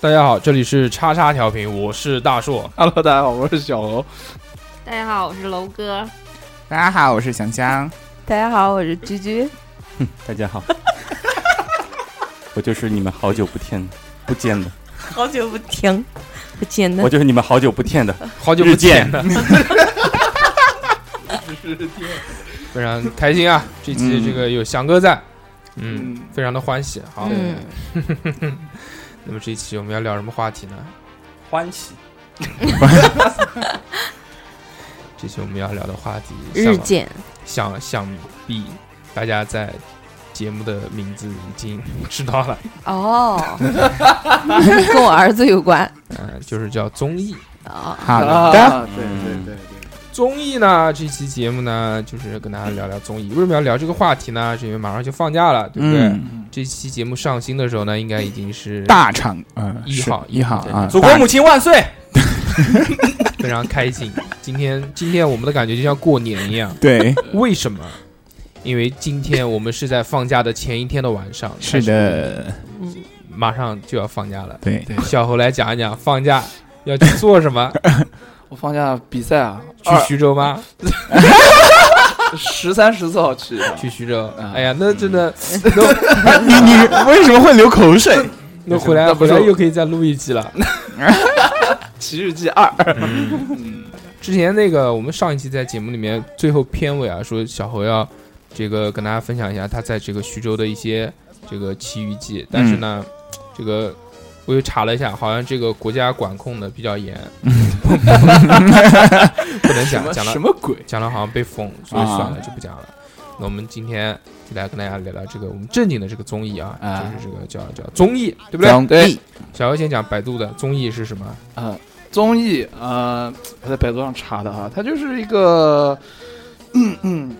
大家好，这里是叉叉调频，我是大硕。 Hello，大家好，我是小欧。大家好，我是楼哥。大家好，我是翔翔。大家好，我是居居，大家好，我就是你们好久不见不见的，好久不听，不见我就是你们好久不见的，好久不见日的，非常开心啊！这期嗯这个有翔哥在，嗯，嗯，非常的欢喜。好，嗯，那么这一期我们要聊什么话题呢？欢喜。这期我们要聊的话题，日渐想想必大家在节目的名字已经 知道了，哦， 跟我儿子有关嗯、就是叫综艺。哦，好的，啊，对对嗯对对，综艺呢，这期节目呢，就是跟大家聊聊综艺。为什么要聊这个话题呢？是因为马上就放假了，对不对？嗯，这期节目上新的时候呢，应该已经是大厂，呃，一号一号对啊，祖国母亲万 岁！非常开心。今天，今天我们的感觉就像过年一 样大。 对，为什么？因为今天我们是在放假的前一天的晚上，是，的，嗯马上就要放假了。对，小侯来讲一讲放假要去做什 么？我放假比赛啊，去徐州吗？十三十四号去的。去徐州？啊哎呀，那真的，你你为什么会流口水？那回来那不回是来又可以再录一期 了。 《奇遇记二》之前那个我们上一期在节目里面最后片尾啊，说小侯要这个跟大家分享一下他在这个徐州的一些这个奇遇记，但是呢，这个我又查了一下，好像这个国家管控的比较 严，不能什讲么讲什了么鬼？讲了好像被封，所以算了就不讲了。那我们今天就来跟大家聊聊这个我们正经的这个综艺啊，啊就是这个叫叫综艺，对不对？张对毅小侯先讲百度的综艺是什么？啊，综艺啊，我在百度上查的哈，它就是一个，嗯嗯，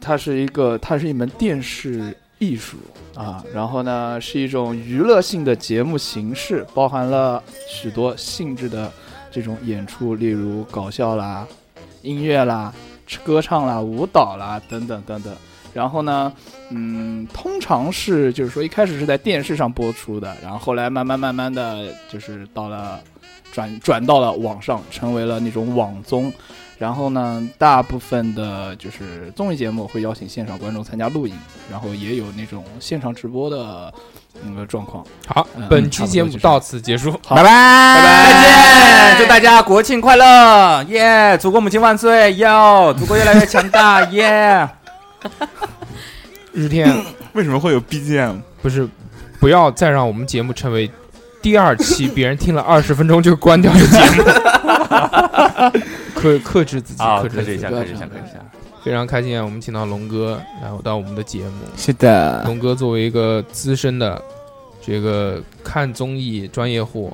它是一个，它是一门电视艺术啊，然后呢是一种娱乐性的节目形式，包含了许多性质的这种演出，例如搞笑啦、音乐啦、歌唱啦、舞蹈啦等等等等。然后呢，嗯，通常是就是说一开始是在电视上播出的，然后后来慢慢慢慢的就是到了转转到了网上，成为了那种网综。然后呢，大部分的就是综艺节目会邀请现场观众参加录影，然后也有那种现场直播的那个状况。好嗯，本期节目差不多就是到此结束。好拜拜再见，祝大家国庆快乐！耶，祖国母亲万岁！哟，祖国越来越强 大！耶，日天。为什么会有 BGM？不是，不要再让我们节目成为第二期别人听了二十分钟就关掉的节目。克克制自己，啊好，克制啊自克制己一下，不要克制一下，这克样制一下。非常开心啊！我们请到龙哥来到我们的节目。是的，龙哥作为一个资深的这个看综艺专业户，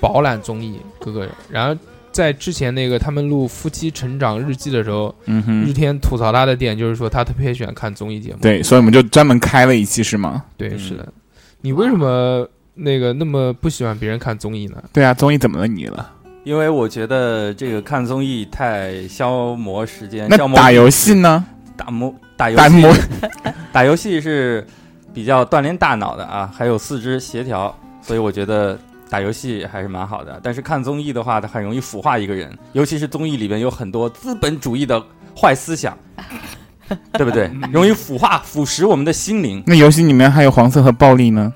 饱览综艺各个人，然后在之前那个他们录《夫妻成长日记》的时候，嗯日哼，天吐槽他的点就是说他特别喜欢看综艺节目。对，所以我们就专门开了一期，是吗？对，嗯是的。你为什么那个那么不喜欢别人看综艺呢？对啊，综艺怎么了你了？因为我觉得这个看综艺太消磨时间，那消磨打游戏呢？打磨打游打戏磨 打游戏是比较锻炼大脑的啊，还有四肢协调，所以我觉得打游戏还是蛮好的。但是看综艺的话，它很容易腐化一个人，尤其是综艺里边有很多资本主义的坏思想，对不对？容易腐化腐蚀我们的心灵。那游戏里面还有黄色和暴力呢？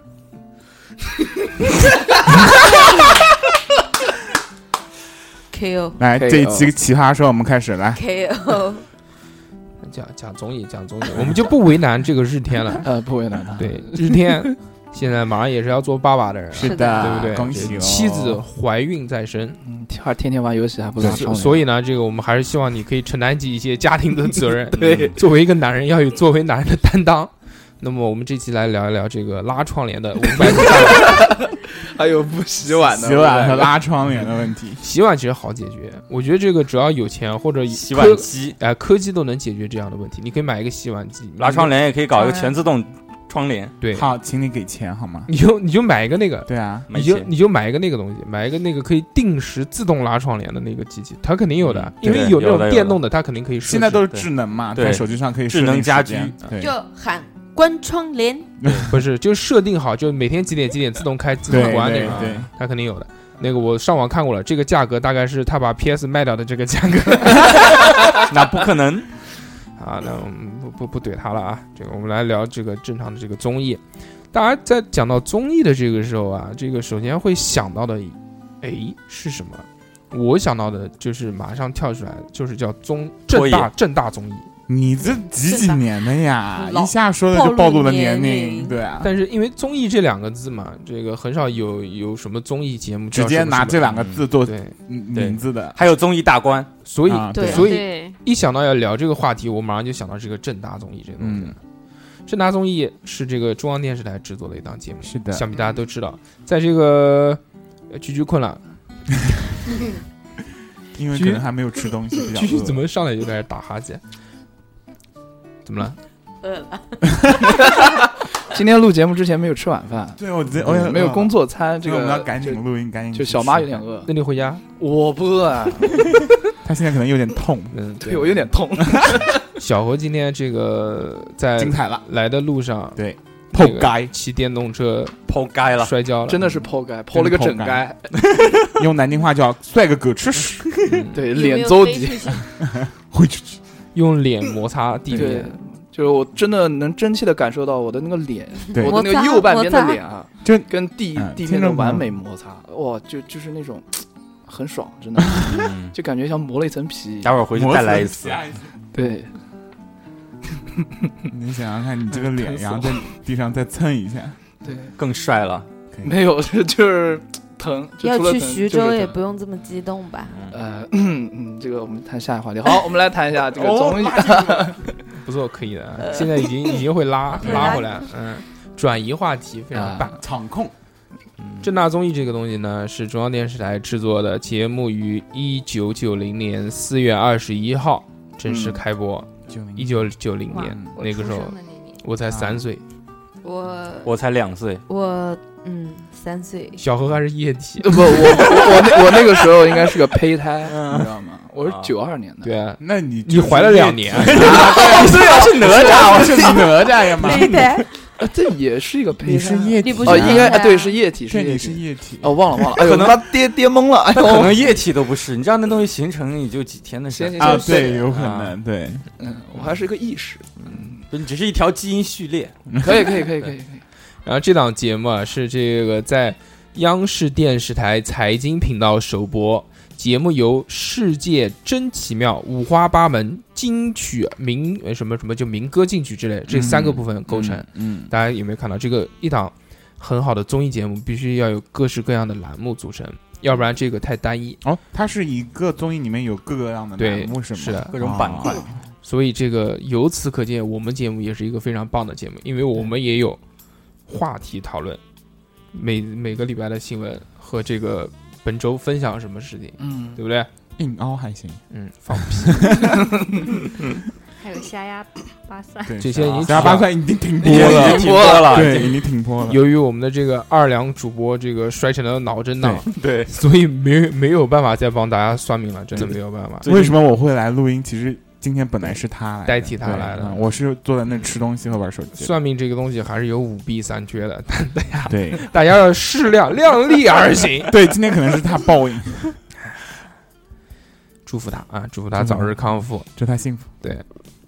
KO 来，可以这一哦期奇葩说我们开始来， KO，讲讲综艺，讲综艺，我们就不为难这个日天了。呃，不为难他。对，日天现在马上也是要做爸爸的人了，是的对不对？恭喜哦妻子怀孕在身，嗯，还天天玩游戏还不拉所上所 以以呢，这个我们还是希望你可以承担起一些家庭的责任。对作为一个男人，要有作为男人的担当。那么我们这期来聊一聊这个拉窗帘的五百个 办法。还有哎不啊洗碗的，洗碗和拉窗帘的问题。洗碗其实好解决，我觉得这个只要有钱或者有洗碗科机、哎、科技都能解决这样的问题。你可以买一个洗碗机，拉窗帘也可以搞一个全自动窗帘，对，嗯好，请你给钱好吗？你就你就买一个那个，对啊，没你就钱。你就买一个那个东西，买一个那个可以定时自动拉窗帘的那个机器，它肯定有的嗯，因为对有那有的种有电的动的，它肯定可以设置。现在都是对智能嘛，对在手机上可以智能设定时家间对就喊关窗帘。不是，就设定好，就每天几点几点自动开自对动关那对个，对，它肯定有的。那个我上网看过了，这个价格大概是他把 PS 卖掉的这个价格那不可能，啊。那我们不不不怼他了啊。这个我们来聊这个正常的这个综艺。大家在讲到综艺的这个时候啊，这个首先会想到的，哎是什么？我想到的就是马上跳出来，就是叫综脱正颖大正大综艺。你这几几年的呀？老一下说的就暴露了年暴露年龄，龄对啊，但是因为综艺这两个字嘛，这个很少有有什么综艺节目叫直接什么什么拿嗯这两个字做对，对名字的，还有综艺大观，所以啊对所以对，一想到要聊这个话题，我马上就想到这个正大综艺这个东西嗯了。正大综艺是这个中央电视台制作的一档节目，是的，想必大家都知道。在这个呃居居困了，因为居可能还没有吃东西，比较居居饿怎么上来就开始打哈欠？怎么了？饿了，今天录节目之前没有吃晚饭， 对哦我这我也没有工，作餐，这这个个我们要赶紧就录音，赶紧就去小妈吃有点饭，饿，那你回家？我不饿啊，她现在可能有点痛，嗯，对 我有点痛。小何今天这个在精彩 了，来的路上对，那破个街骑电动车抛街了。摔跤了，真的是剖开，剖了个整开，用南京话叫帅个狗吃屎，嗯对，有没有脸邹飞底，出去回去吃，用脸摩擦地对面，，就是我真的能真切的感受到我的那个脸，对我的那个右半边的脸啊，就跟地嗯地听面着的吗完美摩擦，哇，就就是那种很爽，真的， 嗯就感觉像磨了一层皮。待会儿 回去再来一次。对，你想想看，你这个脸，然后在地上再蹭一下，对，更帅了。没有， 是就是疼，就要除了去疼徐就是州也疼不用这么激动吧？呃， 嗯嗯，这个我们谈下一个话题。 好，我们来谈一下这个综艺。不错，可以的啊。现在已经已经会 拉对拉拉回来，嗯，转移话题非常啊棒。场控，正大综艺这个东西呢，是中央电视台制作的，节目于一九九零年四月二十一号正式开播。九零一九九零哇年我那个时出候，生的那年我才三岁，我我才两岁，我嗯，三岁小何还是液 体。 不，我我我那我那个时候应该是个胚胎，嗯你知道吗？我是啊九二年 的。对啊，那你你怀了两年， 是哪吒，我是哪吒呀妈！ 胎， 啊，这也是一个胚胎。你是液体你不哦，是应该胚胎啊对，是液体，是对，液你是体。液体哦，忘了忘了，哎可呦，能他妈跌跌懵了，哎 那可呦。能液体都不是。你知道那东西形成也就几天的事行儿，行啊，行行对，有可啊能对，嗯，我还是个意识。就你只是一条基因序列。可以可以可以可以可以。然后这档节目啊是这个在央视电视台财经频道首播。节目由世界真奇妙、五花八门、金曲民呃什么什么就民歌进曲之类这三个部分构成。嗯，大家有没有看到这个一档很好的综艺节目必须要有各式各样的栏目组成，要不然这个太单一。嗯，哦，它是一个综艺里面有各个样的对栏目，是吗？是的各种板块哦所以这个由此可见，我们节目也是一个非常棒的节目，因为我们也有话题讨论，每每个礼拜的新闻和这个本周分享什么事情，嗯，对不对？硬凹还行，嗯，放屁，还有虾鸭巴萨，对，这些已经十二八块已经停播已了经，停播了，对，已经停播了。由于我们的这个二两主播这个摔成了脑震荡，对，所以没没有办法再帮大家算命了，真的没有办法。为什么我会来录音？其实今天本来是他来的代替他对来的嗯我是坐在那吃东西和玩手机的。算命这个东西还是有五弊三缺的， 对大家要适量，量力而行。对，今天可能是他报应， 祝福他啊，祝福他早日康复。祝他幸福。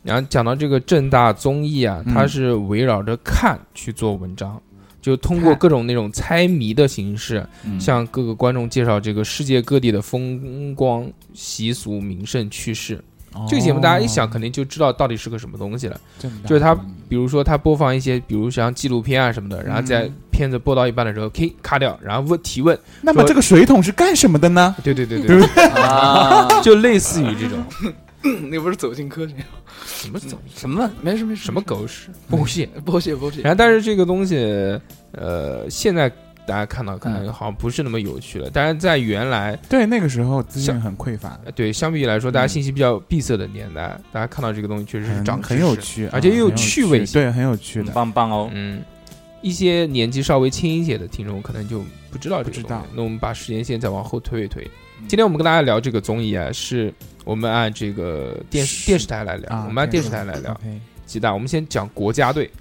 然后讲到这个正大综艺啊，嗯它是围绕着看去做文章，就通过看各种那种猜谜的形式，嗯向各个观众介绍这个世界各地的风光、习俗、名胜、趣事。哦这个节目大家一想，肯定就知道到底是个什么东西了。啊就是他比如说他播放一些，比如像纪录片啊什么的，然后在嗯片子播到一半的时候，可以卡掉，然后问提问。那么这个水桶是干什么的呢？对对对对对对，啊，就类似于这种。那不是走进科学？什么走嗯什么没事没事，什么狗屎不屑。剥削剥削然后，但是这个东西，呃，现在大家看到可嗯能好像不是那么有趣了。但是在原来， 对，那个时候资讯很匮乏，呃对，相比来说，大家信息比较闭塞的年代，大家看到这个东西确实是嗯长知识很有。趣，而且又有啊很趣味性对，很有趣很的。棒棒哦！嗯，一些年纪稍微轻一些的听众可能就不知道这个不知东道嗯西。那我们把时间线再往后推一推。今天我们跟大家聊这个综艺啊，是我们按这个电视是电视台来聊，啊我们按电视对台来聊。 OK，鸡蛋，我们先讲国家队。嗯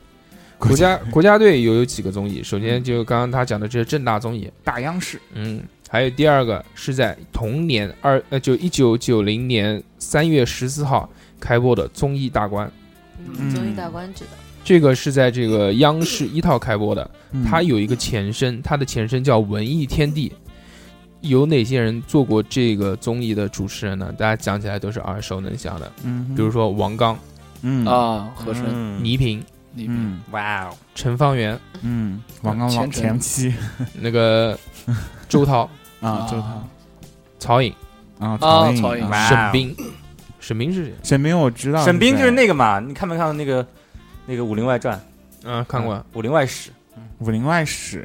国国家家嗯国家队有有几个综艺，首先就刚刚他讲的这些正大综艺，大央视嗯，还有第二个是在同年二呃就一九九零年三月十四号开播的《综艺大观》，嗯综艺大观止的，这个是在这个央视一套开播的，它有有一个前身，它的前身叫《文艺天地》。有哪些人做过这个综艺的主持人呢？大家讲起来都是耳熟能详的，嗯，比如说王刚、嗯啊！和珅，嗯，倪萍、你嗯哇哦，陈方圆、嗯，王刚前老程前妻那个周涛、啊，周涛曹颖、啊，啊曹曹颖颖啊哇沈冰。哦沈冰是谁？啊沈冰我知道，沈冰就是那个嘛，你看没看到那个那个《武林外传》《嗯，看过。武林外史》？ 《武林外史》，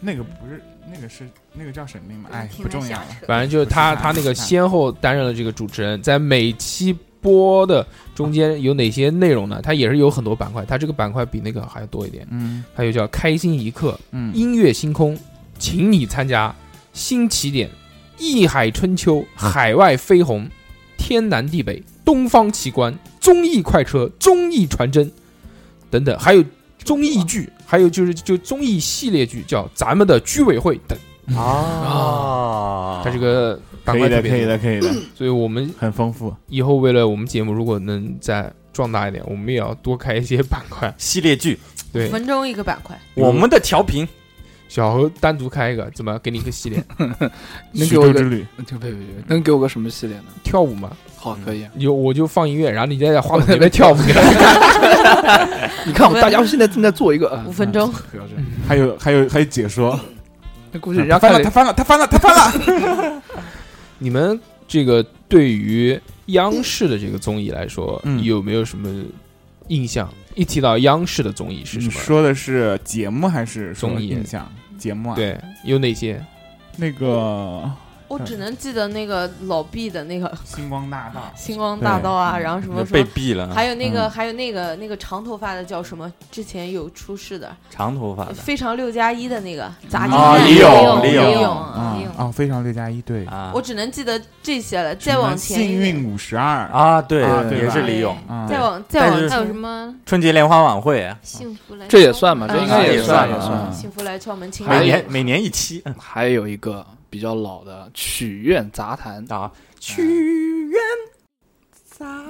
那个不是那个是那个叫沈冰吗？哎，停不了重要下了。车。反正就是他，他那个先后担任了这个主持人，在每期播的中间有哪些内容呢？他也是有很多板块，他这个板块比那个还要多一点。嗯还有叫“开心一刻”、“嗯，音乐星空”、“请你参加”、“新起点”、“艺海春秋”、“啊海外飞鸿”、“天南地北”、“东方奇观”、“综艺快车”、“综艺传真”等等，还有综艺剧，还有就是就综艺系列剧叫《咱们的居委会》等。哦它这个板块特别多，的，可以的， 所以我们很丰富。以后为了我们节目，如果能再壮大一点，我们也要多开一些板块。系列剧，对五，分钟一个板块，我们的调频小何单独开一个，怎么给你一个系 列？能徐给我州一个之旅，就别别别，能给我个什么系列呢？跳舞嘛，好，嗯可以啊。有我就放音乐， 然后你再在话 筒那边跳舞 给他看。 你看，我们大家现在正在做一个啊五分钟，不要这样，嗯还有还有还有解说，那估计人家翻看了，了他翻了，他翻了，他翻了。你们这个对于央视的这个综艺来说，嗯有没有什么印象？一提到央视的综艺是 你什么？说的嗯是节目还是说综艺印象？节目啊，，对，有哪些？那个我只能记得那个老毕的那个星光大道，星光大道啊，对然后什么什被么，毙了，还有那个嗯还有那个那个长头发的叫什么？之前有出事的，长头发的非常六加一的那个砸金啊蛋李咏咏李李咏咏啊啊李咏，啊，非常六加一，对，啊我只能记得这些了。什再么往前幸一点运五十二啊，对啊，对也吧是李咏，啊，再往再但往是还有前嗯什么春节联欢晚会，幸福来敲门？这也算吧，啊这应该也算算也啊算。幸福来敲门，请还有每来年每年一期还有一个比较老的《曲苑杂谈》，啊，去愿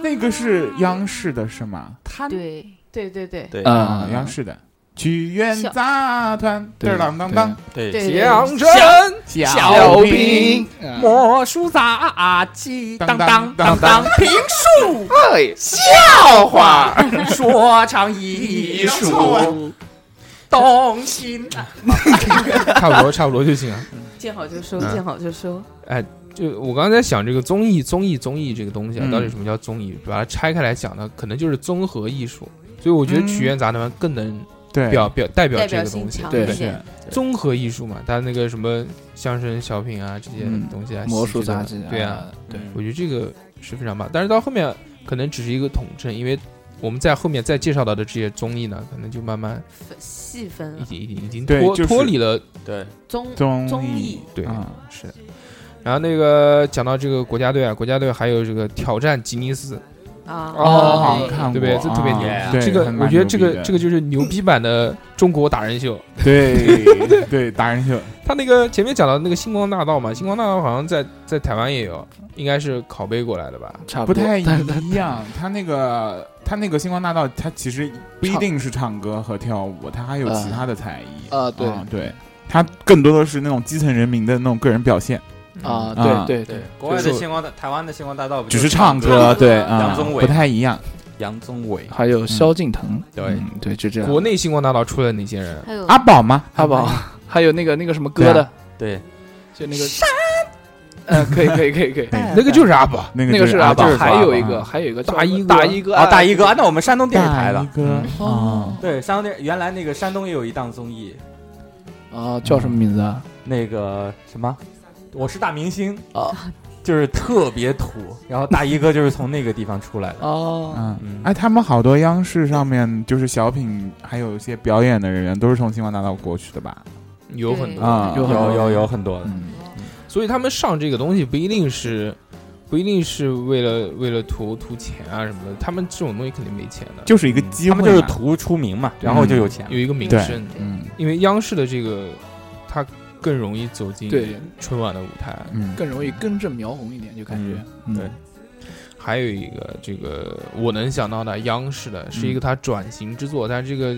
那个是央视的是吗？滩对对对对对啊，央视的。曲苑小杂谈，对嘚儿啷当当，对对杨对真小品，魔术杂技当当当当，评述哎，笑话，说唱艺术，动心 差不多，差不多就行了。见好就收，嗯见好就收。就我刚才在想这个综艺，综艺，综艺这个东西啊，嗯到底什么叫综艺？把它拆开来讲呢，可能就是综合艺术。所以我觉得嗯曲苑杂谈更能对，表表代表代这表个东性西强，啊对一对是些，综合艺术嘛，它那个什么相声、小品啊这些嗯东西啊，魔喜术剧的杂技，对啊，，对，我觉得这个是非常棒。但是到后面可能只是一个统称，因为我们在后面再介绍到的这些综艺呢，可能就慢慢分细分一了点一点已经对脱就是脱离了。对，综综综艺艺，对啊，是的。然后那个讲到这个国家队啊，国家队还有这个挑战吉尼斯，啊哦好对看对过，不对这特别牛啊对这个还蛮我觉得牛这逼个的这个就是牛逼版的中国达人秀。 对对达人秀，他那个前面讲到那个星光大道嘛，星光大道好像在在台湾也有，应该是拷贝过来的吧？差不多太但是它一样。他那个他那个星光大道，他其实不一定是唱歌和跳舞，他还有其他的才艺 啊对啊对。他更多的是那种基层人民的那种个人表现，啊，啊对对对对，，国外就的是星光大，台湾的星光大道不只就是唱歌，歌，对啊杨，宗纬不太一样。杨宗纬，还有萧敬腾，对嗯嗯对，就这样。国内星光大道出了哪些人？还有啊阿宝吗？嗯啊阿宝，还有那个那个什么歌对的啊， 对，就那个嗯，可以可以可以可以，那个就是阿宝，那哎个那个是阿阿宝，宝，还有一个啊还有一个叫大衣哥大衣哥哎哦，大衣哥，啊那我们山东电视台大的衣，哥哦啊，对，山东电原来那个山东也有一档综艺，啊，叫什么名字啊？那个什么，我是大明星哦，就是特别土，然后大衣哥就是从那个地方出来的，哦，嗯嗯，哎，他们好多央视上面就是小品，还有一些表演的人员都是从星光大道过去的吧？有很多。啊，有很多有有有很多的，嗯，所以他们上这个东西不一定是，不一定是为了为了图图钱啊什么的，他们这种东西肯定没钱的，就是一个机他会们嘛，就是图出名嘛，然后就有钱了，有一个名对声，嗯因为央视的这个，它更容易走进对，春晚的舞台。嗯，更容易根正苗红一点，就感觉嗯对还有一个这个我能想到的央视嗯的是一个它转型之作，但这个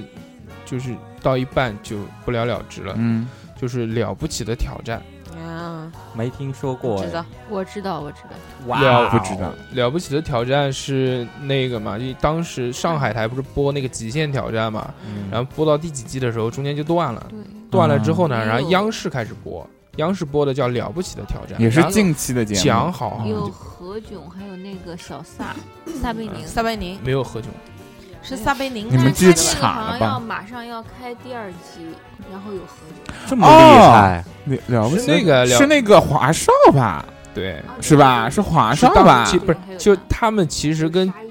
就是到一半就不了了之了，嗯，就是《了不起的挑战啊，没听说过，知道，我知道，我知道，哇了哦，不知道，》。 《了不起的挑战》是那个嘛，就当时上海台不是播那个《极限挑战》嘛，嗯然后播到第几季的时候中间就断了，对，断了之后呢，嗯然后央视开始播，央视播的叫《了不起的挑战》，也是然后近期的节目，讲好嗯啊有何炅，还有那个小撒撒贝宁。撒贝宁没有何炅。是撒贝宁你们吗但记得是他这个惨好了像吧要马上要开第二季，然后有何炅这么厉害，了了不起是那个了是那个华少吧？对，啊是吧？是华少吧是？当不是还有就他他们其实跟沙溢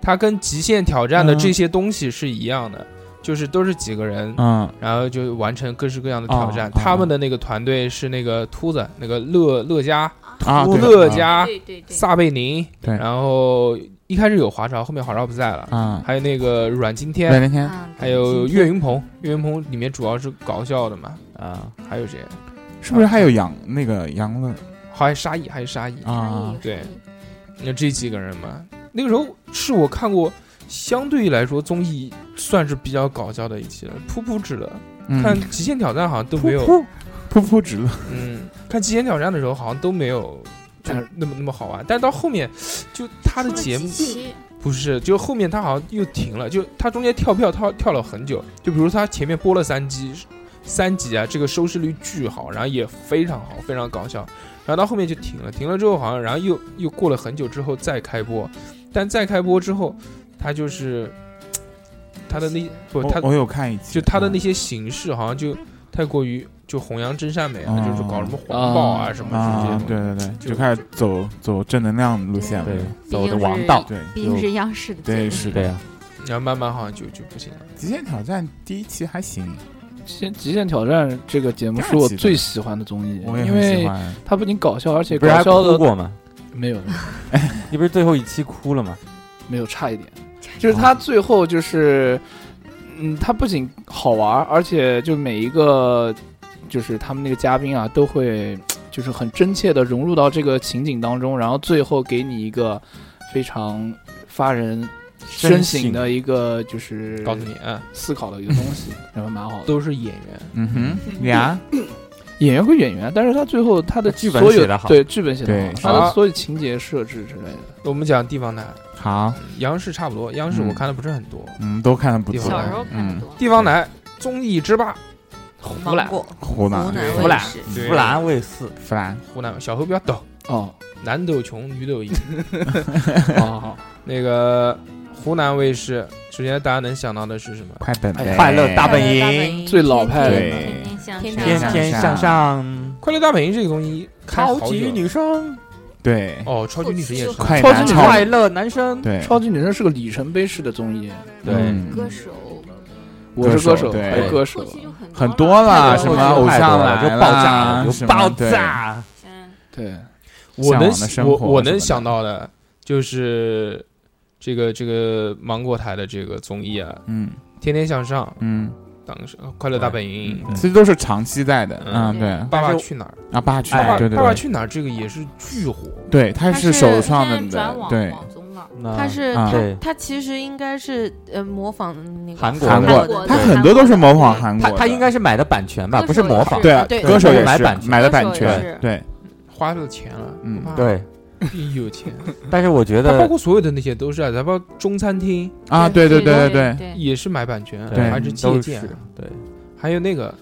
它跟《极限挑战》的嗯这些东西是一样的，就是都是几个人，嗯，然后就完成各式各样的挑战。哦哦他们的那个团队是那个秃子，那个乐乐嘉、啊，乌对乐嘉、对对对，撒贝宁，对然后一开始有华少，后面华少不在了，啊，还有那个阮经对天。那天嗯还有岳云鹏，岳云鹏里面主要是搞笑的嘛，啊，还有谁？是不是还有杨那个杨乐还有沙溢，还有沙溢，啊？对，那这几个人嘛，那个时候是我看过相对来说综艺算是比较搞笑的一期了，噗噗纸的。嗯看《极限挑战》好像都没噗有，噗噗噗直乐，嗯，看《极限挑战》的时候好像都没有，就那么那么好玩。但是到后面，就他的节目不是，就后面他好像又停了，就他中间跳票跳跳了很久。就比如他前面播了三集，三集啊，这个收视率巨好，然后也非常好，非常搞笑。然后到后面就停了，停了之后好像，然后又又过了很久之后再开播，但再开播之后，他就是他的那不他我我有看一期，就他的那嗯些形式好像就太过于就弘扬真善美了，啊哦就是搞什么环保啊啊什么啊这，些对东西。对对，就就开始走走正能量路线对了，，走的王道，对毕竟是央视的节对目，是对的。啊，然后慢慢好像就就不行了。极限挑战第一期还行，极限极限挑战这个节目是我最喜欢的综艺，我也因很喜为欢。它不仅搞笑，而且你搞不是还笑哭的过吗？没有你不是最后一期哭了吗？没有差一点，就是它最后就是，嗯，它不仅好玩儿，而且就每一个就是他们那个嘉宾啊，都会就是很真切的融入到这个情景当中，然后最后给你一个非常发人深省的一个就是告诉你啊，思考的一个东西，然后蛮好的。都是演员，嗯哼，俩演员归演员，但是他最后他的剧本所有写得好对剧本写得对好，是他的的所有情节设置之类的。我们讲地方台，好，央视差不多，央视嗯我看的不是很多。嗯，都看的不地错方。小时候看的多，地方台综艺之霸，芒果嗯湖南，湖南对卫湖南视弗兰卫视，弗兰，湖南小猴比较抖，哦，男抖穷，女抖 硬。哦，那个湖南卫视，首先大家能想到的是什么？快本哎呗，快乐大本营，营最老派的天对天向天上，天天向上，快乐大本营这个东西开好久了，生，对，哦，超级女声也是快超男级超快乐男生，对超级女声是个里程碑式的综艺，对，嗯歌手，我是歌手，歌手对还有歌手后，期就很很多多了，啦，太什多么了偶像了来就爆炸了，啦就什么爆对炸，嗯对，我向能往的生我活我什么能的想到的就是这个这个芒果台的这个综艺啊，嗯《天天向上嗯，》当时《快乐大本营》其实都是长期在的，嗯嗯，对，爸爸但是去哪儿？啊，爸去哎哪爸儿，对爸对爸爸对，去哪儿？这个也是巨火，对，他他是首创现在的转，网对，网综了，那他是啊他对他其实应该是呃模仿那个韩国的韩国国的他对很多都是模仿韩国他的，他应该是买的版权吧，歌手不是模仿也，对啊对歌手也是买版权买的版歌手也是权，对，花了钱了，嗯哇，对。有钱。但是我觉他包得括所有的那些都是啊，咱包括中餐厅啊，对对对对对，也是买版权，对还是都借是鉴，对，还有那个。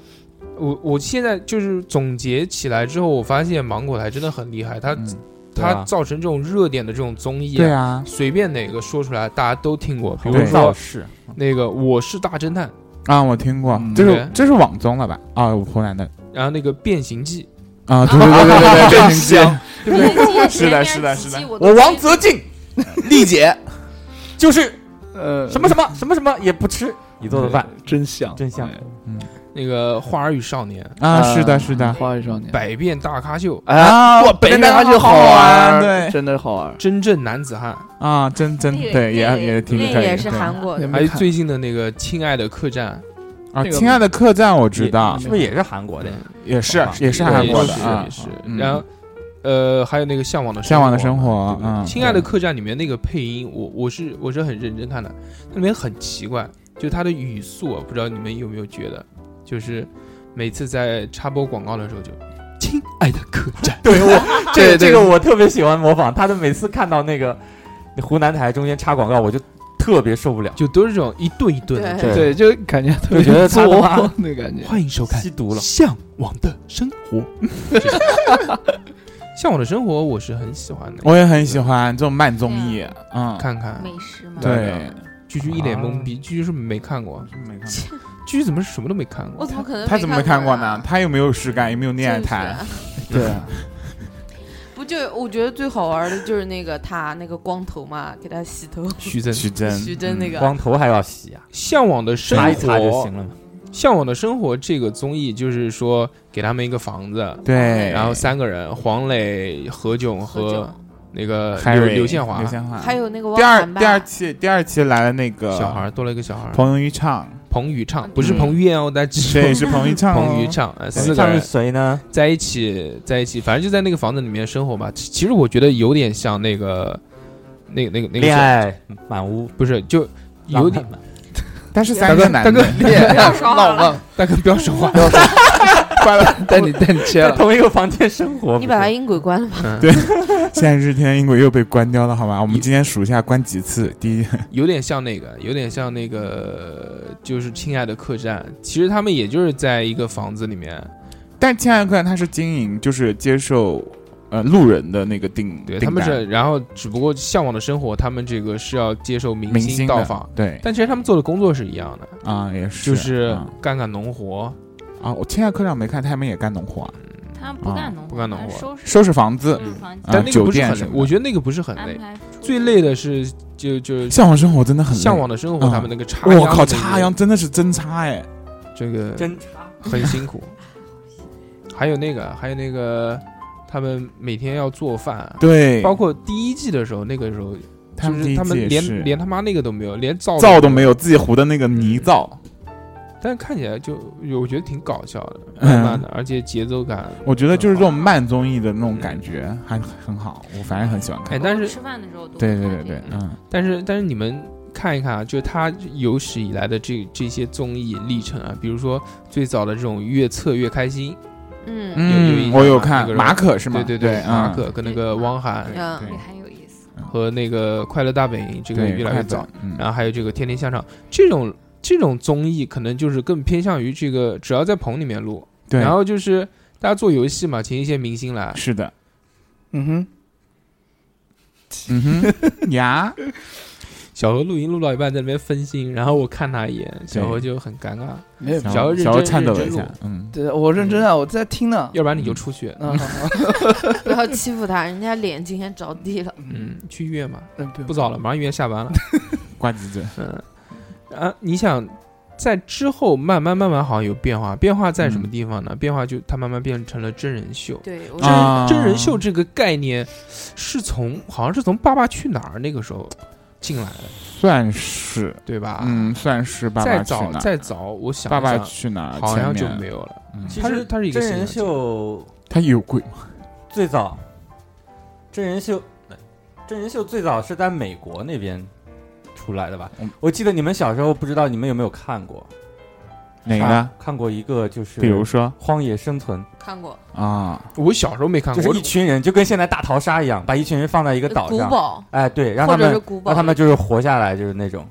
我我现在就是总结起来之后，我发现芒果台真的很厉害，它、嗯对它啊造成这种热点的这种综艺、对，啊，随便哪个说出来大家都听过，比如对说是那个《我是大侦探》，啊，我听过嗯，这对是这是网综了吧？啊，湖南的然后那个《变形记啊，对对 对对对对，变形记，对对是的是的是的我王泽静，丽姐，就是呃，什么什么什么什么也不吃，你做的饭真香，呃真香。那个《花儿与少年》啊，是的，是的，花儿与少年《百变大咖秀》《啊，哇，北北大大就好玩，玩对真的好玩。真正男子汉啊，真真那个对，那个也也挺那可以个的，也是韩国的，哎还有最近的那个《亲爱的客栈啊，那个亲爱的客栈，我知也道是不是也是韩国的？》，也是好吧也是韩国的也是啊也，是嗯然后，呃，还有那个《向往的向往的生活活》嘛，对不嗯对亲爱的对客栈》里面那个配音，我我是我是很认真看的，那里面很奇怪，就它的语速啊，不知道你们有没有觉得，就是每次在插播广告的时候就。亲爱的客栈，对我这对对个这个我特别喜欢模仿他的，每次看到那个湖南台中间插广告，我就特别受不了，就都是这种一顿一顿的对这种，对，就感觉特就觉别得他作他 妈那感觉。欢迎收看吸毒了。向往的生活。向往的生活我是很喜欢的，我也很喜欢这种慢综艺，嗯，看看。美食嘛，对，居居一脸懵逼，居居是不是没看过，没看居居怎么什么都没看我过？怎么可能？他怎么没看过啊呢？？他又没有实感，也没有恋爱真是谈，对啊， 不就我觉得最好玩的就是那个他那个光头嘛，给他洗头，徐峥，徐峥，徐峥那嗯个光头还要洗啊，向往的生擦一擦就行活，了嘛。向往的生活这个综艺就是说给他们一个房子，对，然后三个人，黄磊、何炅和那个还刘有刘宪华呃刘，宪华，还有那个汪啊第二涵吧第二期第二期来了那个小孩儿多了一个小孩儿，彭昱畅， 彭昱畅不是嗯彭于晏哦，大家记这也住，是彭昱畅哦， 彭昱畅，呃四四个个人人是谁呢？在一起，在一起，反正就在那个房子里面生活吧。其其实我觉得有点像那个，那个那个那个恋爱满屋，不是，就有点浪漫满但是大三哥个大男哥的，要说好了，大哥不要说话，关了，带你带你切在了。同一个房间生活。你把不他是音轨关了吧。嗯对 现在日天音轨又被关掉了，好吗？我们今天数一下关几次，第一有点像那个，有点像那个，就是《亲爱的客栈》。其实他们也就是在一个房子里面，但亲爱的客人他是经营，就是接受呃路人的那个订，对订他们单是，然后只不过《向往的生活》，他们这个是要接受明明星星的到访，，对但其实他们做的工作是一样的，啊，也是，就是啊干干农活，啊，我亲爱的客人没看，他们也干农活啊，他不干嗯农活，不干农活他收拾收拾嗯房子收，嗯拾房啊间，但那个不是酒店很什累么，的我觉得那个不是很安累，排出最累的是就就向往生活真的很累向往。的生活，嗯他们那个插秧，我靠，插秧，真的是真插哎！这个真差。很辛苦。还有那个，还有那个，他们每天要做饭，对，包括第一季的时候，那个时候他就第是一他季们也连是连他妈那个都没有，连灶灶都没有，自己糊的嗯那个泥灶。但是看起来就我觉得挺搞笑的，嗯慢慢的，而且节奏感。我觉得就是这种慢综艺的那种感觉还很好，我反正很喜欢哎，看。但是吃饭的时候都对会对看对这对个，嗯，但是但是你们看一看啊，就是他有史以来的这这些综艺历程啊，比如说最早的这种越测越开心，嗯有有一嗯，个我有马看那个马可是吗？对对对，马嗯，可跟那个汪涵嗯，也对很有意思。和那个快乐大本营，这个对，越来快越本早。，嗯然后还有这个《天天向上》这种这种综艺，可能就是更偏向于这个，只要在棚里面录，对，然后就是大家做游戏嘛，请一些明星来，是 的，嗯哼，嗯 哼，呀，小何录音录到一半在那边分心，然后我看他一眼，小何就很尴尬，没有，小何小认小何真颤抖了认一真下， 嗯，对我认真啊，我在听呢。要不然你就出去，嗯，好好不要欺负他，人家脸今天着地了。嗯，去医院嘛，嗯，不不早了，马上医院下班了，呱唧嘴，嗯，啊，你想。在之后慢慢慢慢好像有变化，变化在什么嗯地方呢？变化就它慢慢变成了真人秀。对，我真、啊真人秀这个概念是从好像是从《爸爸去哪儿》那个时候进来的，算是，对吧？，嗯，算是爸啊再爸去早哪儿，再早，我想爸一爸想去哪儿，好像前就面没，有了。嗯其它是实它是一个真现人象秀，他有鬼吗？最早，真人秀，真人秀最早是在美国那边出来的吧？嗯我记得你们小时候不知道你们有没有看过哪个看啊呢？看过一个就是，比如说《荒野生存看过啊，我小时候没看》，就过，是一群人就跟现在大逃杀一样，把一群人放在一个岛呃古上，堡，哎，对，让或他者是们古堡，让他们就是活下来，就是那种。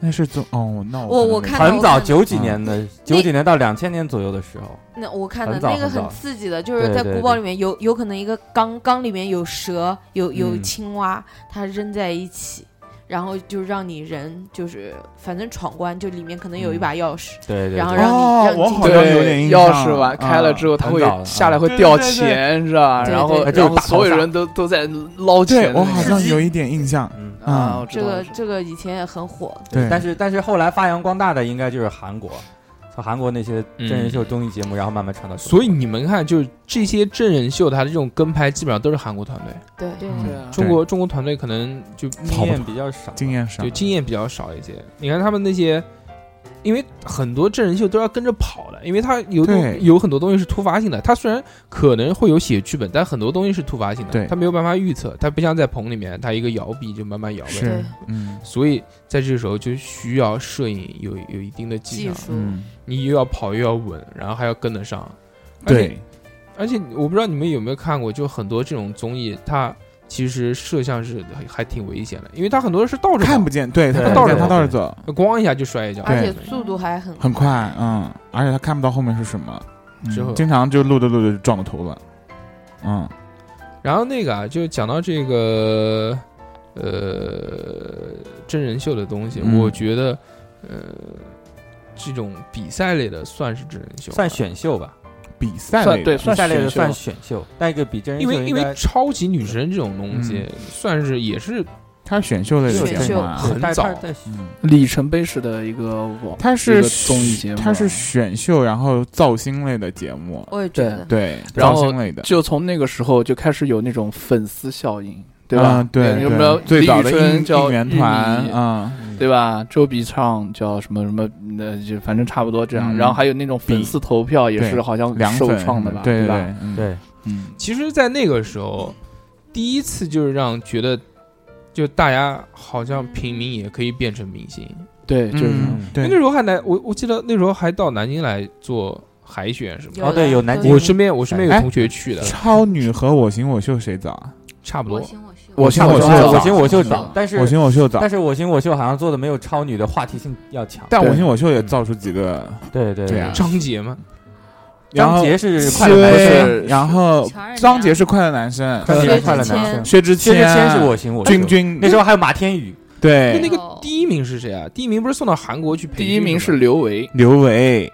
那是总哦，那我可能我没看嗯到很早我九几年的，九几年到两千年左右的时候，那我看的很早那个很很早刺激的，就是对在对古堡对里面有有可能一个缸缸里面有蛇，有有嗯青蛙，它扔在一起，然后就让你人就是反正闯关，就里面可能有一把钥匙，对对对，然后让你、哦让，我你进好去像有点印象。啊钥匙完开了之后，后，它很会早了下来啊会对掉对对钱，是吧？对啊然对后然对后哎大逃所有杀人都都在捞对钱的我那好种像有一点印象。嗯，啊，嗯我知这道个了这个以前也很火，对，但是但是后来发扬光大的应该就是韩国，从韩国那些真人秀综艺节目，然后慢慢传到中国。所以你们看，就是这些真人秀，它的这种跟拍基本上都是韩国团队，对对嗯对啊中国中国团队可能就经验比较少，经验少就，经验比较少一些。你看他们那些，因为很多真人秀都要跟着跑的，因为它有对有很多东西是突发性的。它虽然可能会有写剧本，但很多东西是突发性的，对它没有办法预测。它不像在棚里面，它一个摇臂就慢慢摇呗。是嗯所以在这时候就需要摄影有有一定的技技巧，术。嗯，你又要跑又要稳，然后还要跟得上。而且对，而且我不知道你们有没有看过，就很多这种综艺，它其实摄像是还还挺危险的，因为它很多是倒着看跑不见，对他对看不见，对他倒着走，的，咣一下就摔一跤，而且对速度还很很快，嗯，而且他看不到后面是什么，嗯之后经常就录着录着就撞到头了，嗯，然后那个啊，就讲到这个呃真人秀的东西，嗯我觉得呃这种比赛类的算是真人秀吗，算选秀吧，比赛算类对的比赛类的选秀算选秀，但一个比真人因秀为因应该为超级女声这种东西，算是也是他是选秀类的选节秀目啊，很但是早它是在嗯，里程碑式的一个网，他一是个综艺节目啊他是选秀，然后造星类的节目，我也觉对得对，然造后星类的，就从那个时时候就开始有那种粉丝效应，对吧？嗯对，有对没有最早的应春应叫援玉米团啊？嗯对吧？周笔畅叫什么什么，那就反正差不多这样。嗯然后还有那种粉丝投票也是对好像凉首粉创的吧，对吧？对对，对嗯，其实，在那个时候，第一次就是让觉得，就大家好像平民也可以变成明星。对，就是因这样嗯为那对，时候还来，我我记得那时候还到南京来做海选什么的。哦对有南京我身边我身边有哎同学去的，超女和我行我秀谁早啊？差不多我。行我秀，我行我秀我早行我秀早，但是我行我秀早但，是我行我秀好像做的没有超女的话题性要强。但对我行我秀也造出几个，对对对啊张杰吗？然张后杰是快对乐男生，然后乔任张杰梁是快乐男生，张杰薛是快乐之男谦生，薛之薛之谦是我行我秀，君君那时候还有马天宇，那对那个哦第一名是谁啊？第一名不是送到韩国去培训第一名是是吗刘维，刘维，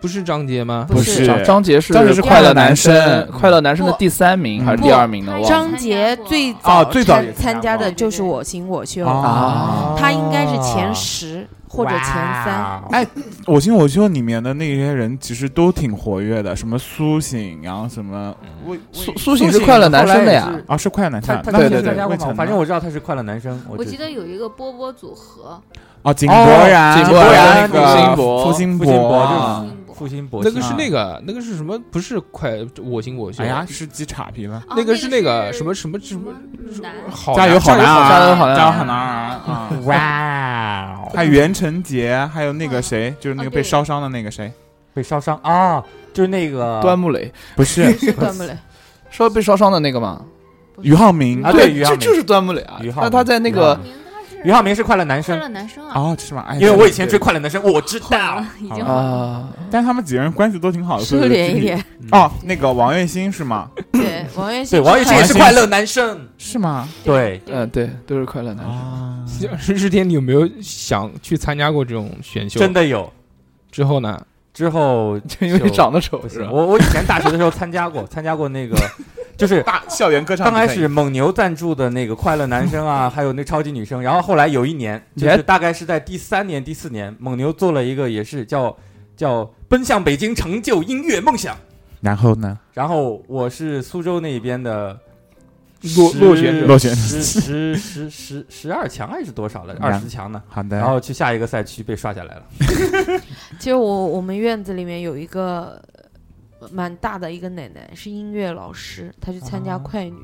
不是张杰吗？不是张张杰是张杰是快乐男快乐男生快乐男生的不第三名还是不第二名呢？忘了。张杰最哦早最早也参参加参加的过就是《我行我秀》，哦啊他应该是前十或者前三。哇哦哎我行我秀里面的那些人其实都挺活跃的，什么苏醒，然后什么苏苏醒是快乐男生的呀后来也是啊是快乐男他生，他那当对时对参加魏过吗？晨反呢正我知道他是快乐男生，我知记得有一个波波组合，哦井哦柏然，井柏然那个付辛博付辛付辛博博，就是付辛博那个是啊那个那个是什么？不是快我行我秀哎，呀，是鸡岔皮了。哦那个是那个是什么什么什什么么男好加油好男儿，加油好男儿加油好男儿啊！哇哦，还有袁晨杰，还有那个谁，就是那个哦被对烧伤的那个谁，被烧伤啊，就是那个端木磊不是 是段木磊，说被烧伤的那个嘛，俞灏明啊对对，俞灏这明就是端木磊啊俞灏。那他在那明个明他是俞灏明是快乐男快生，乐男生啊，哦，是吗？哎，因为我以前追快乐男生，我知道。已好经啊，但他们几个人关系都挺好的，收所以敛就一点。哦，那个王栎鑫是吗？对，王栎对，鑫，王栎鑫也是快乐男生。是吗？对，嗯，对，都是快乐男生。啊，日天，你有没有想去参加过这种选秀？真的有。之后呢？之后就因为长得丑不是行，吧？我我以前大学的时候参加过，参加过那个，就是大校园歌唱刚比赛开始蒙牛赞助的那个快乐男生啊，还有那超级女生，然后后来有一年，就是大概是在第三年、第四年，蒙牛做了一个也是叫叫奔向北京，成就音乐梦想。然后呢？然后我是苏州那边的落十落选者落选十十十十十二强还是多少的嗯二十强呢？好然的，后去下一个赛区被刷下来了。其实我我们院子里面有一个呃蛮大的一个奶奶，是音乐老师，她去参加啊快女，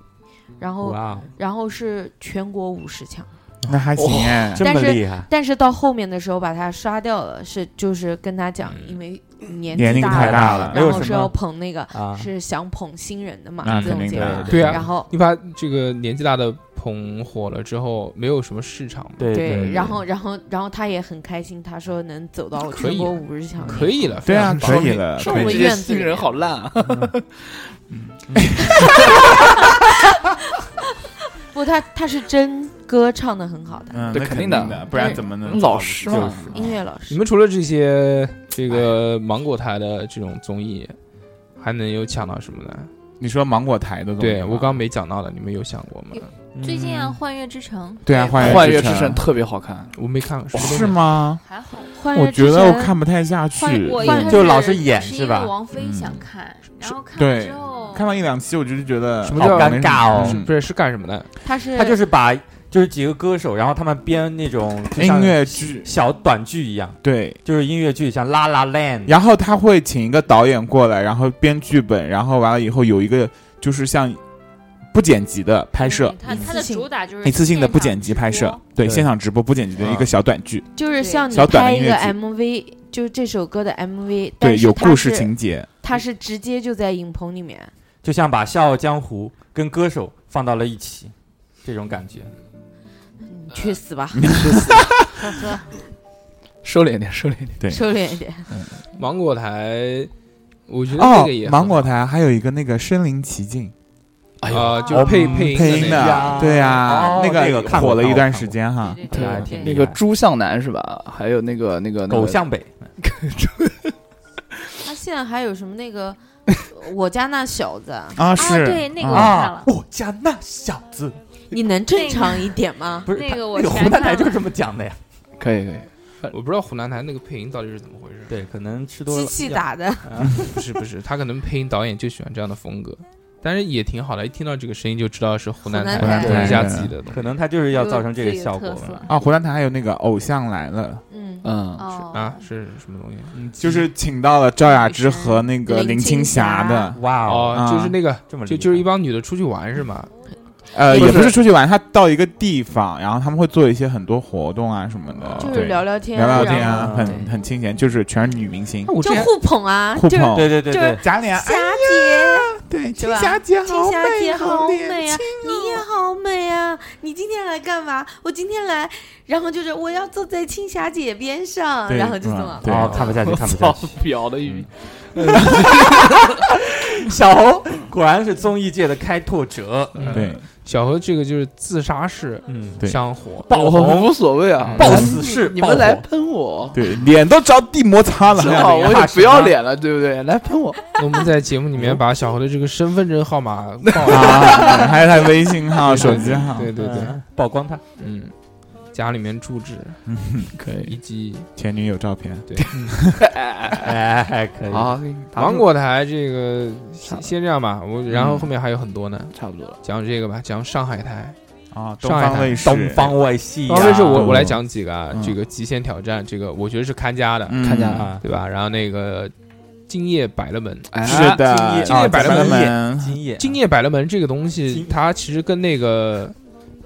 然后哇，哦然后是全国五十强，那还行啊哎，这么但是厉害！但是到后面的时候把她刷掉了，是就是跟她讲，因为年年纪龄太了，大了，没然有什后么是要捧那个啊，是想捧新人的嘛那这肯种定节目，的，对啊然后你把这个年纪大的捧火了之后，没有什么市场嘛，对对，对，然后然后然后他也很开心，他说能走到可全以国五十强，可以了，对啊，非常可棒以了，上可以位这些了院子新里面人好烂啊！不，他他是真歌唱的很好的嗯，对那肯肯定定的的，不然怎么能老师嘛，音乐老师你。们除了这些这个芒果台的这种综艺，还能有抢到什么呢？你说芒果台的东西吗，对我刚没讲到的，你们有想过吗？嗯最近啊，《幻乐之城对啊，哎《幻幻乐之城城》特别好看，我没看过，什么都是没吗？》还好，幻我乐觉之得我城看不太下幻去，我一开就始老是演是是因为吧王菲嗯想看，然后看了对之后，看到一两期，我就是觉得什么叫好没尴尬哦是嗯不是是干什么的？他是他就是把就是几个歌手，然后他们编那种就像嗯音乐剧小短剧一样，对。就是音乐剧，像《La La Land》，然后他会请一个导演过来，然后编剧本，然后完了以后有一个就是像不剪辑的拍摄，它它一的次性主打就是一次性的现不场剪辑拍摄直播，对，对现场直播不剪辑的一个小短剧，就是像你小短的拍一音个乐 MV，就这首歌的 MV，对，但是有它故事是，情节，它是直接就在影棚里面，就像把《笑傲江湖》跟歌手放到了一起，这种感觉。你去死嗯吧，呵呵， 收敛一点，收敛一点。对收敛一点。芒果台，我觉得哦这个也，芒果台台还有一个那个身临其境哎呦，啊，就是配配音哦配音那个的，对呀哦，那个个看过火了一看段过时间哈，对对对对还哎对挺那厉个害朱向南是吧？还有那个那个那狗个向北，他现在还有什么那个 我家那小子，啊啊，是对那个我啊看了，我家那小子你能正常一点吗？不是那他个我那个全湖南看台就是了这么讲的呀。可以可以，我不知道湖南台那个配音到底是怎么回事。对，可能吃多机了啊器打的，不是不是，他可能配音导演就喜欢这样的风格，但是也挺好的，一听到这个声音就知道是湖南湖台南台做一下自己的东西可能他就是要造成这个 有自己的效果特色嘛。啊，湖南台还有那个偶像来了，嗯，嗯，哦啊，是什么东西？就是请到了赵雅芝和那个林林青青霞霞的，哇哦，啊哦，就是那个，这么厉就害就是一帮女的出去玩是吗？呃，不也不是是出去玩，他到一个地方，然后他们会做一些很多活动啊什么的，就是对，聊聊天，聊聊天然后啊，后很很清闲，就是全是女明星那，我之就前互捧啊，互就是捧，对对对就是对，假脸，霞姐，对，是吧青霞姐青好霞美，姐好年美啊，你也好美啊！你今天来干嘛？我今天来，然后就是我要坐在青霞姐边上，对然后就这是么。吧对哦，看不下去，看不下 嗯操去。，表的语，小侯果然是综艺界的开拓者，嗯对，小何这个就是自杀式嗯，对香火，爆红无所谓啊，暴死式，你爆们火来喷我，对，脸都着地摩擦了，正好我也不要脸了，对不对？来喷我，那我们在节目里面把小何的这个身份证号 码报了啊，还有他微信号、手机号，对对对，嗯曝光他。嗯，家里面住址可以及前女友照片，哎，可以。啊，芒果台这个先先这样吧，我然后嗯后面还有很多呢，差不多了，讲这个吧，讲上海台，啊，上东海方滩卫视，东方卫视然呀，后这哦是我对我来讲几个啊嗯，这个极限挑战，这个我觉得是看家的，嗯看见了，啊，对吧？然后那个今夜百了门，哎是的，敬业啊敬业百咱乐们门今夜今夜百了门这个东西今，它其实跟那个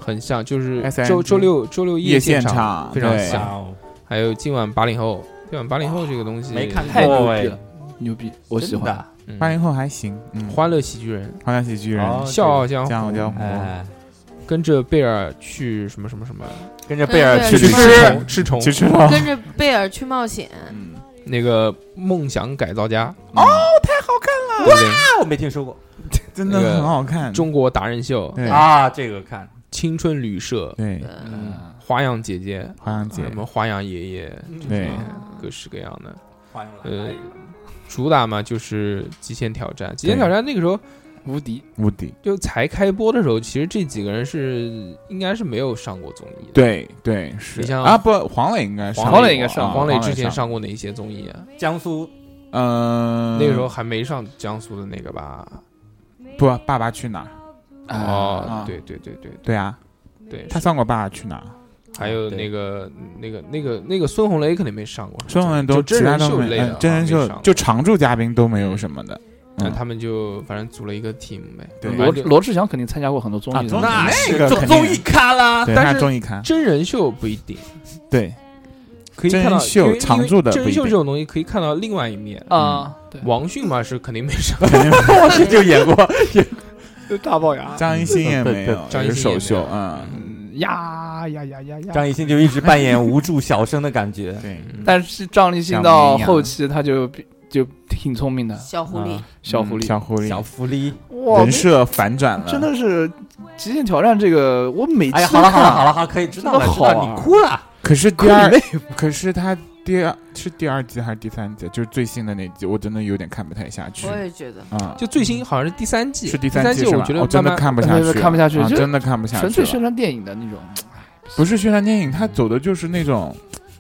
很像，就是周 SNG 周六周六夜现现场非常对像。哦，还有今晚八零后，今晚八零后这个东西没看太牛过哎逼了，牛逼，我喜欢，真嗯八零后还行，嗯，欢乐喜剧人，欢乐喜剧人，哦笑傲江湖，江湖江的，湖，哎，跟着贝尔去什么什么什么，跟着贝尔对去去旅吃行，吃虫，其实哦，跟着贝尔去冒险，嗯那个梦想改造家，哦，对不对？啊我没听说过真的很好看，中国达人秀、对啊，这个看，青春旅社、对，呃嗯，花样姐姐、花样姐什，么花样爷爷，对，各式各样的。欢迎来。主打嘛就是极限挑战，极限挑战那个时候无敌，无敌，就才开播的时候，其实这几个人是应该是没有上过综艺的。对对是你像啊，不，黄磊应该上过，黄磊应该上啊黄磊之前上嗯上过哪些综艺啊？江苏过，嗯，那个时候还没上江苏的那个吧？不，《爸爸去哪儿》啊哦啊，对对对对对啊，对，他上过《爸爸去哪儿》，还有对那个那个那个那个孙红雷肯定没上过，孙红雷都就真其他人都秀没，类的嗯，真人秀就常驻嘉宾都没有什么的，那嗯他们就反正组了一个 team 呗。对啊反罗正就罗志祥肯定参加过很多综艺的，那是那个综肯定综艺咖啦，对，啊但他是综艺看，真人秀不一定对，可以真看到人秀因为因为常驻的真人秀不一定这种东西可以看到另外一面。啊，对，王迅嘛是肯定没上，我是就演过，大龅牙，张艺兴也没有，张艺也是兴也没首秀有，嗯，，嗯呀呀呀呀呀！张艺兴就一直扮演无助小生的感觉嗯 对，但是张立新到后期他就比就挺聪明的，嗯小狐狸啊， 小狐嗯狸，小狐小狸，狐狸。哇人设反转了，真的是《极限挑战》这个，我每哎次呀，好了好了好了， 了好了，可以知道真了，的知好啊道你哭了。可是第第二二，可是他第二是第二季还是第三季？就是最新的那集，我真的有点看不太下去我也觉得啊。就最新好像是第三季，是第第三季，是我吧觉得我真慢的慢看不慢下慢去，看不下去啊就真的看不下纯去粹宣了。传电影的那种，不是宣传电影，他走的就是那种，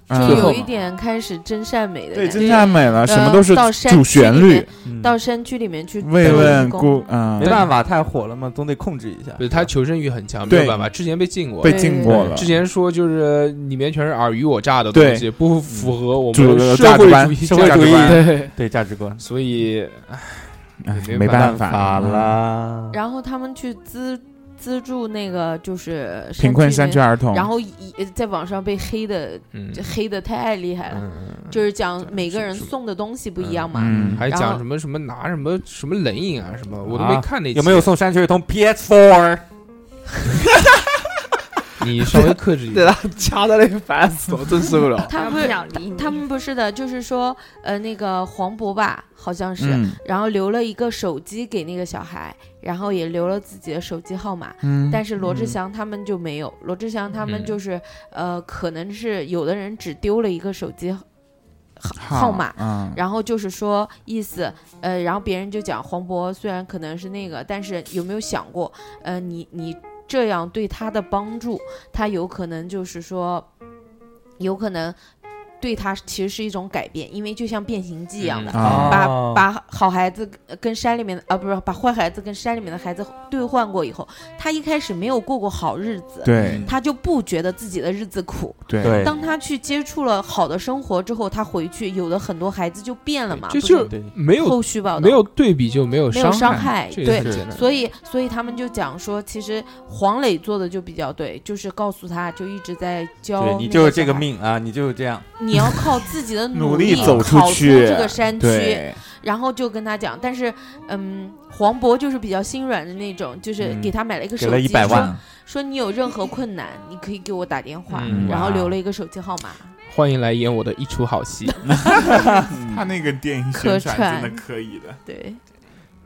就最后有嗯，一点开始真善美的对，感真觉。太美了，什么都是到山主区旋里律面。嗯到山区里面去慰打问工故，嗯嗯没，办法，太火了嘛，总得控制一下。对他求生欲很强，没对有办法，之前被禁过被。禁过了之。前说就是里面全是尔虞我诈的对嗯东西，不符合我主们社价值会观主义社价会值主义观，对，对价值观，所以哎没没办法法嗯啦。然后他们去资资助那个就是山贫困里山面区儿童，然后以在网上被黑的嗯黑的太厉害了，嗯，就是讲每个人是是送的东西不一样嘛。嗯还然讲后什么什么拿什么什么冷饮啊什么，我都啊没看那集有没有送山区儿童 PS4？你稍微克制一 对点，他掐的那烦死我，真受不 了。他们不不是想理你，他们不是的，就是说呃那个黄渤吧，好像是，嗯然后留了一个手机给那个小孩，然后也留了自己的手机号码。嗯，但是罗志祥他们就没有，罗志祥他们就是、呃，可能是有的人只丢了一个手机号号码，嗯，然后就是说意思，呃，然后别人就讲黄渤虽然可能是那个，但是有没有想过，呃，你你这样对他的帮助，他有可能就是说，有可能对他其实是一种改变，因为就像变形记一样的。嗯啊把哦把好孩子跟山里面的啊，不是把坏孩子跟山里面的孩子兑换过以后，他一开始没有过过好日子，对他就不觉得自己的日子苦。对对，当他去接触了好的生活之后，他回去有的很多孩子就变了嘛，就不是就对没有后续报道没有对比就没有没有伤伤害，这也对很。简单。所以，所以他们就讲说，其实黄磊做的就比较对，就是告诉他，就一直在教对那你就是这小个孩，命啊，你就是这样。你要靠自己的 努力力走出跑出去这个山区。对，然后就跟他讲，但是，嗯，黄渤就是比较心软的那种，就是嗯给他买了一个给手了机，一百说万，说你有任何困难，你可以给我打电话，嗯然后哇留了一个手机号码。欢迎来演我的一出好戏， 嗯他那个电影可宣传真传的可以的，对，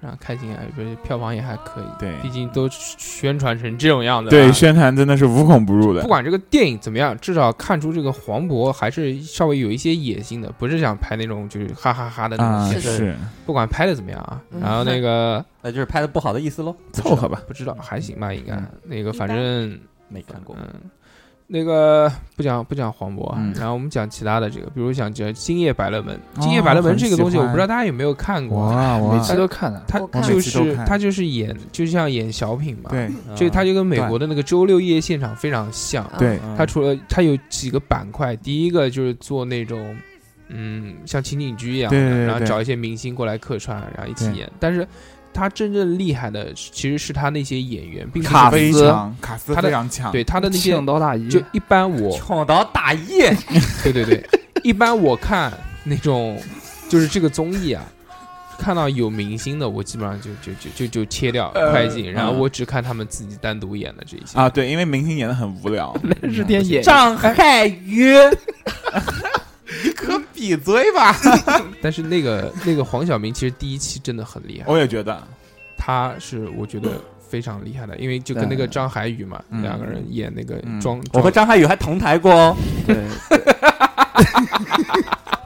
然后开心啊，不是票房也还可以，对毕竟都宣传成这种样子了，啊对，宣传真的是无孔不入的不。管这个电影怎么样，至少看出这个黄渤还是稍微有一些野心的，不是想拍那种就是哈哈哈的那种啊，戏。是的是不管拍的怎么样啊，嗯然后那个那就是拍的不好的意思喽。凑合吧，不知道还行吧，应该嗯那个反正没看过，嗯，那个不讲不讲黄渤啊嗯，然后我们讲其他的这个，比如讲讲《今夜百乐门》，哦《今夜百乐门》这个东西很喜欢我不知道大家有没有看过啊，哇每哇，期都看的，他我看就我每是次都看他就是演就像演小品嘛，嗯对嗯这他就跟美国的那个周六夜现场非常像，啊对，它除了它有几个板块，第一个就是做那种，嗯，像情景剧一样的，对对对然后对找一些明星过来客串，然后一起对演。但是他真正厉害的是其实是他那些演员，并不是卡非非常常卡斯他的非常强，对他的那些庆，刀大姨就 一般我，创造大业，对对 对，一般我看那种就是这个综艺啊。看到有明星的，我基本上就就就就就切掉呃快进，然后嗯我只看他们自己单独演的这一些。啊，对，因为明星演的很无聊，嗯日天野张哎海宇，你可闭嘴吧！但是那个那个黄晓明其实第一期真的很厉害，我也觉得，他是我觉得非常厉害的，因为就跟那个张涵予嘛，嗯两个人演那个嗯装，我装和张海宇还同台过哦， 对，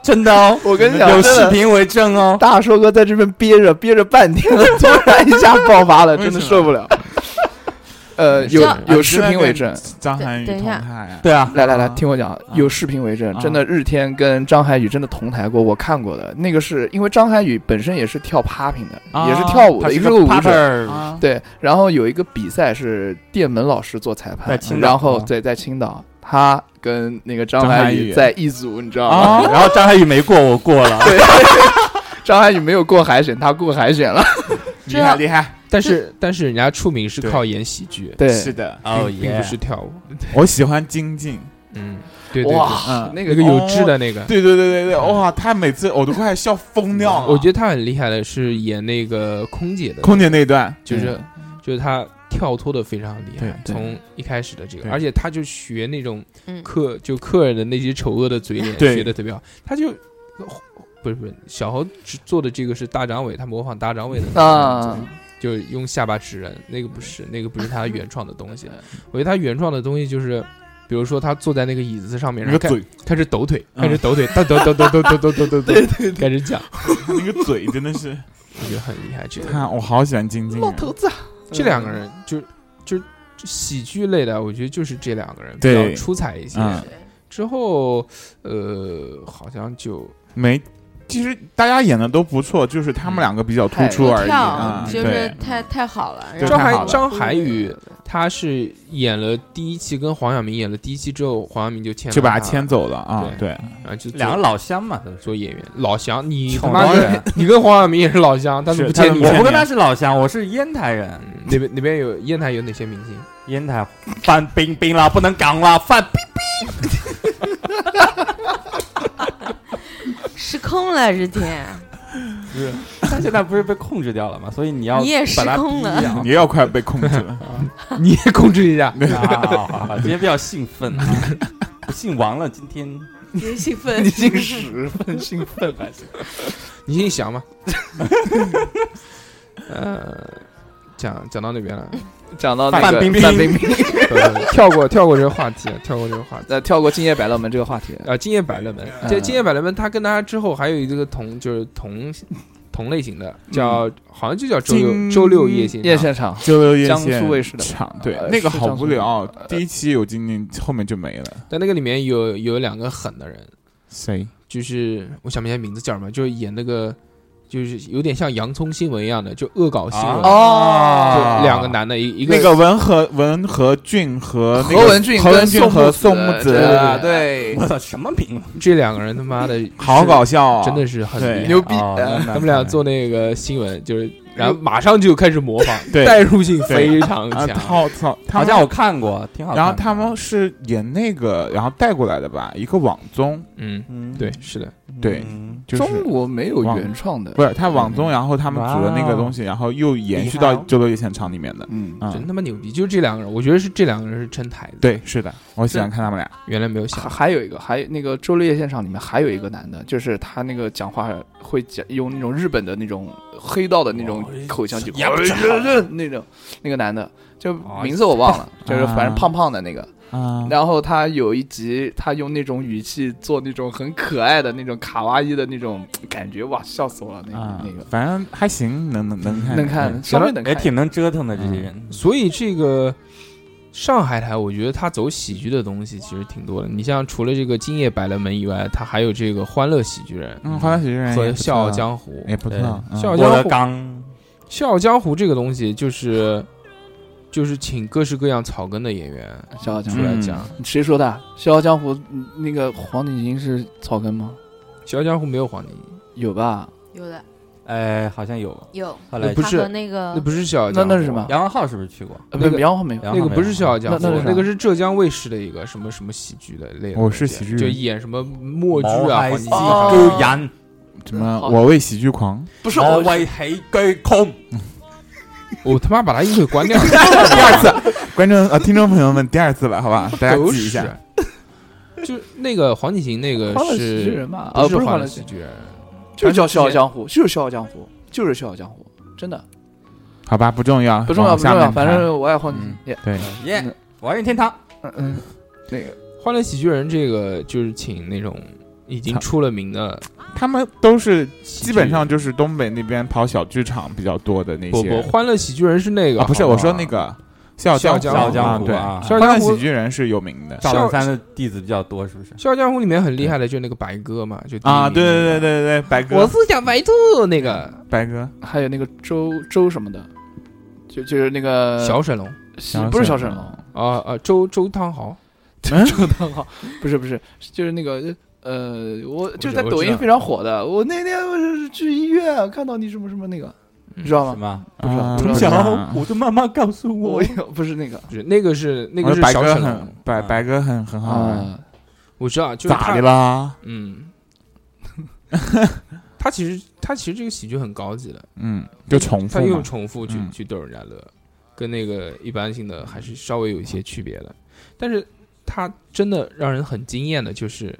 真的哦，我跟你讲，有真视的频为证哦。大硕哥在这边憋着憋着半天，突然一下爆发了，真的受不了。呃，有这啊有视频为证，张涵予等同一下台啊，对啊，来来来，听我讲，有视频为证，啊真的日天跟张涵予真的同台过，我看过的那个是因为张涵予本身也是跳 popping 的，啊也是跳舞他的，是也个舞 p 者。 a 嗯啊，对，然后有一个比赛是电门老师做裁在判青，岛然后啊对在青岛，他跟那个张张涵涵予予在一组，你知道吗？啊，然后张海宇没过，我过了。对， 张涵予没有过海选，他过海选了。厉害厉害，但是但是人家出名是对靠演喜剧， 对，是的，啊哦并耶不，是跳舞。我喜欢金靖，嗯，对对对，哇嗯，那那个个有志的那个，对对对对对，哇，他每次我都快笑疯掉了，我觉得他很厉害的是演那个空姐的，空姐那一段嗯就是就是他跳脱的非常厉害，对对从一开始的这个，对而且他就学那种嗯客就客人的那些丑恶的嘴脸，对学的特别好，他就。不是不是，小侯只做的这个是大张伟，他模仿大张伟的那种啊 走，就是用下巴指人，那个不是，那个不是他原创的东 西。我觉得他原创的东西就是，比如说他坐在那个椅子上面，那然个后开嘴，开始抖腿，嗯开始抖腿，抖抖抖抖抖抖抖抖抖 抖，开始讲，那个嘴真 的是，我觉得很厉害。这个看我好喜欢晶晶啊，子，这两个人就就喜剧类的，我觉得就是这两个人比较对出彩一些。嗯之后呃，好像就没，其实大家演的都不错，就是他们两个比较突出而已啊跳，，就是对，太太好了。就然张太涵好了张涵予他是演了第一期，跟黄晓明演了第一期之后，黄晓明就签了就把他他牵，走了啊，对，然后就做两个老乡嘛，都是做演员。老乡，你他穷妈光的人，你跟黄晓明也是老乡，但是是不他签们你我不不跟他是老乡，我是烟台人，嗯那边那边有烟台有哪些明星？烟台范冰冰啦，不能讲啦，范冰后失控了，日天，是，他现在不是被控制掉了嘛，所以你要你也失把他控了逼啊你要快被控制了，你也控制一下。啊，今天比较兴奋啊，我姓王了，今天别兴奋 你竟十分兴奋还是？你先想嘛。 呃，讲讲到那边了，讲到那个范冰冰范冰冰，不不不 跳过跳过这个话题，跳过这个话题。那呃跳过《今夜百乐门》这个话题，啊，今夜百乐门，嗯这今夜百乐门，他跟他之后还有一个同就是同同类型的，叫好像就叫周六今周六夜行夜场现场周六嗯夜江线苏卫视的场，对呃，那个是好江苏无聊卫视，第一期有晶晶，后面就没了，但那个里面有有两个狠的人，谁？就是我想不起来名字叫什么，就是演那个就是有点像洋葱新闻一样的，就恶搞新闻，哦就两个男的，一一啊那个文和文和俊和那个何文俊、何文俊和宋木木子，啊对， 我操什么名字？这两个人他妈的好是搞笑啊，真 的是很对厉害牛逼哦呃他那们俩做那个新闻，就是然后马上就开始模仿，对代入性非常啊，强。套套，他好们像我看过，挺好看的。然后他们是演那个，然后带过来的吧，一个网综，嗯，嗯对，是的，对嗯就是中国没有原创的，不是他网综，然后他们组的那个东西，然后又延续到厉害哦《周六夜现场》里面的。嗯，嗯，真他妈牛逼！就这两个人，我觉得是这两个人是撑台子。，对，是的，我喜欢看他们俩。原来没有想还还有一个，还有那个《周六夜现场》里面还有一个男的，就是他那个讲话会讲用那种日本的那种黑道的那种口腔，就 那种那个男的，就名字我忘了，就是反正胖胖的那个。啊，然后他有一集，他用那种语气做那种很可爱的那种卡哇伊的那种感觉，哇，笑死我了！那个、啊那，个反正还行，能能能看嗯能看，稍微能也看，挺能折腾的这些人。所以这个上海台，我觉得它走喜剧的东西其实挺多的。你像除了这个《今夜百乐门》以外，它还有这个《欢乐喜剧人嗯，花》花喜剧人和《也不错啊笑傲江湖》。也不错，对笑嗯傲我江的湖，《刚笑傲江湖》这个东西就是就是请各式各样草根的演员笑傲江出湖，来嗯讲。谁说的？笑傲江湖嗯那个黄景行是草根吗？ 《笑傲江湖》没有黄景瑜，有吧？有的哎，好像有，有，后来不他是和那个那不是《笑傲那江湖》，那是什么？杨文浩是不是去过？那呃不个不要没有，然后那个不是《笑傲江湖》，那那是啥那个是浙江卫视的一个什么什么喜剧的类的东西。我哦是喜剧人就演什么默剧毛啊、孩黄子景瑜哦啥的。狗人，什么好我为喜剧狂，不是我我为喜居空。我他妈把他音轨 关掉，第二次，观众啊，听众朋友们，第二次了，好 吧，大家狗记屎一下。。就那个黄景行那个欢乐喜剧是人嘛？啊，不是不欢是欢乐乐喜喜，剧人？就是叫笑傲江湖，就是笑傲江湖，就是笑傲江湖，真的好吧，不重要，不重要往不下重要，面反看正我爱黄景嗯行，也对，耶，我要任天堂。嗯嗯，那个欢乐喜剧人这个就是请那种已经操出了名的他们都是喜剧人，基本上就是东北那边跑小剧场比较多的那不些不，人。欢乐喜剧人是那个，啊，不是，好好我说那个笑傲笑傲江江湖湖啊啊对啊笑傲欢江乐湖喜剧人是有名的赵本山的弟子比较多，是不是？ 《笑傲江湖》里面很厉害的就是那个白鸽嘛，就第一啊，名对那对对对个对对，白我哥，是小白兔那个白哥，还有那个周周什么的，就就是那个小沈龙是不是小沈沈龙，啊啊，周周汤豪，周汤豪，不是不是，就是那个呃，我知就是在抖我知道音非常火的。我那天我是去医院看到你什么什么那个，嗯你知道什吗？么？不是啊不是不是啊的妈妈告诉我有不是那个不是那个是那我个是说白小哥沈龙很，白白哥很很好玩，啊，我知道，就是咋他的啦？嗯，他其实他其实这个喜剧很高级的，嗯，就重他复用嘛，重复去嗯去逗人家乐。跟那个一般性的还是稍微有一些区别的。但是它真的让人很惊艳的，就是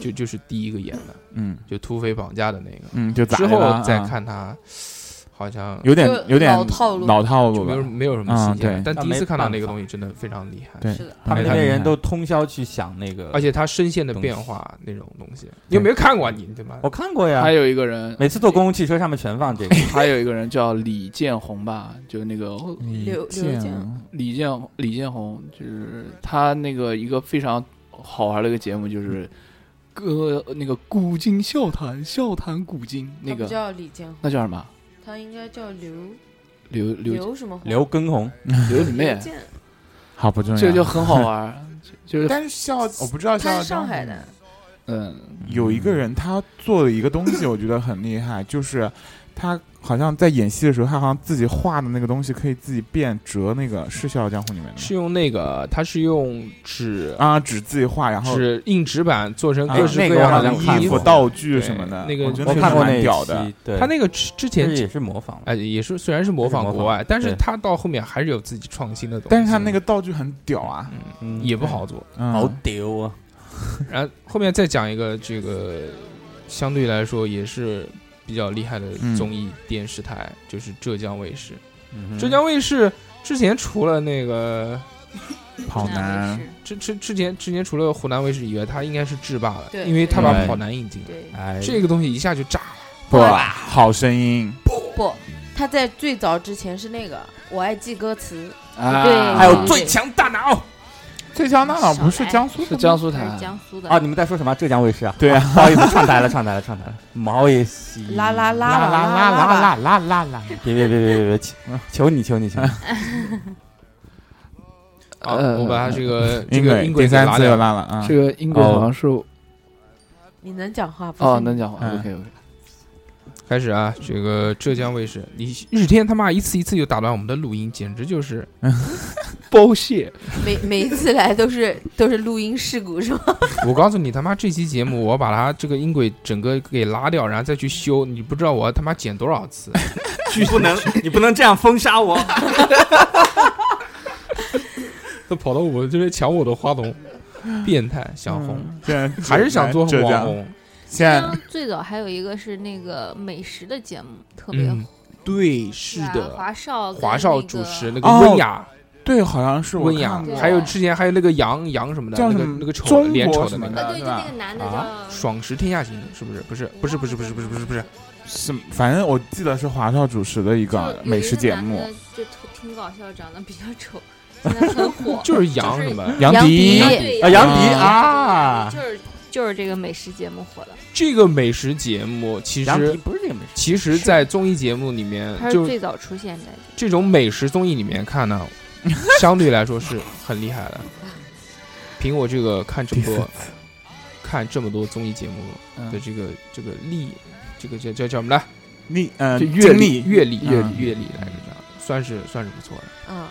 就就是第一个演的，嗯就土匪绑架的那个，嗯，就咋之了啊后再，看他，好像有点就有点老套路老套就路没有了。没有什么新鲜感嗯对。但第一次看到那那没个办东法西真的非常厉害，对是的，他们没那看边人明白都通宵去想那个，而且它声线的东变西化那种东西，你有没有看过啊？你对吧？我看过呀还，有一个人，每次坐公共汽车上面全放哎这个。还有一个人叫李建宏吧，就那个刘见刘江了李建李建宏，就是他那个一个非常好玩的一个节目，就是歌那个古今笑谈，笑谈古今那他不个叫李建宏，那叫什么？他应该叫刘刘刘刘什么宏？刘畊宏，刘里妹刘，建，好不重要，这就很好玩，就就是但是笑，我不知道笑他傲是上江湖海的，嗯，有一个人他做了一个东西，我觉得很厉害，就是他好像在演戏的时候，他好像自己画的那个东西可以自己变折，那个是《笑傲江湖》里面的吗是用那个，它是用纸啊，纸自己画，然后纸硬纸板做成啊各式那各个我样好的像看衣衣服服、过。道具什么的，对那个我觉得我确实看过蛮那屌的一。期，对，他那个之之其前实也是模仿嘛，哎，也是虽然是模仿是模仿国外，但是对他到后面还是有自己创新的东西，但是他那个道具很屌啊，嗯也不好做。嗯好丢啊！然后后面再讲一个这个相对来说也是比较厉害的嗯综艺电视台，就是浙江卫视。嗯浙江卫视之前除了那个跑男，之之之前之前除了湖南卫视以外，他应该是制霸了，对因为他把对跑男引进了，对哎，这个东西一下就炸了。不好声音，不，他在最早之前是那个我爱记歌词，啊，对还有对最强大脑，最强大脑不是少来江苏是的吗？江苏还台是，江苏的啊，你们在说什么？浙江卫视啊？对啊，不好意思，串台了，串台了，串台 了，不好意思。 啦啦啦啦啦啦啦啦啦啦，啦啦啦啦，别别别别别别，求求你求你求你！啊，呃我把他这个这音个音轨第给三拉次又掉。拉了啊这，个音轨好像是你能讲话不是哦，能讲话嗯，OK OK，开始啊，这个浙江卫视，你日天他妈一次一次就打断我们的录音，简直就是包蟹，每每一次来都是都是录音事故是吗？我告诉你，他妈这期节目我把它这个音轨整个给拉掉，然后再去修，你不知道我他妈剪多少次。 你不 能你不能这样封杀我。都跑到我这边抢我的话筒，变态想红，现 在还是想做浙网江，红。现在江最早还有一个是那个美食的节目，特别火嗯，对，是的，华少跟华少那个主持那个哦温雅，对，好像是我温雅看过，还有之前还有那个杨杨什么的，叫那什个么那个丑的中脸国丑的什那么个。啊，的，对，是就那吧个？男的啊叫爽食天下行是不是？不是，不是，不是，不是，不是，不是，不是，，是，反正我记得是华少主持的一个美食节，就有一个男目，的就特挺搞笑，长得比较丑，现在很火就是杨什么。杨迪杨迪对啊，杨迪啊啊，就是就是这个美食节目火的，这个美食节目其杨迪实，不是这个美食，其实，在综艺节目里面他，嗯是就最早出现在这种美食综艺里面看呢，相对来说是很厉害的。凭我这个看这么多，看这么多综艺节目的嗯，这个这个历，这个叫叫叫什么来？历嗯就经阅历历阅嗯历，阅历阅历来着，这样算是算是不错的。嗯，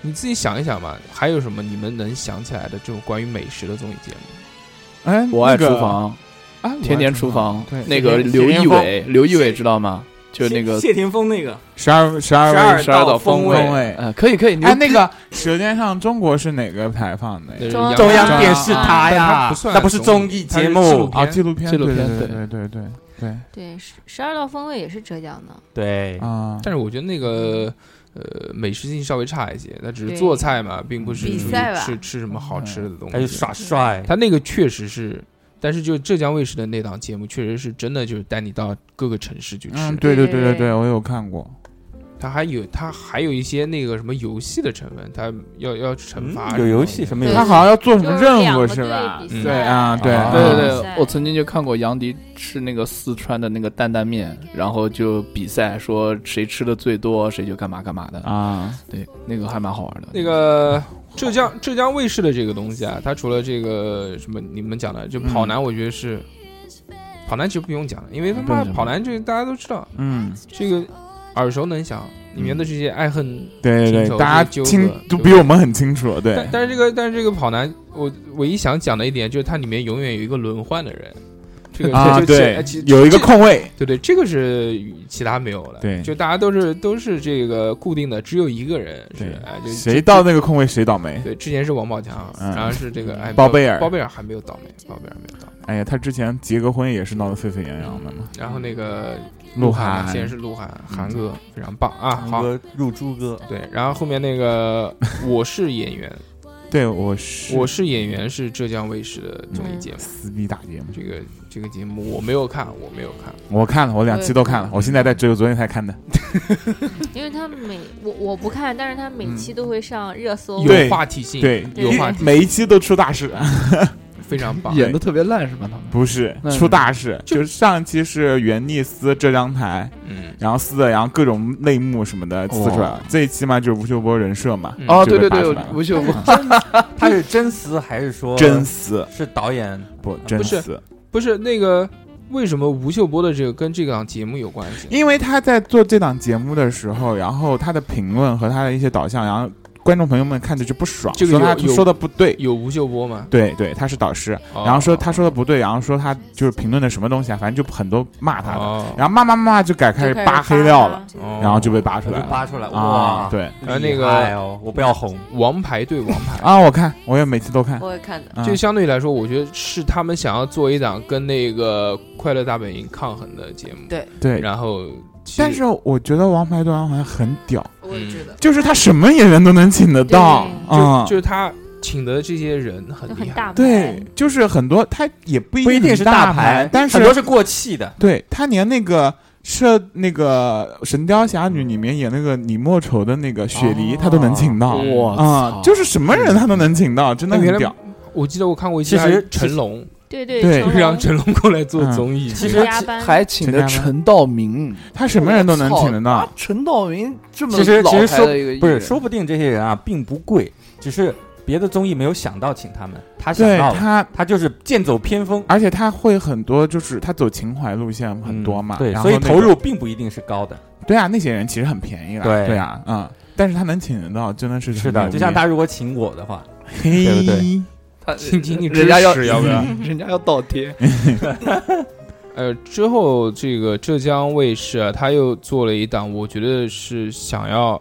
你自己想一想吧，还有什么你们能想起来的这种关于美食的综艺节目？哎，我爱那厨个房，啊，甜甜厨房对，那个刘仪伟，刘仪伟知道吗？就那个谢霆锋那个，十二十12二位味十二道风风味嗯，可以可以，牛哎，那个《舌尖上中国》是哪个台放的那呀？是中央中央央电视台啊但它呀不，算那不是综综艺艺它是节纪录目片，啊，纪录片，纪录片对对对对对对对对十十二道风味也是浙江的，对，啊！但是我觉得那个呃美食性稍微差一些，那只是对做菜嘛，并不是比属于赛吧吃吃什么好吃的东他就西。嗯耍帅，他那个确实是，但是就浙江卫视的那档节目，确实是真的就是带你到各个城市去吃。嗯，对对对对对对，我有看过。它还有它还有一些那个什么游戏的成分，它要要惩罚、嗯有游戏什么游对戏他？好像要做什么就是任两务个是吧？队嗯比赛对啊，对啊对对比对赛，我曾经就看过杨迪吃那个四川的那个担担面，然后就比赛说谁吃的最多，谁就干嘛干嘛的。啊，对，那个还蛮好玩的。那个浙江浙江卫视的这个东西啊，它除了这个什么你们讲的，就嗯跑男，我觉得是、跑男其实不用讲了，因为他不妈用讲跑男这个大家都知道，嗯，这个耳熟能详，里面的这些爱恨。对对清楚对，大家纠葛清纠都葛比我们很清楚，对但，但是这个但是这个跑男，我唯一想讲的一点就是它里面永远有一个轮换的人，这个啊，这这对哎其，有一个这空位，对对，这个是其他没有了，对就大家都是都是这个固定的，只有一个人是对哎，就谁到那个空位谁倒霉。对，之前是王宝强，嗯然后是这个哎包贝尔包贝尔还没有倒霉，包贝尔没有倒霉，哎呀，他之前结个婚也是闹得沸沸扬扬的嘛。然后那个鹿晗晗嗯先是鹿晗，韩哥非常棒啊，朱好哥入朱哥，对，然后后面那个我是演 员，对，我是我是演员是浙江卫视的综嗯艺节目，撕逼大节目，这个这个节目我没有看，我没有看，我看了，我两期都看了，我现在在只有昨天才看的。因为他每我我不看，但是他每期都会上热搜。对有话题性，对，有对话一题，每一期都出大事，非常棒，演的特别烂是吧？他们不是那出大事，就是上一期是袁立撕浙江台，嗯。然后撕的，然后各种内幕什么的撕出来哇了。这一期嘛，就是吴秀波人设嘛，嗯哦，就对被对扒对出来，了吴秀波，他是真撕还是说真撕是导演？不真不是撕，不是那个，为什么吴秀波的这个跟这档节目有关系？因为他在做这档节目的时候，然后他的评论和他的一些导向，然后观众朋友们看着就不爽，这个说有他有哦说的不对。有吴秀波吗？对对，他是导师，然后说他说的不对，然后说他就是评论的什么东西啊，反正就很多骂他的，哦，然后骂骂骂骂就改开始扒黑料了，哦嗯然后就被扒出我来就了扒出来啊哇，，对然后呃那个厉害哦，我不要红，王牌对王牌，啊，我看我也每期都看，我也看嗯的，啊就相对来说，我觉得是他们想要做一档跟那个《快乐大本营》抗衡的节目。对对，然后其实，但是我觉得王牌对王牌很屌，我也觉得。就是他什么演员都能请得到就、嗯啊就。是他请的这些人很就厉很害，大牌，对，就是很多他也不一不一定很是大牌，但是很多是过气的。对他连那个设那个《神雕侠侣》里面演那个李莫愁的那个雪梨，哦他都能请到嗯我啊操，就是什么人他都能请到，真的哎原很来屌。我记得我看过一期其实嗯还是成龙，对对对成 让龙成龙过来做综艺，其实加班还请的陈道明，他什么人都能请得我操到。啊陈道明这么其实老其实牌说的一个艺不是，人说不定这些人啊并不贵，只是别的综艺没有想到请他们，他想对到了，他，他就是剑走偏锋而且他会很多，就是他走情怀路线很多嘛，嗯对，然后所以那投个入并不一定是高的。对啊，那些人其实很便宜了，对对啊，嗯，但是他能请得到，真的是是的，很牛就像逼他如果请我的话，嘿，对不对他 请请你支人家要持，要不嗯然。 人家要倒贴，呃，之后这个浙江卫视啊，他又做了一档，我觉得是想要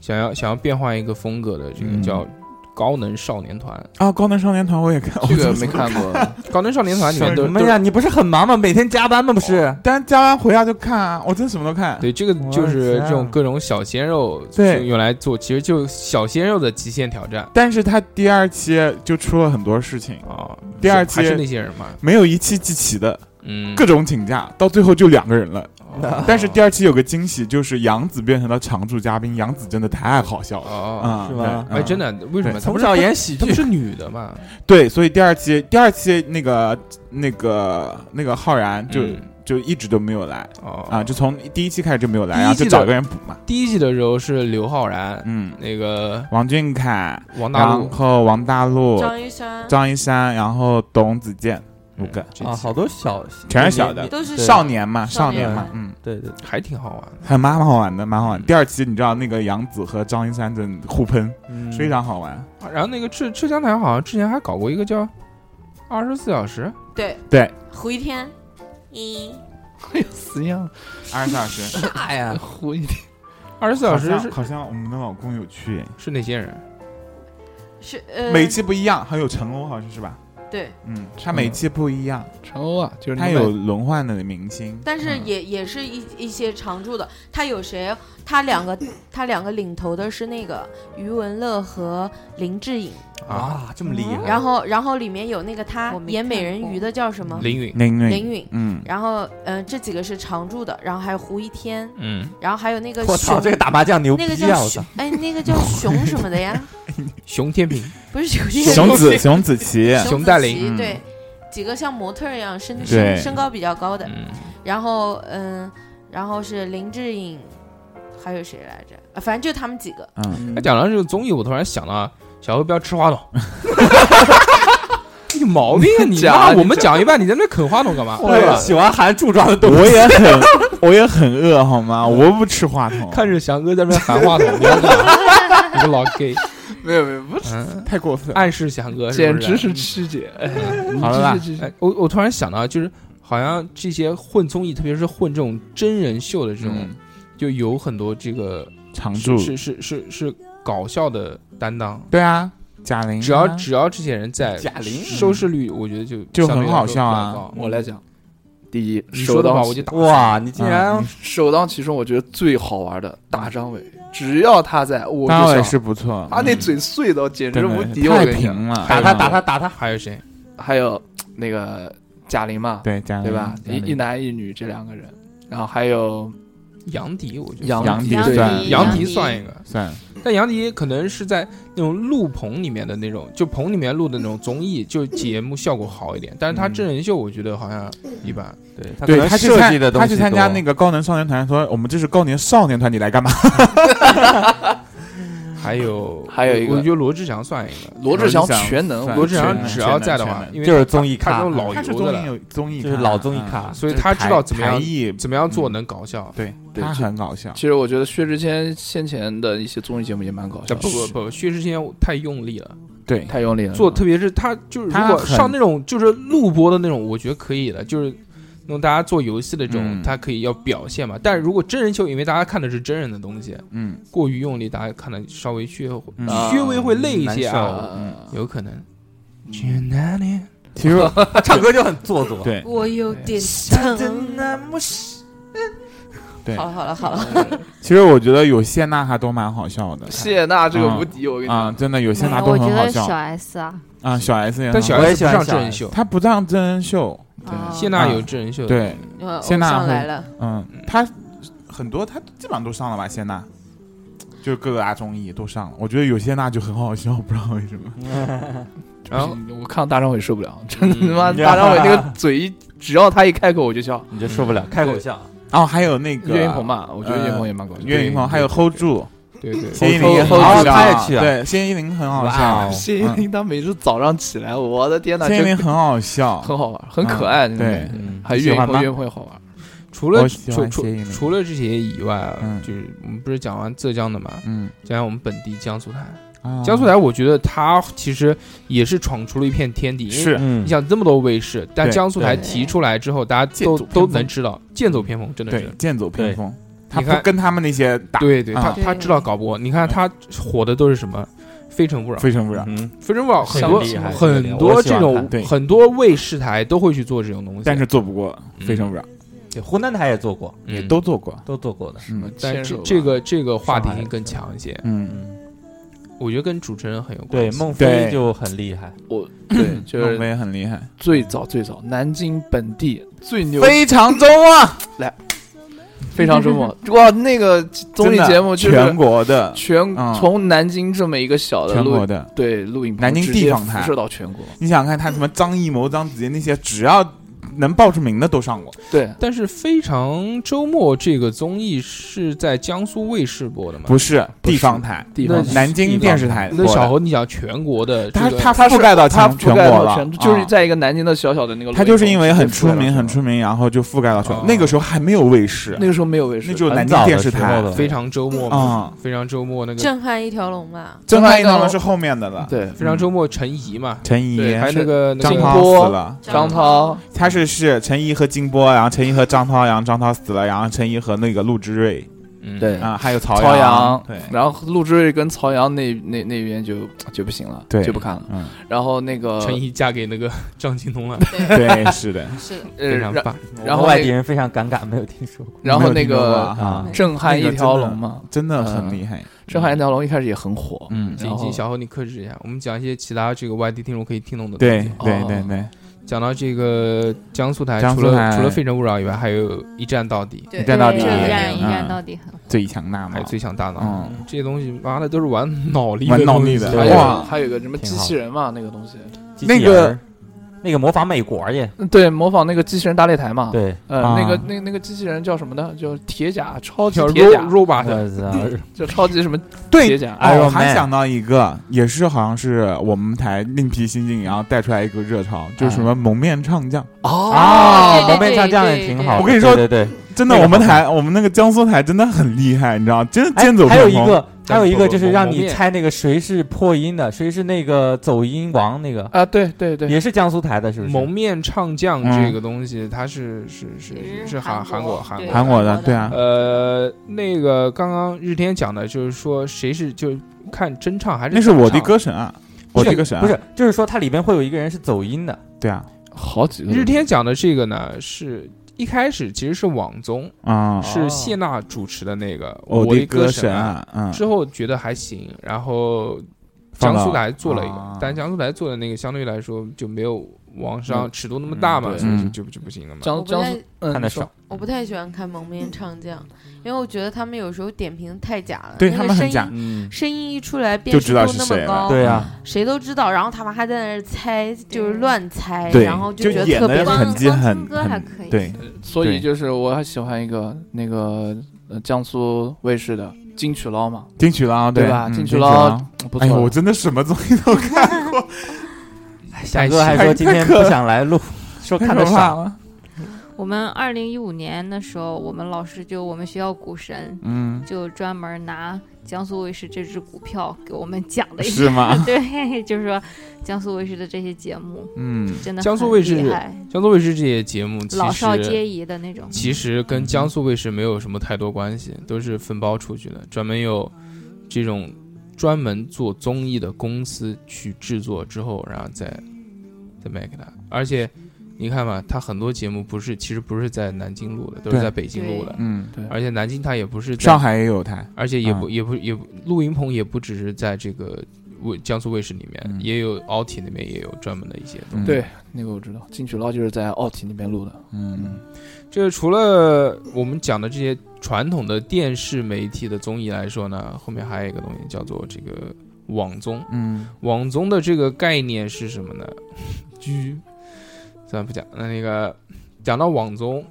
想要想要变换一个风格的，这个嗯叫高能少年团。啊，高能少年团我也看，这个我怎么没看 过，高能少年团里面都什都么呀？你不是很忙吗？每天加班吗？不是，但加完回家就看啊，我真什么都看。对这个就是哇塞这种各种小鲜肉，对就用来做，其实就小鲜肉的极限挑战但是他第二期就出了很多事情，啊。哦第二还是那期些人嘛，没有一期集齐的，嗯，各种请假，到最后就两个人了。哦 但是第二期有个惊喜，就是杨紫变成了常驻嘉宾，杨紫真的太好笑了哦，啊，是吗对哎，真嗯的，为什么对他从不是小演喜他剧们，是女的嘛？对，所以第二期第二期那个那个那个浩然 就嗯就一直都没有来哦啊，就从第一期开始就没有来，第一然后就季找的个人补嘛，第一季的时候是刘昊然，嗯，那个王俊凯，王大然陆，后王大陆、张一山张一山，然后董子健五个嗯，这啊，期好多小，全是小的你都是对少年嘛，少少年年嘛，嗯，对对，还挺好玩的。还蛮蛮好玩的，蛮好玩嗯的。第二期你知道那个杨紫和张一山真的互喷，嗯非常好玩。啊然后那个浙浙江台好像之前还搞过一个叫“二十四小时对对，胡一天，一哎死 样二十四小时，大呀，胡一天，”， 二十四小好时像是好像我们的老公有去，是哪些人？是呃每期不一样，还有成龙好像是吧？对，嗯，他每期不一样，陈欧啊，嗯就是他那个 有轮换的明星，但是嗯也也是一一些常驻的。他有谁？他两个他两个领头的是那个余文乐和林志颖，啊，这么厉害，然后然后里面有那个他我没演美看人过鱼的叫什么？林允，林允，林允嗯，然后嗯、呃这几个是常驻的，然后还有胡一天，嗯，然后还有那个我操，熊，这个打麻将牛逼那个啊！叫我熊操，哎，那个叫熊什么的呀？熊天平，不是 熊熊子熊子淇，熊黛林子琪嗯对，几个像模特儿一样身身对身高比较高的，嗯，然后嗯，然后是林志颖，还有谁来着？啊反正就他们几个。嗯，他讲到这个综艺，我突然想到啊，小何不要吃话筒， 你有毛病啊你！讲妈啊你我们讲一半，你在那啃话筒干嘛？对，喜欢含柱状的东 我也很我也很饿好吗？我不吃话筒，看着翔哥在那边喊话筒，你要干嘛 你个老 gay，没有没有，不是嗯，太过分了。暗示翔哥，简不啊嗯直是曲解，哎好了吧你继续继续哎哎，我我突然想到，就是好像这些混综艺，特别是混这种真人秀的这种，嗯就有很多这个常驻是是是是是搞笑的担当。对啊，贾嗯玲啊，只要只要这些人在，贾玲收视率我觉得就就相对很好来说比笑较啊高嗯我来讲，第一，你说首的话当我其就打哇，你竟啊然嗯首当其冲，我觉得最好玩的大张伟，只要他在，我当然就也想，是不错，他那嘴碎的简直嗯真无的敌，我太跟你平讲。了，打他嗯哎呀打他，打他，还有谁？还有那个贾玲嘛，对贾玲对吧？贾一玲一男一女这两个人，然后还有杨迪，我觉得杨杨迪杨对迪，杨迪迪算一个，算了但杨迪可能是在那种录棚里面的那种，就棚里面录的那种综艺，就节目效果好一点。但是嗯他真人秀，我觉得好像一般。对他可对能他去设参计的东他西去参加多那个高能少年团，说我们这是高年少年团，你来干嘛？还有嗯还有一个我觉得罗志祥算一个。罗志祥罗志祥全能，算我罗志祥全只要全在的全话，能因为就是综艺他咖这种，老他是油的综艺了，有综艺咖，就是老综艺咖，所以就是他知台道怎么台样艺，嗯怎么样做能搞笑。对对他就很搞笑其。实我觉得薛之谦先前的一些综艺节目也蛮搞笑但的，不不不，薛之谦太用力了，对，太用力了，做特别是他就是如嗯他果很上那种就是录播的那种，我觉得可以的，就是那种大家做游戏的这种，嗯他可以要表现嘛。但是如果真人秀，因为大家看的是真人的东西，嗯，过于用力，大家看的稍微略会嗯略微会累一些啊，呃有可能。Janani 嗯其实他唱歌就很 做作。对我有点 疼。对好，了好了好了，其实我觉得有谢娜还都蛮好笑的，谢娜这个无敌，我跟你啊，讲，真的有谢娜嗯都我觉很好得小笑 S 啊，啊。小 S 也很嗯但小好 S 也喜不欢上小真人 S 秀，她不上真人秀，哦谢娜有真人秀，啊对，呃偶谢娜像会来了，嗯，她很多她基本上都上了吧，谢娜。就各大综艺都上了，我觉得有谢娜就很好笑， 不知道为什么。然后我看到大张伟受不了，真的他 妈嗯大张伟那个嘴一，只要他一开口我就笑。嗯你就受不了，开口笑，哦，还有那个嗯岳云鹏，嘛，我觉得岳云鹏也蛮搞笑的。岳云鹏，还有 hold 住，对对，嗯谢依霖也很哦好笑，他也去啊对，谢依霖很好哇笑，哦谢依嗯霖他每次早上起来，我的天呐，谢依真霖很好笑，很好玩，很可爱。嗯真的对嗯，还有岳云喜欢鹏，吗岳云鹏也好玩。除了我喜除欢除谢依霖除了这些以外啊嗯，就是我们不是讲完浙江的嘛，嗯，讲讲我们本地江苏台。啊江苏台，我觉得它其实也是闯出了一片天地。因为是嗯你想这么多卫视，但对江苏台对提出来之后，大家剑都走偏都锋能知道剑走偏锋，真的对是。剑走偏锋，他你看不跟他们那些打，对对，啊他他对知道搞不过。你看他火的都是什么？非诚勿扰，非诚勿扰，嗯，非诚勿扰很多像厉害很我多喜欢这种看对很多卫视台都会去做这种东西，但是做不过嗯非诚勿扰，对湖南台也做过，嗯也都做过，都做过的，嗯但这牵手吧这 个这个话题上海性更强一些，嗯，嗯，我觉得跟主持人很有关对，系。孟非对就很厉害，我对，就孟是非很厉害，最早最早南京本地最牛，非常周啊，非常周末 哇，那个 综艺真的节目就是全国的，全嗯从南京这么一个小的全录国的，对录影棚南京直地接方台辐射到全国，你想想看他什么张艺谋、张子杰那些，只要能报出名的都上过，对，但是《非常周末》这个综艺是在江苏卫视播的吗？不是不是地方台，啊地方那台南京电视台那播的小侯，你想全国的这他个他覆盖到它全覆全盖国到了全，，就是啊在一个南京的小小的那个录影棚，他就是因为很直接覆出盖到名，全很国出名，然后就覆盖到全哦国。那个时候还没有卫视，那个时候没有卫视，那只有啊南很京早电的视时台候了非常周末嘛，啊。非常周末那个震撼一条龙吧。正正派派一郎高是后面的了，，对非常周末陈怡嘛，陈怡、对还有那个那嗯张个涛嗯波死了，张涛，他是是陈怡和金波，然后陈怡和张涛，然后张涛死了，然后陈怡和那个陆之瑞嗯对啊，还有曹曹阳，阳对，然后陆之瑞跟曹阳那那那边就就不行了，对就不看了。嗯，然后那个陈怡呃嫁给那个 张庆东了， 对，是的，是的，呃，非常然棒。然我后们外那地人非常尴尬，没有听说过然后没那有听说过个嗯啊，震撼一条龙嘛，真的很厉害，震撼一条龙一开始也很火，嗯，行然后行，小侯你克制一下，我们讲一些其他这个外地听众可以听懂的东对西。对对对，讲到这个江苏台，江苏除了台除了《非诚勿扰》以外，还有《一站到底一站到底，对这一站一站嗯到底很好。最强大》，还脑有《最强大脑》嗯这些东西，妈的都是玩脑力，玩脑力的还还有有哇还有一个什么挺机好器人嘛，那个东西，机器人那个那个模仿美国耶，嗯对，模仿那个机器人大擂台嘛，，对，呃，啊那个那那个机器人叫什么呢？叫铁甲，超级叫铁 ro 甲，我 robot， 操，叫超级什么铁对。甲，哎， Iron 我还 Man 想到一个，也是好像是我们台另辟新境，然后带出来一个热潮，就是什么蒙面唱将。啊，对蒙对面唱将对也对挺对好的。我跟你说对对对，真的，那个我们好看台我们那个江苏台真的很厉害，你知道，真的哎剑走还有偏一锋。个，还有一个就是让蒙你面猜那个谁是破音的，谁是那个走音王那个，啊，对对对，也是江苏台的，是不是？蒙面唱将嗯这个东西，它是是是也是是韩韩国国韩对国韩国的韩国的对啊，呃，那个刚刚日天讲的就是说谁是就看真唱还是那是假我的唱歌神啊，我的歌神啊不是，就是说它里边会有一个人是走音的，对啊好几个日天讲的这个呢，是一开始其实是网综，啊，是谢娜主持的那个《哦我的的歌神》啊，啊，嗯，之后觉得还行，然后放江到苏台做了一个啊，但江苏台做的那个相对来说就没有网上嗯尺度那么大嘛，嗯所以就嗯就就不行了嘛。我不江江太苏嗯看的你说少，我不太喜欢看蒙面唱将，因为我觉得他们有时候点评太假了，对那他个们很声音假嗯，声音一出来辨就识知度道是那谁么了高，对啊，谁都知道，然后他们还在那儿猜，就是乱猜，对哎然后就觉得演特得别很光痕迹光很听歌还很可以，对，所对以就是我还喜欢一个那个呃江苏卫视的金曲捞嘛，金曲郎对吧嗯金金曲郎郎，啊不哎呦，我错的，真的什么综艺都看 过，翔哥还说今天不想来录，说看的太可怕少，了，我们二零一五年的时候，我们老师就我们学校股神嗯，就专门拿江苏卫视这只股票给我们讲了一是下， 吗？对， 就是说江苏卫视的这些节目嗯，真的江苏很卫视厉害哎江苏卫视这些节目其老少实皆宜的那种。其实跟江苏卫视没有什么太多关系，都是分包出去的，专门有这种专门做综艺的公司去制作之后，然后再再卖给他，而且。你看嘛，他很多节目不是，其实不是在南京录的，都是对在北京录的。嗯，对，而且南京它也不是在上海也嗯有台，而且也不、也不也不录音棚也不只是在这个卫江苏卫视里面，嗯也有奥体那边也有专门的一些东西。嗯对，那个我知道，金曲捞就是在奥体那边录的，嗯，这个除了我们讲的这些传统的电视媒体的综艺来说呢，后面还有一个东西叫做这个网综。嗯网综的这个概念是什么呢？居，咱不讲。那那个讲到网综，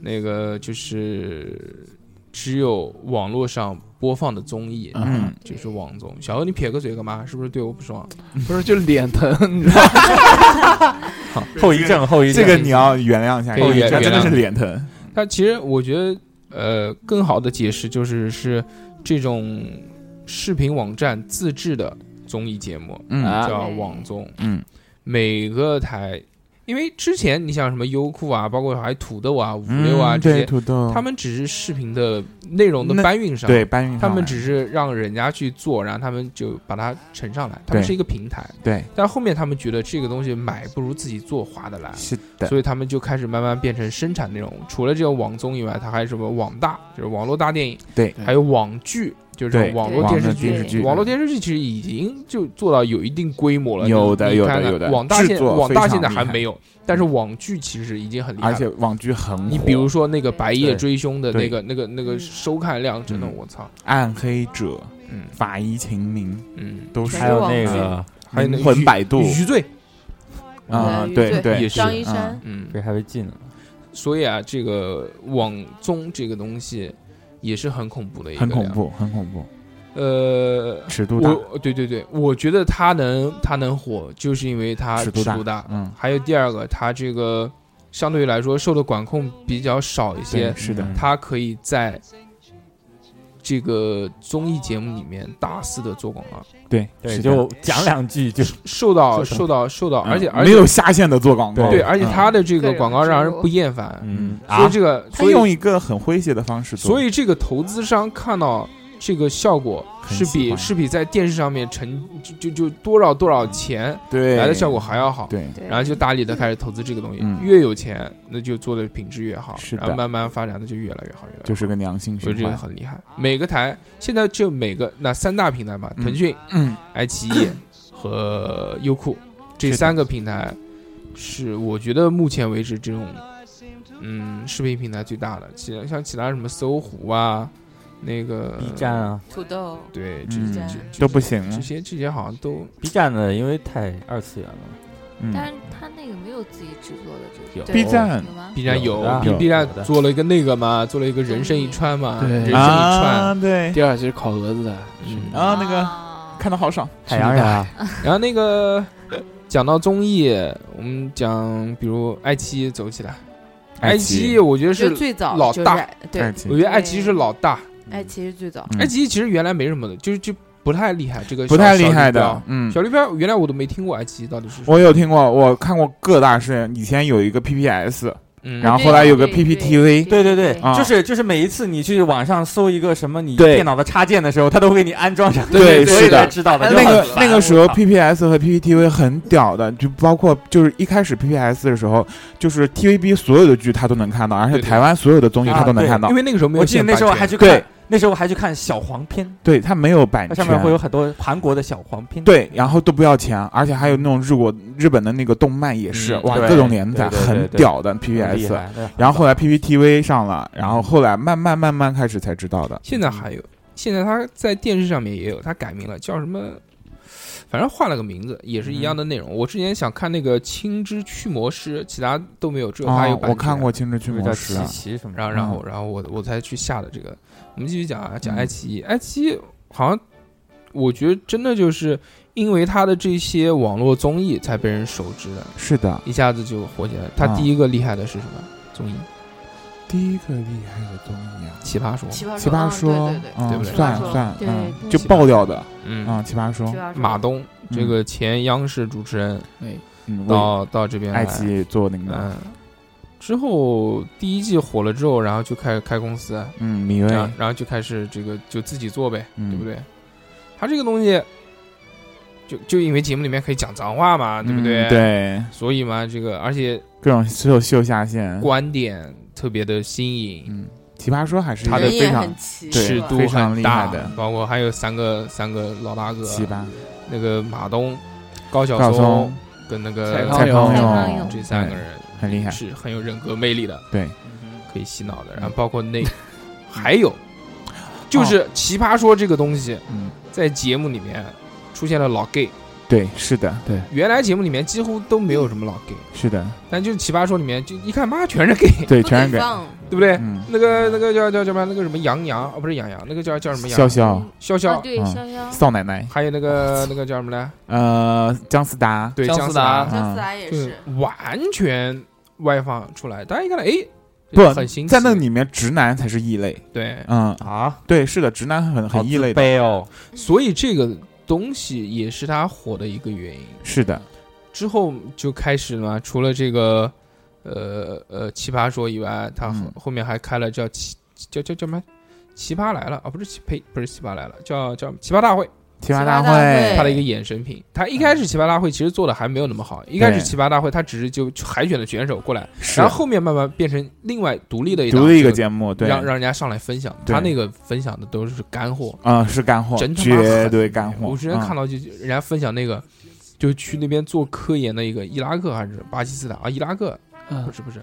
那个就是只有网络上播放的综艺，嗯，就是网综。小何，你撇个嘴干嘛？是不是对我不爽？不是就脸疼，后遗症后遗这症，个你要原谅一下，可以因为原这真的是原谅脸疼，但其实我觉得，呃，更好的解释就是是这种视频网站自制的综艺节目，嗯啊叫网综。嗯，每个台，因为之前你像什么优酷啊，包括还土豆啊、五嗯六啊这对些，土豆，他们只是视频的内容的那搬运上，对搬运上来，他们只是让人家去做，然后他们就把它呈上来，他们对是一个平台。对，但后面他们觉得这个东西买不如自己做划得来，是的，啊所以他们就开始慢慢变成生产内容。除了这个网综以外，它还有什么网大，就是网络大电影，对还有网剧，就是这对种网络对电网视的剧。电视剧，网络电视剧其实已经就做到有一定规模了，有的你有你看的看有的网大制现作网大非常现在厉还害没有，但是网剧其实已经很厉害嗯而了。且网剧嗯很火，你比如说那个《白夜对追凶》的那对个、那个、那个收看量，真的嗯我操，暗黑者、嗯法医秦明嗯，都是还有那啊个，还有那个灵魂余摆渡余罪，啊，对对对对也是张一嗯山，嗯，这还会进了，所以啊，这个网综这个东西也是很恐怖的一个，很恐。怖，很恐怖，呃，尺度大，我对对对，我觉得它能它能火，就是因为它尺度大，嗯，还有第二个，它这个相对来说受的管控比较少一些对，是的，它可以在这个综艺节目里面大肆的做广告，对，对，是就讲两句就受到 是的受到受到，的而且嗯而没且有下线的做广告，嗯对，而且它他的这个个人广告植让人入不厌烦，嗯所啊以，这个他所以用一个很诙谐的方式做，所以这个投资商看到这个效果很是喜比欢是比在电视上面成就就就多少多少钱对来的效果还要好，对，对然后就大力的开始投资这个东西，嗯越有钱那就做的品质越好，是的然后慢慢发展的就越来越好，越来越好。就是个良性所以循这个环，很厉害，每个台现在就每个那三大平台嘛，嗯腾讯、嗯，爱 奇艺和优酷这是的三个平台是我觉得目前为止这种嗯视频平台最大的，其像其他什么搜狐啊，那个 B 站，啊土豆，对，这嗯这这都不行了这，些这些好像都，B 站的因为太二次元了，嗯但是他那个没有自己制作的这有种 B 站有吗？ B 站有的 B 有 B 站有的做了一个那个嘛，做了一个人生一串嘛，对人生一串。啊，对，第二集是烤蛾子的，嗯是啊那个啊看的好爽，太阳人啊，然后那个讲到综艺，我们讲比如爱奇艺走起来，爱奇艺我觉得就是最早老就是大对爱奇我艺觉得爱奇艺是老大，爱奇艺最早，嗯爱奇艺其实原来没什么的，就是就不太厉害，这个不小太厉害。小绿的标，嗯，小绿标原来我都没听过爱奇艺到底是什 么，我有听过，我看过各大是以前有一个 PPS，嗯然后后来有个对对 PPTV 对对对，啊就是就是每一次你去网上搜一个什么你对电脑的插件的时候，它都会给你安装 上。对所是以的才知道的。那就个很烦那个时候我靠 PPS 和 PPTV 很屌的，就包括就是一开始 PPS 的时候，就是 TVB 所有的剧他都能看到，而且对对台湾所有的综艺啊他都能对看到因，为那个时候没有我记得限那版权，时候我还去对看，那时候我还去看小黄片，对他没有版它权上。面会有很多韩国的小黄片。嗯对，然后都不要钱，而且还有那种日国日本的那个动漫也是，嗯哇，对各种连载对对对很对屌的很厉 PPS，害，对然后后来 PPTV 上了，然后后来慢慢慢慢开始才知道的。现在还有，现在他在电视上面也有，他改名了，叫什么？反正换了个名字，也是一样的内容。我之前想看那个《青之驱魔师》，其他都没有，只有他有哦，版权。我看过。《青之驱那个魔叫琪》师啊，琪什么的然后，然后，然后我我才去下的这个。我们继续讲啊，讲爱奇艺。爱奇艺好像，我觉得真的就是因为他的这些网络综艺才被人熟知的，是的，一下子就火起来。他啊第一个厉害的是什么综艺？第一个厉害的综艺啊，奇葩说。奇葩奇葩说啊对对，对，嗯对不对算奇葩说算，对嗯，对就爆掉的嗯，啊，奇葩说奇，葩说马东嗯这个前央视主持人嗯，为到到这边来爱奇艺做那个，嗯，之后第一季火了之后，然后就开始开公司，啊嗯，米未，然后然后就开始这个就自己做呗，嗯对不对？他这个东西，就就因为节目里面可以讲脏话嘛，啊对不对？嗯，对，所以嘛，这个而且各种秀秀下限，观点特别的新颖，嗯，奇葩说还是一人个也非常很奇对尺是度嗯非常很厉大害的包括还有三个三个老大哥，奇葩，那个马东、高晓赵松松、跟那个蔡蔡康康永永永这三个人很厉害，是很有人格魅力的，对，可以洗脑的。然嗯后包括 那还有，哦就是奇葩说这个东西嗯，在节目里面出现了老 gay，对，是的，对，原来节目里面几乎都没有什么老 gay，是的，但就是奇葩说里面就一看妈全是 gay，对，不全给是给，放， 对不对？嗯，那个那个叫叫叫什么？那个什么杨洋啊，不是杨洋，那个叫叫什么潇杨？潇、潇啊潇，对嗯潇潇，少奶奶，还有那个那个叫什么来？呃，姜思达，嗯对，姜姜思思达达姜思达也就是是，完全外放出来，大家一看，哎，不很新奇，在那里面，直男才是异类，对，嗯，啊，对，是的，直男很好很异类自的，卑 哦。所以这个东西也是他火的一个原因。是的，之后就开始嘛，除了这个，呃呃，奇葩说以外，他后嗯后面还开了叫奇叫叫叫什么？奇葩来了啊，不是奇呸，不是奇葩来了，叫叫奇葩大会，奇葩葩大大会他哎的一个衍生品。他一开始奇葩大会其实做的还没有那么好，一开始对奇葩大会他只是就就海选的选手过来，是然后后面慢慢变成另外独立的一档独立一个这节目，对，让让人家上来分享，对他那个分享的都是干货，嗯，是干货，真他妈绝狠对干货。嗯我之前看到到，就人家分享那个，就去那边做科研的一个伊拉克还是巴基斯坦啊，伊拉克嗯不是不是，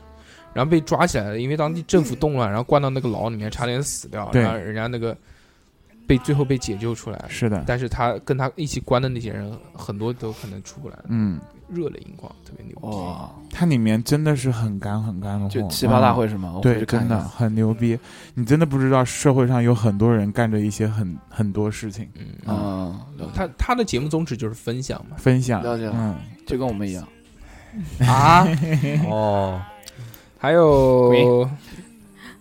然后被抓起来了，因为当地政府动乱，然后关到那个牢里面，差点死掉，对然后人家那个被最后被解救出来，是的，但是他跟他一起关的那些人很多都可能出不来，嗯，热泪盈眶，特别牛逼。哇，它里面真的是很干很干的货，就奇葩大嗯。会是吗？我回对，去看真一的看很牛逼，你真的不知道社会上有很多人干着一些很很多事情，嗯，嗯，了解他他的节目宗旨就是分享嘛，分享，了解了嗯，就跟我们一样， 啊，哦，还有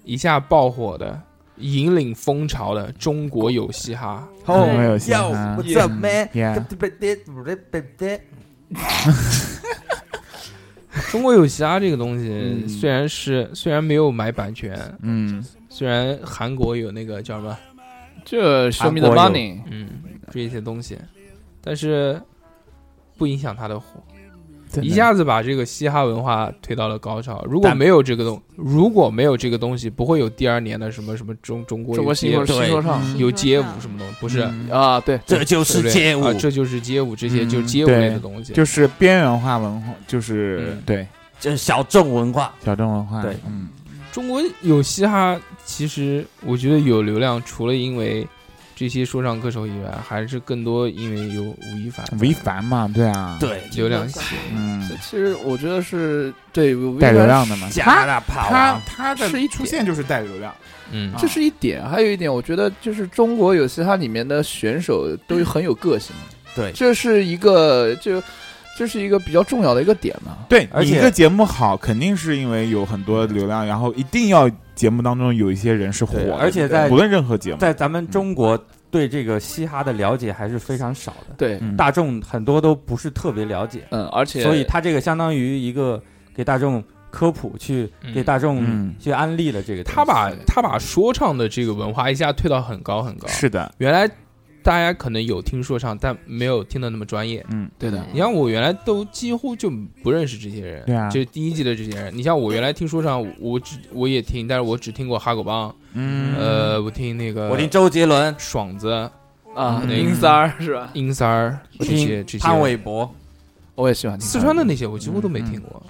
一下爆火的、引领风潮的中国有嘻哈。我 Oh，们有嘻哈 Yo，what's up, 嗯 man？ Yeah，中国有嘻哈这个东西，嗯虽然是虽然没有买版权，嗯，虽然韩国有那个叫什么，这 show me the 韩国有 money，嗯，这些东西，但是不影响它的火，真的一下子把这个嘻哈文化推到了高潮。如果没有这个东，如果没有这个东西，不会有第二年的什么什么中中国中有国新街说新说唱嗯有街舞什么东西，不是。呃嗯啊，对，这对不就是对街舞啊，，这就是街舞，这些嗯就是街舞对类的东西。就是边缘化文化，就是嗯对这小众文化。小众文化，对嗯，中国有嘻哈，其实我觉得有流量，除了因为这些说唱歌手以外，还是更多因为有吴亦凡。吴亦凡嘛，对啊，，对，流量起，嗯，这其实我觉得是对带流量的嘛，加拿大跑他啊，他的是一出现就是带流量，嗯这是一点，还有一点，我觉得就是中国有嘻哈里面的选手都很有个性，对这是一个就。这是一个比较重要的一个点嘛。对，而且一个节目好，肯定是因为有很多流量，然后一定要节目当中有一些人是火对的，而且在无论任何节目，在咱们中国对这个嘻哈的了解还是非常少的，对，嗯大众很多都不是特别了解，嗯，而且所以他这个相当于一个给大众科普，去嗯给大众嗯去安利了这个东西。他把他把说唱的这个文化一下推到很高很高。是的，原来大家可能有听说唱，但没有听的那么专业。嗯，对的，你像我原来都几乎就不认识这些人，对啊就是第一季的这些人。你像我原来听说唱，我只我也听，但是我只听过哈狗帮，嗯，呃，我听那个我听周杰伦，爽子、啊，嗯英三儿是吧？英三儿我这些听这些。潘玮柏，我也喜欢听四川的那些我几乎都没听过，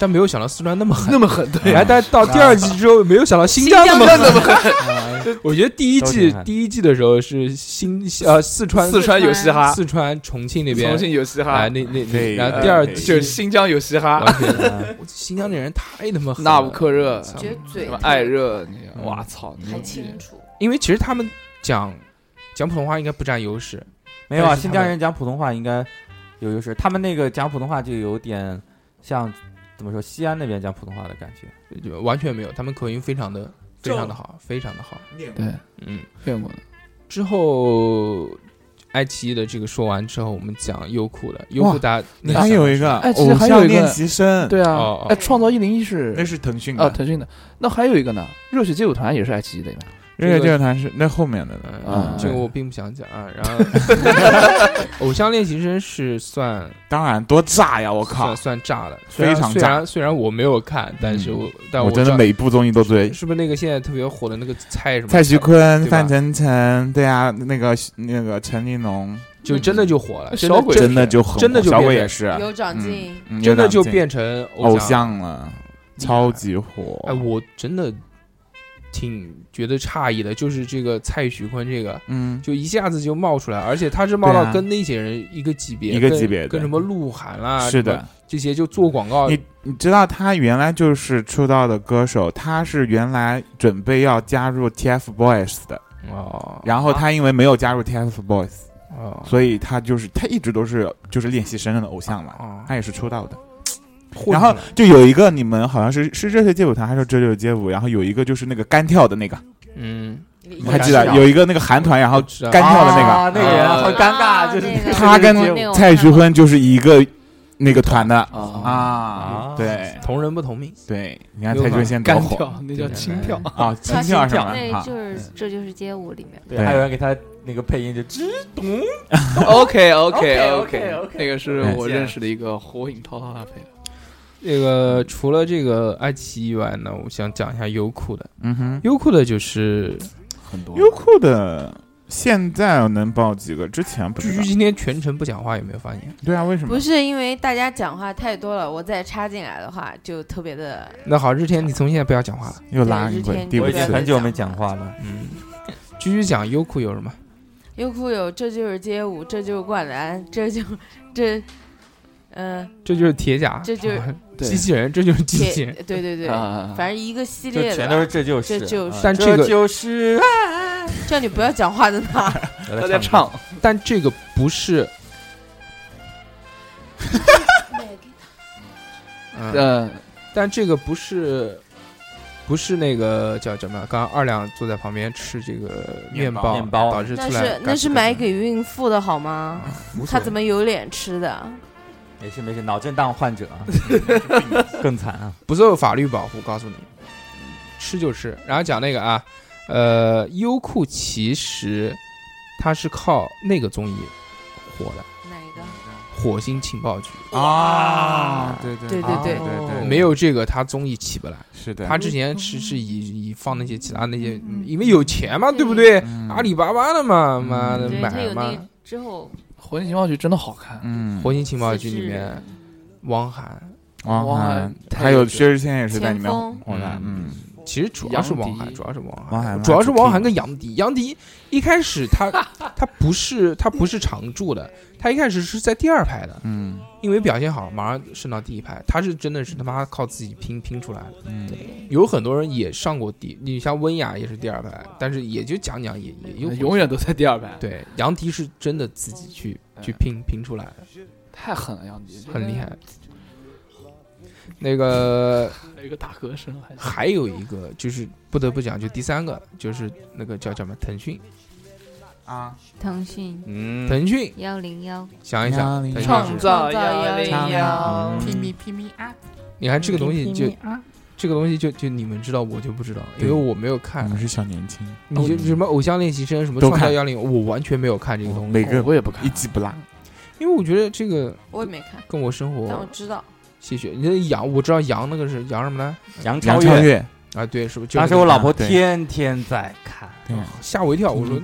但没有想到四川那么狠。那么狠， 对啊哎，但到第二季之后，没有想到新疆那么狠。 哎我觉得第一都季挺狠第一季的时候是新呃四川四川有嘻哈，四川重庆那边重庆有嘻哈哎，，那那那，对然后呃第二对季就是新疆有嘻哈，完全我新疆那人太他妈狠了纳吾克热操觉得嘴什么特艾别热，你啊哇操，还牛逼清！楚，因为其实他们讲讲普通话应该不占优势，没有啊，但是他新们疆人讲普通话应该有优势，他们那个讲普通话就有点像怎么说西安那边讲普通话的感觉。就完全没有，他们口音非常的非常的好，非常的好。对，嗯，骗过的，之后爱奇艺的这个说完之后，我们讲优酷的，优酷哇大家你你想还有到一什么个哎其实偶还有像一个练习生，，对哦啊哦，哎，创造一零一是那是哦腾讯啊的，腾讯的，那还有一个呢，热血街舞团也是爱奇艺的嘛，热血电视台是那后面的呢，嗯啊，这个我并不想讲啊。然 后，偶像练习生是算当然多炸呀！我靠算，算炸了，非常虽炸然虽然我没有看，但是嗯我但我真知的道每一部综艺都追。是不是那个现在特别火的那个蔡什么蔡徐坤、对吧范丞丞，对啊，那个那个陈立农，就真的就火了，小鬼真嗯真的就很真的就小鬼变也是，有长进。啊嗯真的就。有两届变成偶像。像了，超级火。哎，我真的挺觉得诧异的，就是这个蔡徐坤这个。嗯，就一下子就冒出来，而且他是冒对啊到跟那些人一个级别，一个跟级别的跟什么鹿晗啦，是什的么，这些就做广告，你你知道他原来就是出道的歌手，他是原来准备要加入 TFBOYS 的，哦，然后他因为没有加入 TFBOYS，哦，所以他就是他一直都是就是练习生的偶像嘛，哦他也是出道的。混哎然后出来就有一个你们好像是是热血街舞团还是这就是街舞，然后有一个就是那个干跳的那个，嗯，你你还记我知得道有一个那个韩团，然后知道干跳的那个，啊那个人啊好尴尬，就是那个他跟那个我蔡看徐过坤就是一个那个团的啊，啊啊对同人不同命，对，你看蔡徐坤先干 多火跳那叫轻跳，啊，轻跳什么那啊就？嗯是这就是街舞里面对，对还有人给他那个配音就吱咚， OK OK OK，OK，OK 那个是哎我认识的一个火影涛他配的。这个除了这个爱奇艺以外呢，我想讲一下优酷的。嗯哼，优酷的就是，很多优酷的现在能报几个？之前不居知居道。今天全程不讲话，有没有发现？对啊，为什么不？是因为大家讲话太多了，我再插进来的话就特别的那好，日天，你从现在不要讲话了。又拉你回对第我五已经对次很久没讲话了。嗯，居居讲优酷有什么？优酷有，这就是街舞，这就是灌篮，这就这，嗯、这就是铁甲，这就是 对机器人，这就是机铁器人。对对对，啊反正一个系就列全都是的。这就是，这就是但这个就是叫你不要讲话的呢，他他在唱，但这个不 是，嗯，嗯，但这个不是，不是那个叫叫什么？刚刚二两坐在旁边吃这个面面包啊包，面包导致出那来是那是买给孕妇的好吗？她怎么？么有脸吃的？没事没事，脑震荡患者啊更惨啊！不受法律保护，告诉你，吃就吃。然后讲那个啊，呃，优酷其实它是靠那个综艺火的，哪一个？ 《火星情报局啊？对对对对对对对，》，没有这个它综艺起不来。是的，它之前是嗯是以以放那些其他那些，因为有钱嘛，对不对？嗯阿里巴巴的嘛，妈的嗯对他买有那嘛个。之后火影情报局真的好看，嗯，火星情报局里面，汪涵，王王涵涵，嗯还有薛之谦也是在里面前锋火的，嗯，其实主要是汪涵，杨迪主要是汪汪涵涵，嘛主要是主 key 汪涵跟杨迪。杨迪一开始 他他不是他不是常驻的，他一开始是在第二排的，嗯因为表现好，马上升到第一排。他是真的是他妈靠自己拼拼出来的。嗯，有很多人也上过第，你像温雅也是第二排，但是也就讲讲也也又哎永远都哎在第二排，，对。杨迪是真的自己去去拼拼出来的，太狠了，杨迪，很厉害。那个还有一个大歌声，还是还有一个就是不得不讲，就第三个就是那个叫叫什么腾讯，啊，腾讯嗯，腾讯幺零幺，想一想，腾101讯创是造创嗯造101 101嗯你看这个东西就这个东西就就你们知道，我就不知道，因为对我没有看啊你。们是小年轻，你就什么偶像练习生，什么都创看造幺零，我完全没有看这个东西，每个我也不看一，集不落，因为我觉得这个我也没看，跟我生但我活知道谢谢。你那杨，我知道杨那个是杨什么呢？杨超杨超越，越，啊，对，是不是？就当是时我那老婆对天天在看，对，个吓我一跳，我说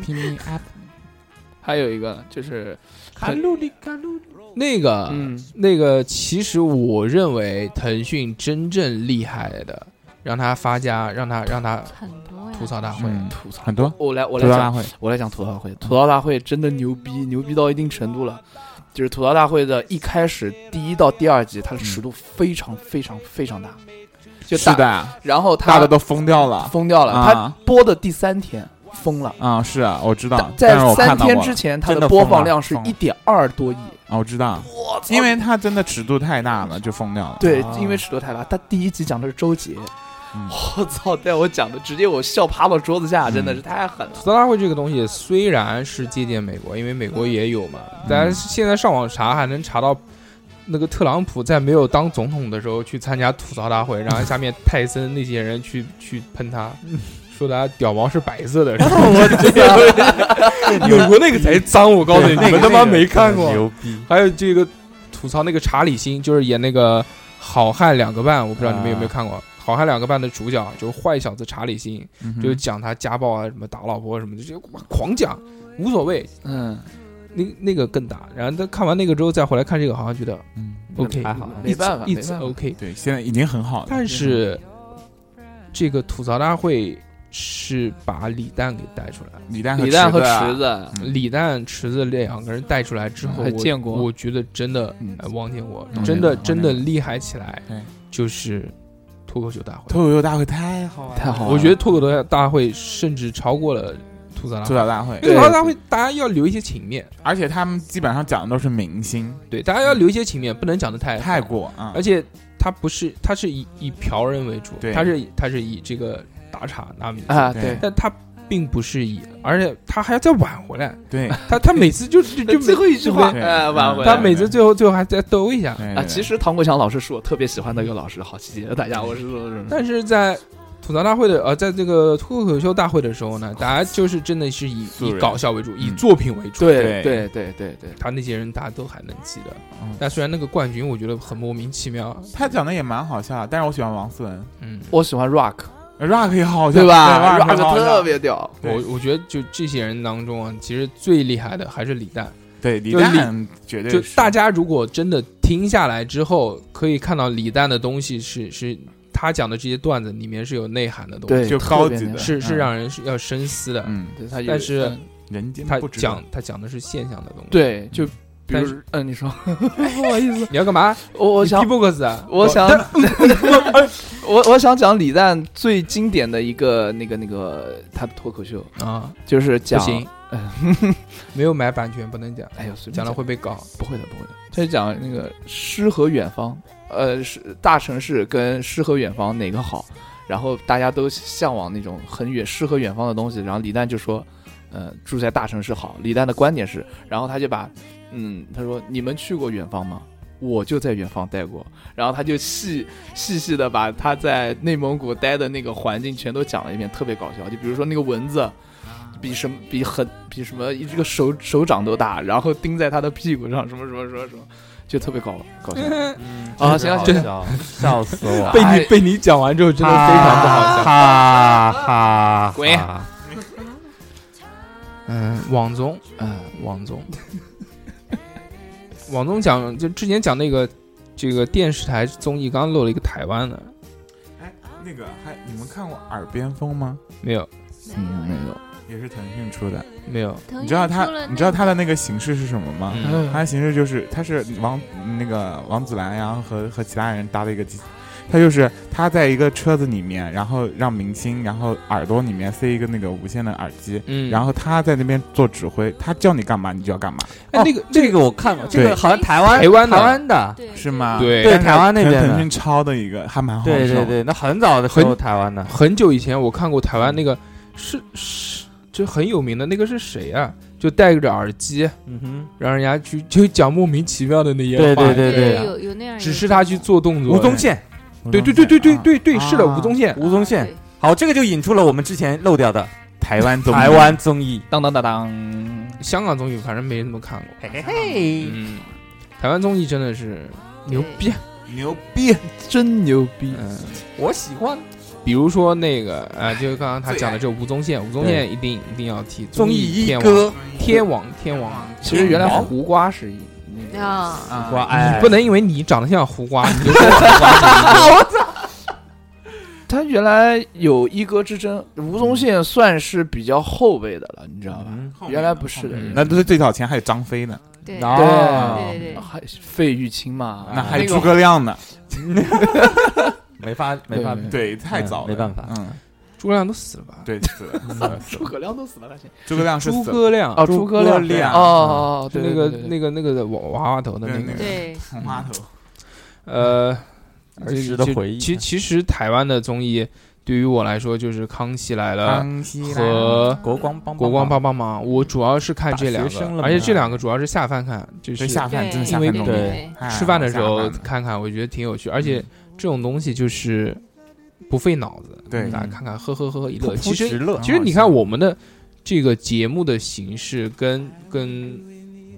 还有一个就是卡路里卡路里那个，嗯那个，其实我认为腾讯真正厉害的，让他发家，让他让他很多呀，吐槽大会，嗯，吐槽，很多我来我吐来槽大讲，会，我来讲吐槽大会，吐槽大会真的牛逼，牛逼到一定程度了。就是吐槽大会的一开始第一到第二集，它的尺度非常非常非常大，就是大，嗯的，然后它大的都疯掉了疯掉了，它啊播的第三天疯了。啊！是啊，我知道，在但是我三看到天过之前，它真的的播疯了放量是疯了一点二多亿。啊，我知道，我操因为它真的尺度太大了，就疯掉了。对啊，因为尺度太大，他第一集讲的是周杰嗯，我操，带我讲的直接我笑趴到桌子下，嗯真的是太狠了。吐槽大会这个东西虽然是借鉴美国，因为美嗯国也有嘛，但是现在上网查还能查到。那个特朗普在没有当总统的时候去参加吐槽大会，然后下 面泰森那些人去去喷他，说他屌毛是白色 的，是吧美国那个才脏，我告诉你，啊对你们那个他妈那个没看过。牛逼，还有这个吐槽那个查理辛，就是演那个《好汉两个半》，我不知道你们有没啊有看过。好汉两个半》的主角就是坏小子查理辛，嗯哼，就是讲他家暴啊，什么打老婆什么的，就狂讲，无所谓。嗯，那那个更大。然后他看完那个之后再回来看这个，好像觉得嗯 OK，还好，啊没办法，一没直办法。 OK。对，现在已经很好了。但是这个吐槽大会是把李诞给带出来了。李诞李诞和池池子子，啊嗯李诞、池子两个人带出来之后，我还见过我觉得真的嗯，呃王建国嗯真的王建真国的厉害起来对，就是脱口秀大会。脱口秀大会太好玩了，太好玩我觉得脱口秀大会甚至超过了吐槽大吐会，槽大会因，为吐槽大会大家要留一些情面，而且他们基本上讲的都是明星，对，大家要留一些情面，不能讲的哎太太，过啊而，且他不是，他是以以嫖人为主，对他是他是以这个打岔拿米，啊，对对，但他并不是以，而且他还要再挽回来， 对，他他每次就就就最后一句话，对呃，挽回对他来每次最后最后还再兜一下，对啊。其实唐国强老师是我特别喜欢的一个老师，好谢谢大家，我是说什么？但是在吐槽大会的呃，在这个脱口秀大会的时候呢，大家就是真的是以素以人搞笑为主，以嗯作品为主。对对对对对对，他那些人大家都还能记得嗯，但虽然那个冠军我觉得很莫名其妙，他讲的也蛮好笑的，但是我喜欢王思文嗯，我喜欢 Rock， ，Rock 也好笑，对吧？Rock 也好笑特别屌，我我觉得就这些人当中啊，其实最厉害的还是李诞。对李就李诞绝对就是大家如果真的听下来之后，可以看到李诞的东西是是他讲的这些段子里面是有内涵的东西，对，就特别高级的牛是是嗯让人是要深思的。嗯，对他有但是嗯人间他不值得讲他讲的是现象的东西。，对，就比但如是嗯，你说，不好意思， 你要干嘛？我我想 P box 啊，我想，嗯 我我想讲李诞最经典的一个那个那个他的脱口秀，啊，就是不讲， 行，没有买版权不能讲，哎呦，随便讲了会被告。不会的不会的，他就讲那个诗和远方，呃，是大城市跟诗和远方哪个好，然后大家都向往那种很远诗和远方的东西，然后李诞就说，呃，住在大城市好。李诞的观点是，然后他就把，嗯，他说你们去过远方吗？我就在远方待过，然后他就细细细的把他在内蒙古待的那个环境全都讲了一遍，特别搞笑。就比如说那个蚊子，比什么比很比什么一这个手手掌都大，然后钉在他的屁股上，什么什么什么什么，就特别搞搞笑。啊行了好行哦笑，笑死我， 被你哎被你讲完之后，真的非常不好笑。哈哈，滚啊嗯，网综，嗯，网综， 网综讲就之前讲那个这个电视台综艺，刚刚漏了一个台湾的，那个还你们看过《耳边风》吗？没有嗯，没有，也是腾讯出的。没有，你知道它，你知道它的那个形式是什么吗？嗯嗯它的形式就是，它是王那个王祖蓝，然后和和其他人搭的一个机，它就是他在一个车子里面，然后让明星，然后耳朵里面塞一个那个无线的耳机，嗯，然后他在那边做指挥，他叫你干嘛你就要干嘛，哎那个哦这个我看过，这对个好像台湾台湾的的，对是吗？对啊对但是台湾那边的腾讯抄的一个还蛮好对对笑的，对，那很早的时候很台湾 的，很久以前我看过台湾那个是是就很有名的那个是谁啊？就戴着耳机，嗯哼，让人家去就讲莫名其妙的那些对话，对对对，有有那样一个节只目，是他去做动作。吴宗啊宪，对对对对对对对，是的，吴宗宪。吴宗哎宪，好，这个就引出了我们之前漏掉的台湾综艺台湾综艺，当当当当，香港综艺反正没怎么看过，嘿嘿嘿，嗯，台湾综艺真的是牛逼，牛逼，真牛逼！嗯，我喜欢比如说那个啊、呃就是刚刚他讲的这吴宗宪，吴宗宪一定一定要提综艺艺一天王，哥，天王天王，其实原来胡瓜是一那个啊，啊哇，你哎，不能因为你长得像胡瓜，你就他原来有一哥之争，吴宗宪算是比较后辈的了，你知道吧？嗯原来不是的，嗯那都是最早前还有张飞呢，对啊对对对啊还费玉清嘛，那还有啊那个诸葛亮呢，没法没法，对对，太早了，没办法嗯，诸葛亮都死了吧？对，死了， 诸葛亮都死了，他现在诸葛亮是啊诸死了，葛亮啊哦，诸诸葛葛亮亮哦哦，哦对那个对对对那个那个娃娃娃头的那对个那，对，红花头，嗯呃，儿时的其回忆其其实台湾的综艺对于我来说就是《康熙来了》康熙来了呃和。国光帮国光帮帮忙，我主要是看这两大学生个，了而且这嘛两个主要是下饭看，就这是下饭真的对下因饭为东对西，对哎吃饭的时下候饭了嗯看看，我觉得挺有趣，而且这种东西就是不费脑子，对嗯大家看看，喝喝喝喝一乐。乐，其实乐其哦实你看我们的这个节目的形式跟跟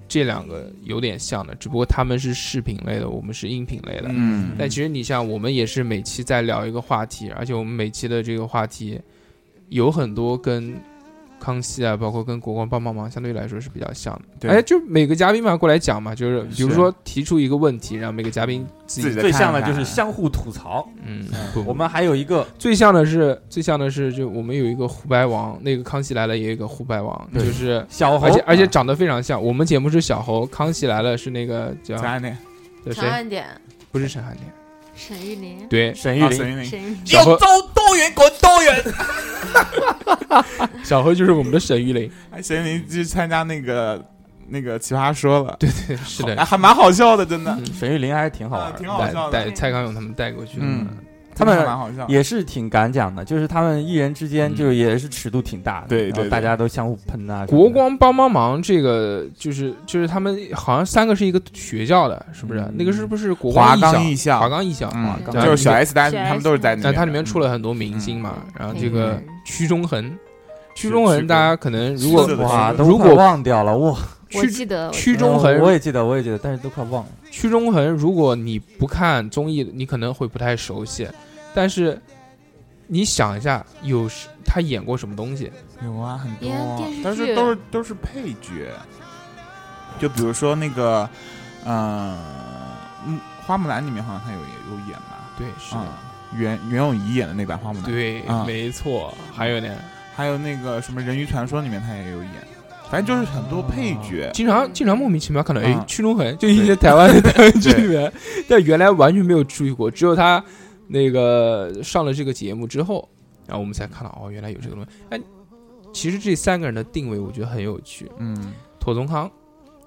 这两个有点像的，只不过他们是视频类的，我们是音频类的。嗯，但其实你像我们也是每期在聊一个话题，而且我们每期的这个话题有很多跟康熙啊，包括跟国光帮帮忙相对来说是比较像的。对哎，就每个嘉宾嘛过来讲嘛，就是比如是说提出一个问题，让每个嘉宾自己自己最像的看就看是相互吐槽，嗯，不我们还有一个最像的是最像的是就我们有一个胡白王，那个康熙来了也有一个胡白王，对就是小猴，而啊且而且长得非常像。我们节目是小猴，康熙来了是那个叫咱俩叫长谁？啊按点，不是陈汉典，沈玉琳，对，沈那玉啊琳，沈玉琳沈玉琳，小猴多远滚多远，小猴就是我们的沈玉琳，哎，沈玉琳去参加那个那个奇葩说了，对，对， 是的哎，，还蛮好笑的，真的嗯，沈玉琳还是挺好玩啊的，挺好带笑的，带蔡康永他们带过去的，嗯他真的还蛮们好笑，也是挺敢讲的，就是他们艺人之间就也是尺度挺大的，对然对后对大家都相互喷啊什么的，国光帮帮忙，这个就是就是他们好像三个是一个学校的，是不是？嗯那个是不是国华艺校冈？艺校，华冈艺校，啊嗯，对就是小 S 单，小 S 他们都是在那那边的，它里面出了嗯很多明星嘛，然后这嗯个屈中恒，屈中恒是大家可能如果是的哇，是都的如快果忘掉了哇，嗯我屈记得，我记屈中我恒也记得，我也记得，但是都快忘了，屈中恒，如果你不看综艺，你可能会不太熟悉，但是你想一下，有时他演过什么东西？有啊，很演电多视，但是剧都是都是配角，就比如说那个，呃嗯，花木兰里面好像他有有演吧，对，是的，啊，袁袁咏仪演的那版花木兰，对，啊没错。还有呢，还有那个什么《人鱼传说》里面他也有演，反正就是很多配角。经常经常莫名其妙看到，哎啊，屈中恒就一些台湾的台湾剧里面，但原来完全没有注意过，只有他那个上了这个节目之后，然后我们才看到，哦，原来有这个东西。哎，其实这三个人的定位我觉得很有趣，嗯，妥宗康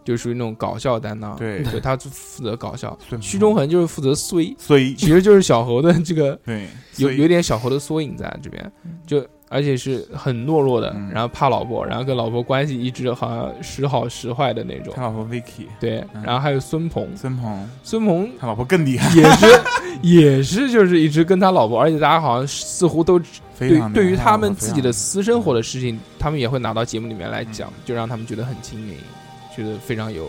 就属于那种搞笑担当，对嗯对他负责搞笑，孙屈中恒就是负责衰，所以其实就是小猴的这个对，有所以有点小猴的缩影在这边，就而且是很懦弱的，嗯然后怕老婆，然后跟老婆关系一直好像时好时坏的那种他，老婆 Vicky 对，嗯然后还有孙鹏，孙鹏，孙鹏他老婆更厉害，也 是也是就是一直跟他老婆，而且大家好像似乎都非对常厉害对于他他老婆们非自常嗯己的厉害私生活的事情，他们也会拿到节目里面来讲，就让他们觉得很亲民，觉得非常有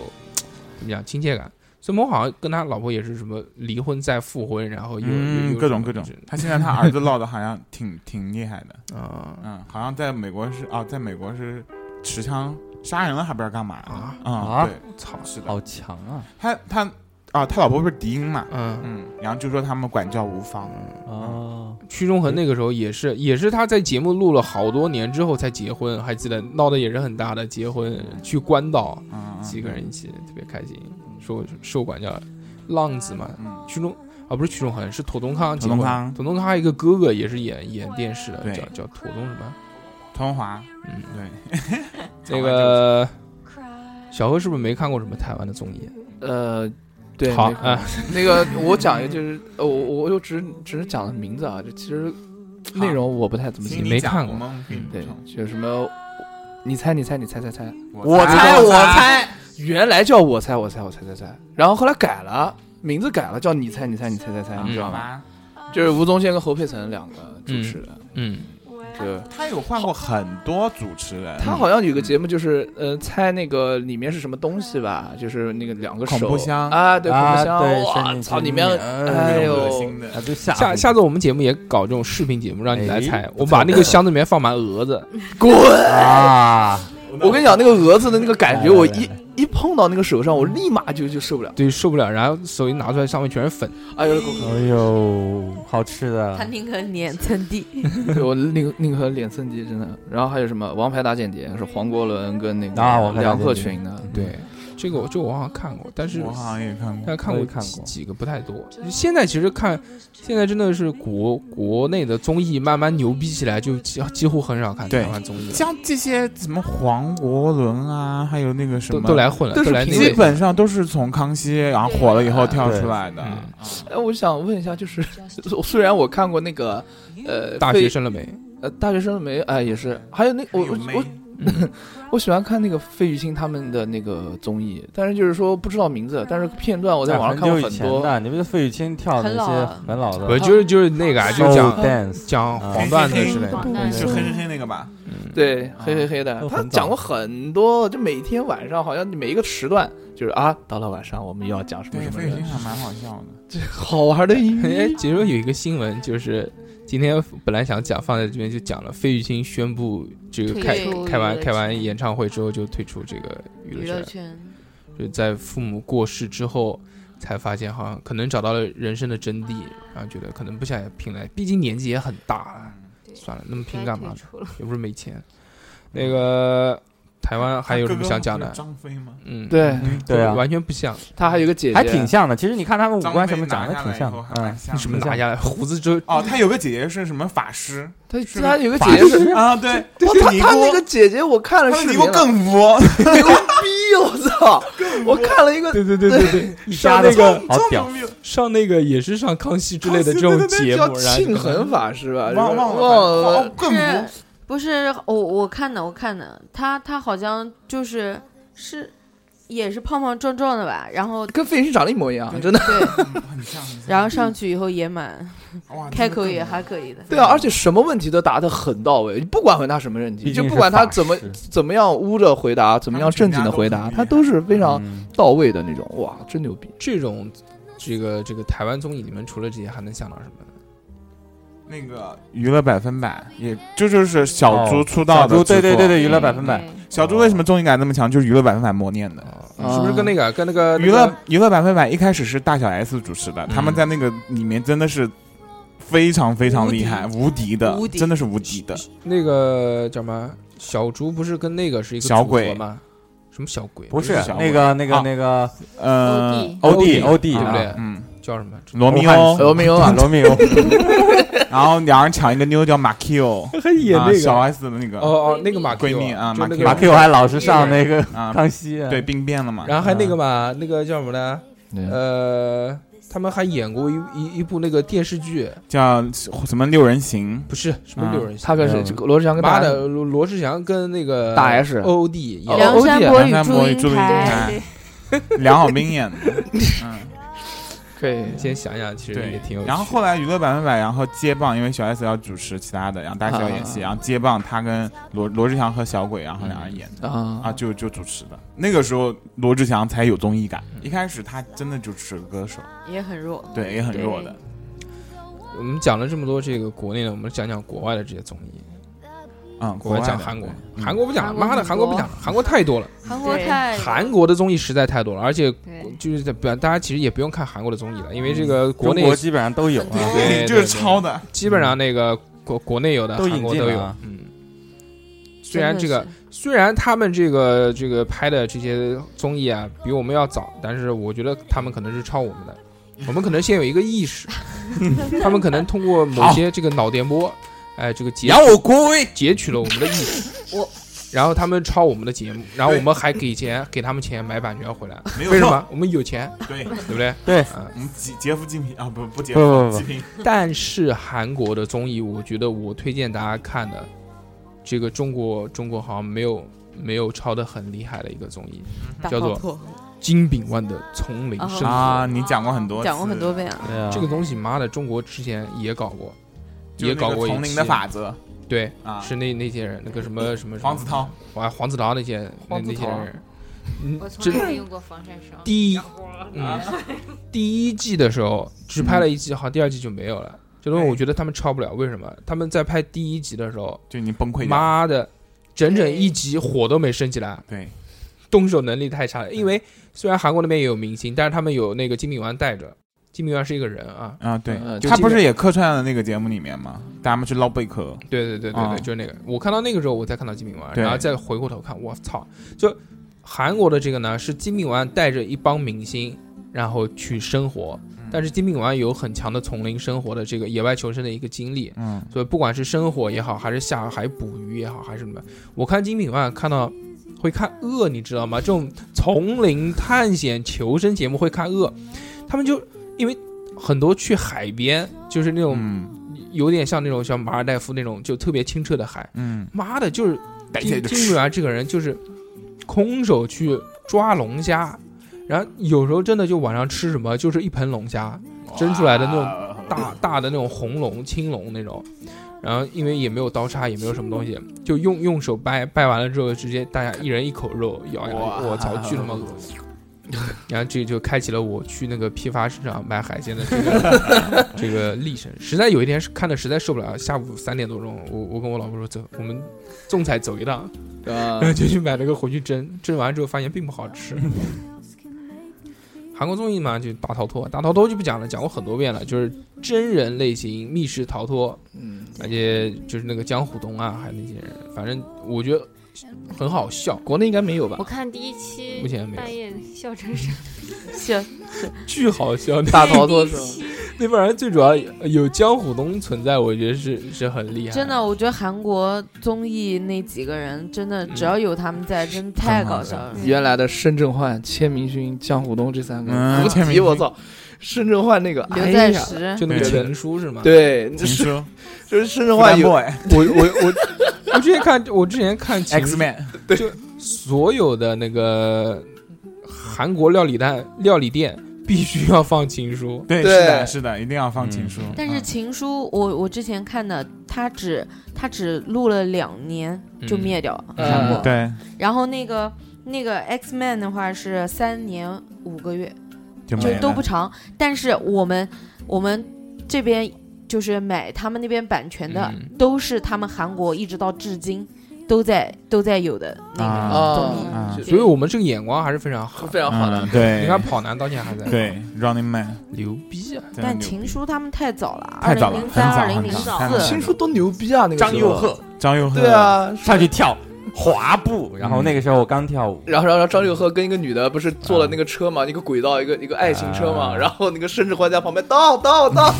怎么讲亲切感。孙鹏好像跟他老婆也是什么离婚再复婚，然后又、又嗯又各种什各么种之类，他现在他儿子闹的好像挺挺厉害的，的啊嗯，好像在美国是啊，在美国是持枪杀人了，还不知道干嘛啊嗯啊对，操，是的，好强啊他他啊，他老婆不是迪英嘛，嗯，嗯，然后就说他们管教无方，啊！屈中恒那个时候也是，也是他在节目录了好多年之后才结婚，还记得闹得也是很大的，结婚去关岛，嗯嗯几个人一起特别开心，受受管叫浪子嘛，嗯屈中啊不是屈中恒是妥东康结妥婚，东康妥东康还有一个哥哥也是演演电视的，对叫叫妥东什么，桐华，嗯，对，那个小何是不是没看过什么台湾的综艺？呃，对，好那个啊，那个我讲一个，就是呃，我我我就只只是讲了名字啊，就其实内容我不太怎么你清没楚。看讲过我们给你对补，就什么，你猜，你猜，你猜猜猜，充我猜我，猜，原来叫我猜我猜我猜猜猜，然后后来改了。名字改了，叫你猜你猜你猜猜猜，你知道好吗？吧？就是吴宗宪跟侯佩岑两个主持的，嗯，就他有换过很多主持人，他好像有个节目，就是呃，猜那个里面是什么东西吧，就是那个两个手恐怖箱啊，对，恐怖啊，箱，对，哇神操，经里面病哎呦嗯恶心的啊，就吓下唬下次我们节目也搞这种视频节目，让你来哎猜。我把那个箱子里面放满蛾子，滚！啊，我跟你讲，那个蛾子的那个感觉，来我来一来一碰到那个手上，我立马就就受不了。对，受不了。然后手一拿出来，上面全是粉。哎呦，哎呦，好吃他的，宁可碾成地，对我宁宁可脸蹭地，真的。然后还有什么《王牌大间谍》是黄国伦跟那啊个王牌大梁间谍嗯鹤群的，对，这个我这个我好像看过，但是我好像也看过但看我过也看几过几个不太多。现在其实看，现在真的是国国内的综艺慢慢牛逼起来，就几几乎很少看对台湾综艺了，像这些什么黄国伦啊，还有那个什都么都来混了，都是来那平个基本上都是从康熙然后火了以后跳出来的。嗯哎，我想问一下，就是 虽然我看过那个，呃，大非学生了没？呃大学生没，哎，也是，还有那我我我嗯我喜欢看那个费玉清他们的那个综艺，但是就是说不知道名字，但是片段我在网上很看过久以很前多。的，你不是费玉清跳的那很老些啊很老的，不就是就是那个啊，就 Soul 讲 dance，讲啊黄段子之类的。广大就黑黑黑那个吧，嗯，对，黑黑黑的都，他很早讲过很多，就每天晚上好像每一个时段，就是啊，到了晚上我们又要讲什么对，什么费玉清的，还蛮好笑的。 好玩的一哎，其实有一个新闻，就是今天本来想讲，放在这边就讲了，费玉清宣布这个退开出开娱乐完圈开完演唱会之后就退出这个娱娱乐乐圈，圈 就在父母过世之后才发现，好像可能找到了人生的真谛，然后觉得可能不想拼了，毕竟年纪也很大了，算了，那么拼干嘛呢？又不是没钱。那个台湾还有什么想讲他的哥哥？不是张飞吗？嗯，，对对啊，完全不像，他还有个姐姐，还挺像的。其实你看他们五张官飞什么长得拿挺下来以像后的还，蛮嗯，像的什么拿下来胡子之后，哦，他有个姐姐是什么法师他是他有个法姐姐是，啊？对，哇，是他尼他那姑个，姐姐我看了他视的尼频姑啊了，更污，牛逼， 我操！我看了一个对对对对 对，一上家那那个个好屌，上那个也是上康熙之类的这种节叫目，然后庆恒法师吧， 忘忘了忘哦忘了了，更 污是。不是我我看的我看的，他他好像就是是也是胖胖壮壮的吧，然后跟费玉清长得一模一样，真的。对，嗯很像，很像然后上去以后也蛮哇开口也还可以的，对啊，而且什么问题都答得很到位，不管问他什么问题，毕就竟不是管他法怎么师怎么样污着回答，怎么样正经的回答，他都是非常嗯到位的那种，哇，真牛逼！这种这个这个台湾综艺，你们除了这些还能想到什么？那个娱乐百分百，也这就是小猪出道小的猪，制作，对对对对，娱乐百分百，小猪为什么综艺感那么强？就是娱乐百分百默念的。呃是不是跟那个呃跟那个嗯娱乐娱乐百分百一开始是大小 S 主持的，他们在那个里面真的是非常非常厉害，无敌的无，敌真的是无敌的。那个叫什么小猪？不是跟那个是一个小鬼组合吗？什么小鬼？不是不是小那个那个啊那个呃欧弟弟欧弟弟对不对啊嗯，叫什么？罗密欧汉欧斯，罗密欧啊， 罗密欧，然后两人抢一个妞叫马 Q，还演啊小 S 的那个哦哦，那个马 Q 闺蜜啊就那个 马马 Q 还老是 上那个啊，康熙啊，对病变了嘛。然后还那个嘛，嗯那个叫什么呢？呃，他们还演过一一一部那个电视剧，叫什么六人行，不是什么啊六人行。他跟谁？嗯罗志祥跟妈大的，罗罗志祥跟那个大 S O D 哦演梁山伯与梁山伯与祝祝英英台台，梁晓冰 演的。嗯，可以，先想想，其实也对挺有。，然后后来娱乐百分百，然后接棒，因为小 S 要主持其他的，然后大 S 要演嗯戏，啊然后接棒他跟罗罗志祥和小鬼，然后两人演嗯的、啊，啊，就就主持的。那个时候罗志祥才有综艺感，嗯一开始他真的就是个歌手，也很弱。对，也很弱的。我们讲了这么多这个国内的，我们讲讲国外的这些综艺。嗯，我国要外讲的韩国，嗯韩国不讲了，韩国妈的，很韩国不多讲了，韩国太多了，韩国对太韩国的综艺实在太多了，而且对就是在本大家其实也不用看韩国的综艺了，因为这个国嗯中内国基本上都有啊，很多对对就是对抄的，基本上那个国国内有的都韩引国进都了有啊，嗯。虽然这真的个虽然他们这个这个拍的这些综艺啊比我们要早，但是我觉得他们可能是抄我们的，我们可能先有一个意识，他们可能通过某些这个脑电波，哎，这个截扬我国威。截取了我们的意识，我，然后他们抄我们的节目，然后对我们还给钱给他们钱买版权回来，没有为什错么？我们有钱，对，对不对？对嗯我们劫劫富济贫啊，不不劫不不不富济贫，但是韩国的综艺，我觉得我推荐大家看的，这个中国中国好像没有没有抄的很厉害的一个综艺，大叫爆做破《金炳万的丛林生活》啊，你讲过很多，讲过很多，遍啊，对啊这个东西妈的，中国之前也搞过，就也是那搞个过一丛林期的法则对，啊，嗯是那那些人，那个什么什么什么黄子韬，黄黄子韬那些那黄子那些韬啊人，嗯我，从真来没用过防晒霜。第一嗯，啊第一季的时候只拍了嗯一季，好，像第二季就没有了。这东西我觉得他们超不了，为什么？他们在拍第一集的时候，就已经崩溃掉。妈的，整整一集火都没升起来，对，动手能力太差了。因为虽然韩国那边也有明星，但是他们有那个金炳完带着，金炳完是一个人啊，啊对呃，就他这不个是也客串了那个节目里面吗？大家们去捞贝壳，对对对对对，啊就是那个。我看到那个时候，我才看到金炳完，对然后再回过头看，我操！就韩国的这个呢，是金炳完带着一帮明星，然后去生活，嗯但是金炳完有很强的丛林生活的这个野外求生的一个经历，嗯，所以不管是生火也好，还是下海捕鱼也好，还是什么，我看金炳万看到会看饿，你知道吗？这种丛林探险求生节目会看饿，他们就因为很多去海边，就是那种嗯有点像那种像马尔代夫那种，就特别清澈的海。嗯，妈的，就是逮起来金就金炳吃，万这个人就是空手去抓龙虾，然后有时候真的就晚上吃什么，就是一盆龙虾。蒸出来的那种种大大的那种红龙、青龙那种，然后因为也没有刀叉，也没有什么东西，就用用手掰，掰完了之后，直接大家一人一口肉咬下来，我操，巨他妈恶心！然后这就开启了我去那个批发市场买海鲜的这个这个历程。实在有一天是看的实在受不了，下午三点多钟，我我跟我老婆说走，我们仲裁走一趟， 然后呃，就去买了个回去蒸，蒸完之后发现并不好吃。韩国综艺嘛，就大逃脱，大逃脱就不讲了，讲过很多遍了，就是真人类型密室逃脱，嗯，而且就是那个江虎东啊，还有那些人，反正我觉得很好笑。国内应该没有哦吧我？看第一期目前没有半夜笑成啥？行，巨好 笑。那大逃脱第是一吧？期那帮人最主要有江虎东存在，我觉得是是很厉害。真的，，我觉得韩国综艺那几个人真的，嗯只要有他们在，真的太搞笑了。原来的申正焕、千明勋、江虎东这三个嗯人，千明急勋我操！申正焕那个，刘哎在呀石，就那个对情书是吗？，对，情是书，就是申正焕万有 boy 我我我我之前看我之前 看情 X Man，所有的那个韩国料理店料理店必须要放情书，对，对是的，是的，一定要放情书。但是嗯情书，我我之前看的，他只他只录了两年就嗯灭掉了嗯韩国，对，然后那个那个 X Man 的话是三年五个月，就就没都了不长。但是我们我们这边就是买他们那边版权的，嗯都是他们韩国一直到至今都在都在有的那个。啊，啊就所以我们这个眼光还是非常好。非常好的嗯，。对，你看跑男到现在还在，对 Running Man，牛逼啊！真的但牛情书他们太早了，太二早零了零三、二很早零很零早太早了四，听说多牛逼啊！那个时候张佑赫，张佑赫，对，啊，上去跳滑步，然后那个时候我刚跳舞，然后，然后张佑赫跟一个女的不是坐了那个车嘛，一个轨道，一个一个爱情车嘛。啊然后那个甚至欢在旁边到到到，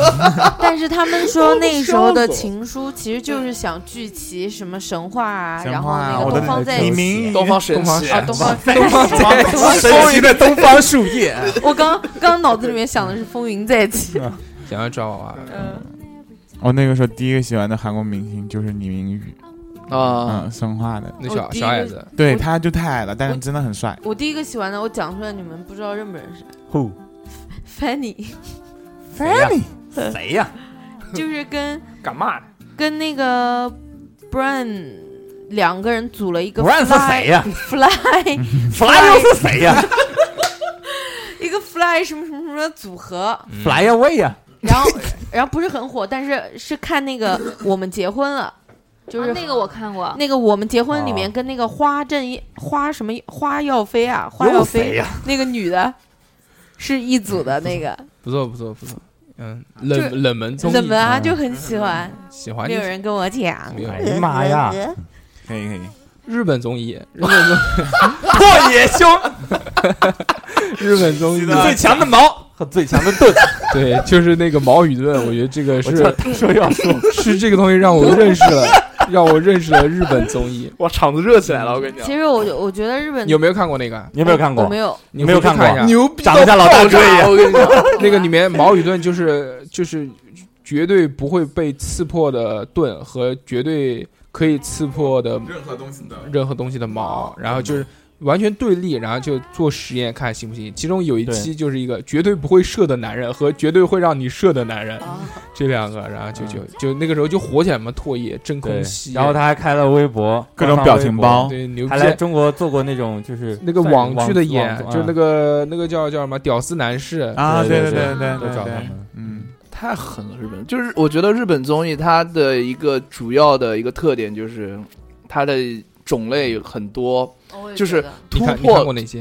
但是他们 说那时候的笑死我情书其实就是想聚齐什么神话啊，神然后话啊那我个的东方在黎一起。明，东方 神起，啊，东方，啊神奇的东方树叶，我刚刚脑子里面想的是风云再起，想要抓娃娃，呃我那个时候第一个喜欢的韩国明星就是李明宇，啊，嗯，生化的，那小我第一小个矮子，对，我他就太矮了，但是真的很帅。我第一个喜欢的，我讲出来你们不知道认不认识 Who？ ，Fanny，谁呀？ 啊谁呀？ 就是跟 干嘛？跟那个 Brian 两个人组了一个 b r a n 是谁呀 Fly，Fly ？Fly 又是 谁呀一个 Fly 什么什么什么组合， ？Fly away 呀？然后然后不是很火，但是是看那个我们结婚了，就啊是那个我看过，那个我们结婚里面哦跟那个花正一花什么花耀飞啊，花耀飞那个女的，是一组的那个不错不错不错，嗯，就是冷冷门综艺，冷门啊，嗯就很喜欢，喜欢没就有行人跟我讲。没有哎呀妈呀！可以可以，日本综艺，日本 综破野兄，日本综艺最强的矛和最强的盾，对，就是那个毛与盾，我觉得这个我叫是他说要说，是这个东西让我认识了，让我认识了日本综艺。我场子热起来了，我跟你讲其。实我我觉得日本你有没有看过那个？啊你有没有看我过没？有，你没有回去看过看一下牛逼长得像老大哥一样，我跟 你讲，那个里面矛与盾就是就是绝对不会被刺破的盾和绝对可以刺破的任何东西的任何东西的矛，然后就是完全对立，然后就做实验看行不行。其中有一期就是一个绝对不会射的男人和绝对会让你射的男人，哦这两个，然后就就就那个时候就火起来嘛，唾液真对空吸，然后他还开了微博，各种官表方情微博包，对牛逼还。来中国做过那种就是那个算是网剧的演网，嗯就那个个那个叫叫什么“屌丝男士啊，对对对对都对找他对们，嗯，太狠了！日本就是，我觉得日本综艺它的一个主要的一个特点就是它的种类很多，我也就觉是得”，你突看你看过破。哪些？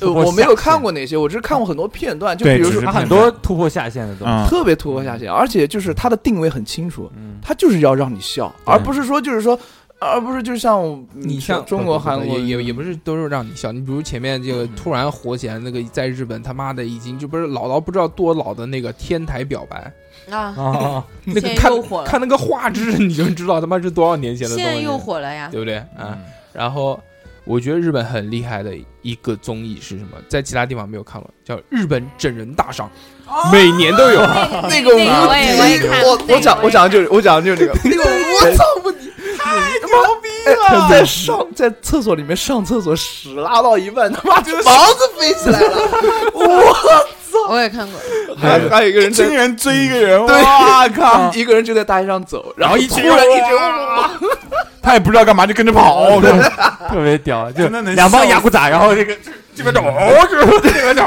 呃，突破我没有下限看过那些，我只是看过很多片段，就对比如只说是他片很多突破下限的东西。嗯，特别突破下限，而且就是它的定位很清楚，嗯，它就是要让你笑，对而不是说就是说，而不是就像嗯你像中国、不不不韩国也也也不是都是让你笑，你比如前面这个突然火起来那个，在日本他妈的已经就不是老到不知道多老的那个天台表白，啊，哦，那个现在看又火了看那个画质你就知道他妈是多少年前的现东在西又，火了呀，对不对嗯啊？然后我觉得日本很厉害的一个综艺是什么，在其他地方没有看过，叫《日本整人大赏》，哦每年 都有。那个无敌，我也我也看过那个我我讲我也我讲的就是我讲的就是那个那个我操不太牛逼了！啊在上在厕所里面上厕所屎拉到一半，他妈就房子飞起来了，我也看过，还还有一个人一群在。人追一个人，对，哇，靠！一个人就在大街上走，然后然后一突群然一人直哇，他也不知道干嘛就跟着跑，对 特别屌，就真的能 两帮笑雅库扎，然后这个这边走，这边走，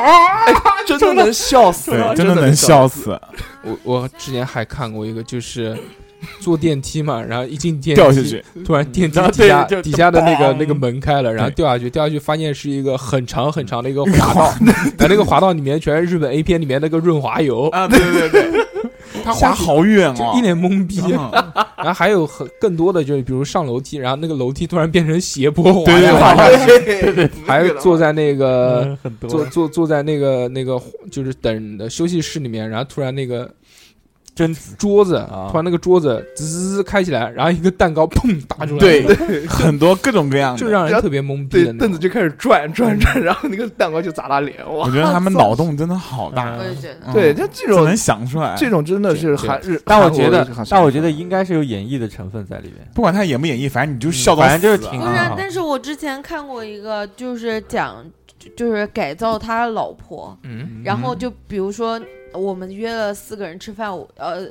真的能笑死对，了，真的的能笑。死，我我之前还看过一个，就是坐电梯嘛，然后一进电梯掉下去，突然电梯然后底下对就底下的那个砰那个门开了，然后对掉下去，掉下去发现是一个很长很长的一个滑道，在那个滑道里面全是日本 A 片里面那个润滑油，啊，对对对，他滑好远就哦，一脸懵逼。嗯然后还有很更多的就是，比如上楼梯，然后那个楼梯突然变成斜坡滑对对下对来，对对，还有坐在那个嗯很多坐坐坐在那个那个就是等的休息室里面，然后突然那个真桌子啊，突然那个桌子滋滋滋开起来，然后一个蛋糕砰打出来，对对很多各种各样的，就让人特别懵逼对的，那凳子种。就开始转转转，然后那个蛋糕就砸他脸，哇我！觉得他们脑洞真的好大，我也觉得。嗯对，就这怎么种能想出来？这种真的对是韩日，但我韩国觉得的，但我觉得应该是有演绎的成分在里面。不管他演不演绎，反正你就笑到反正就是死挺不好是的啊，但是我之前看过一个，就是讲，就就是改造他老婆，嗯，然后就比如说我们约了四个人吃饭，我呃，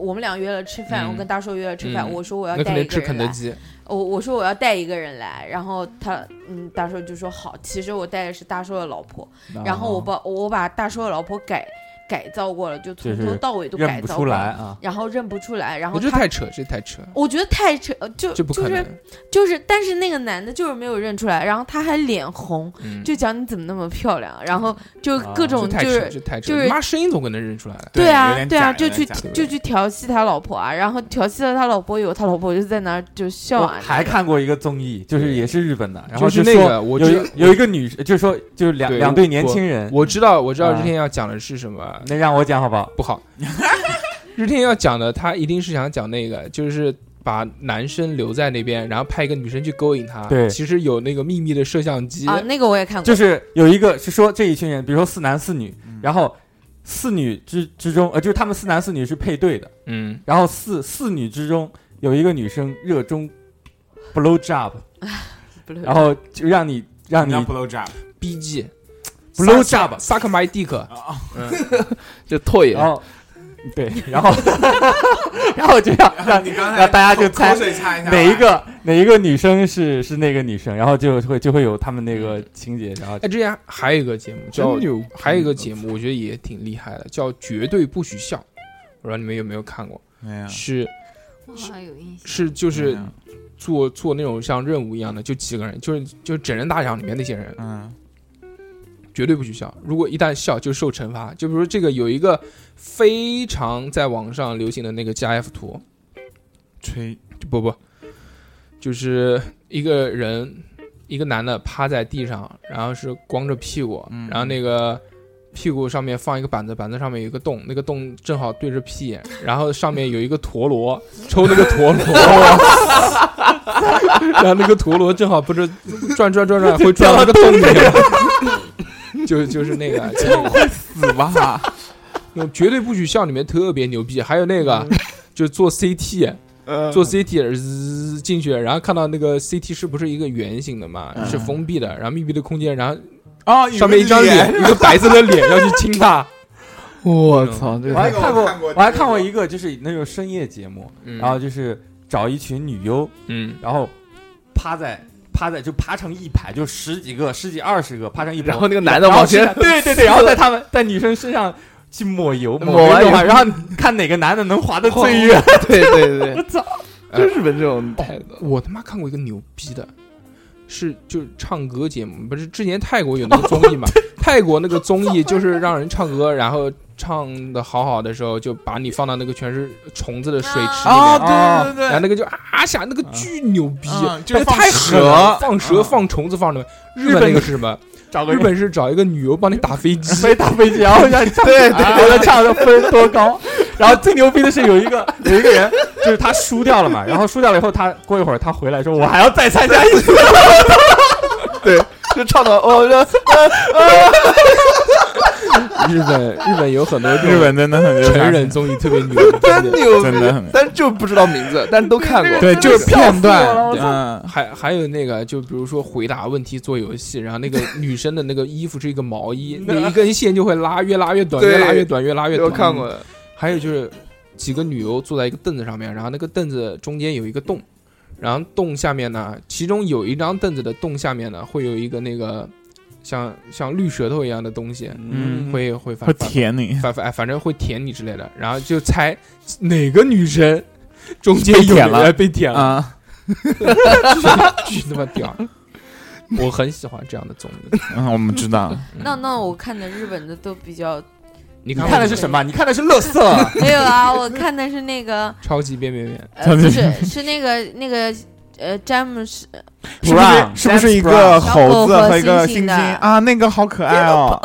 我们俩约了吃饭，嗯我跟大硕约了吃饭，嗯我说我要那可带一能个吃肯人德来，基，我我说我要带一个人来，然后他嗯，大硕就说好，其实我带的是大硕的老婆，嗯啊然后我把我把大硕的老婆改改造过了，就从就是头到尾都认改不造出过了来，啊，然后认不出来，然后我觉得他。太扯，这太扯，我觉得太扯，呃就这不就可是能。就是，但是那个男的就是没有认出来，然后他还脸红，嗯啊就讲你怎么那么漂亮，然后就各这这种太就扯，是这太扯，就是你妈声音总可能认出来的。对有啊，点对啊，假就有点去假对就去调戏他老婆啊，然后调戏了他老婆以后，他老婆就在那儿就笑我啊，还看过一个综艺，就是也是日本的，然后就是说那个我有知一有一个女，就是说就是两对两我对年轻人，我知道，我知道啊日天要讲的是什么，那让我讲好不好？不好。 日天要讲的，他一定是想讲那个，就是把男生留在那边，然后派一个女生去勾引他。对其实有那个秘密的摄像机，啊，那个我也看过，就是有一个是说这一群人，比如说四男四女，然后四女之之中，呃，就是他们四男四女是配对的，嗯，然后四四女之中有一个女生热衷 blow job，然后就让你让你你 blow job， B G blow job， suck my dick，就唾液然，后对，然后 然后就要让你刚才让大家就猜口水擦一哪一？个哪一个女生是是那个女生，然后就会就会有他们那个情节，然后哎，之前还有一个节目叫真，牛！还有一个节目我觉得也啊挺厉害的，叫《绝对不许笑》，我不知道你们有没有看过，没有，是我好像有印象。是就是嗯做做那种像任务一样的，就几个人，就是就是整人大奖里面那些人，嗯绝对不许笑。如果一旦笑，就受惩罚。就比如这个有一个非常在网上流行的那个 GIF 图，吹不不，就是一个人，一个男的趴在地上，然后是光着屁股，嗯然后那个屁股上面放一个板子，板子上面有一个洞，那个洞正好对着屁眼，然后上面有一个陀螺，抽那个陀螺，然后那个陀螺正好不是转转转转会转到那个洞里面，就就是那个，就那个死吧， 那种绝对不许笑里面特别牛逼，还有那个嗯就是做 CT。做 CT 滋进去，然后看到那个 CT 是不是一个圆形的嘛，嗯是封闭的，然后密闭的空间，然后啊，上面一张脸，一个白色的脸要去亲它，我嗯操，这我还个看过，看过我还看过一个，就是那种深夜节目，嗯然后就是找一群女优，嗯，然后趴在趴在就趴成一排，就十几个、十几二十个趴成一排，然后那个男的然后往前是对对对，然后在他们在女生身上去抹油，抹那完种油啊然后看哪个男的能滑得最远。对对对，我操！就日本这种态度，我他妈看过一个牛逼的，是就是唱歌节目，不是之前泰国有那个综艺嘛？泰国那个综艺就是让人唱歌，然后唱的好好的时候，就把你放到那个全是虫子的水池里面，啊，对对然后对对，那个就啊下那个巨牛逼，嗯就但是放太狠了蛇放蛇、嗯放虫子、放什么？日本本那个是什么？找日本是找一个女优帮你打飞机，飞打飞机，啊然后让你 对对，我的唱的分多高。 然后最牛逼的是有一个有一个人，就是他输掉了嘛，然后输掉了以后，他过一会儿他回来说：“我还要再参加一次。 就唱到哦，这日本日本有很多这日种本真的很成人综艺特别牛逼的，真牛逼，真的很但是就不知道名字，但是都看过。对，就是片段，嗯，还还有那个就比如说回答问题做游戏，然后那个女生的那个衣服是一个毛衣，那一根线就会拉，越拉越短，对越拉越短，越拉越我短。嗯看过。还有就是几个女优坐在一个凳子上面，然后那个凳子中间有一个洞，然后洞下面呢，其中有一张凳子的洞下面呢会有一个那个像像绿舌头一样的东西，嗯会会反会舔你，反反反正会舔你之类的，然后就猜哪个女生中间有被舔了人被舔了，啊， 巨他妈 屌！我很喜欢这样的综艺，嗯，我们知道，那那我看的日本的都比较你”你看过看的吗是什么？你看的是乐色，没有啊，我看的是那个超级变变变，呃，不是是那个那个呃詹姆斯是不是是不是一个猴子和一小狗和个猩猩猩猩的啊？那个好可爱哦，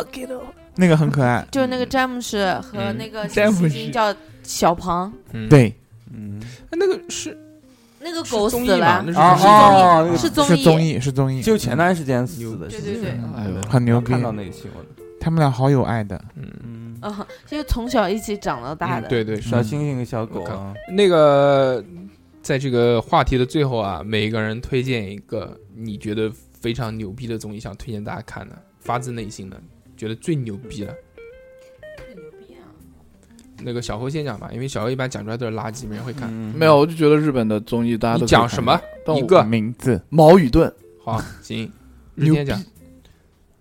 那个很可爱，就是那个詹姆士和嗯那个詹姆猩士猩叫小庞，嗯，哎对，嗯，那个是那个狗死综艺嘛了那，是啊综艺哦那个是是综艺，艺是综艺，就前段时间死的，对对对，嗯哎呦很牛逼看，到那个新闻，他们俩好有爱的，嗯，嗯，嗯，就是从小一起长到大的，嗯对对是小星星、小狗啊，那个，在这个话题的最后啊，每一个人推荐一个你觉得非常牛逼的综艺，想推荐大家看的，发自内心的，觉得最牛逼的。啊那个小侯先讲吧，因为小侯一般讲出来都是垃圾，没人会看。嗯没有，，我就觉得日本的综艺大家都你可以看嗯讲什么？？但我一个名字矛与盾，好， 行，日牛天讲。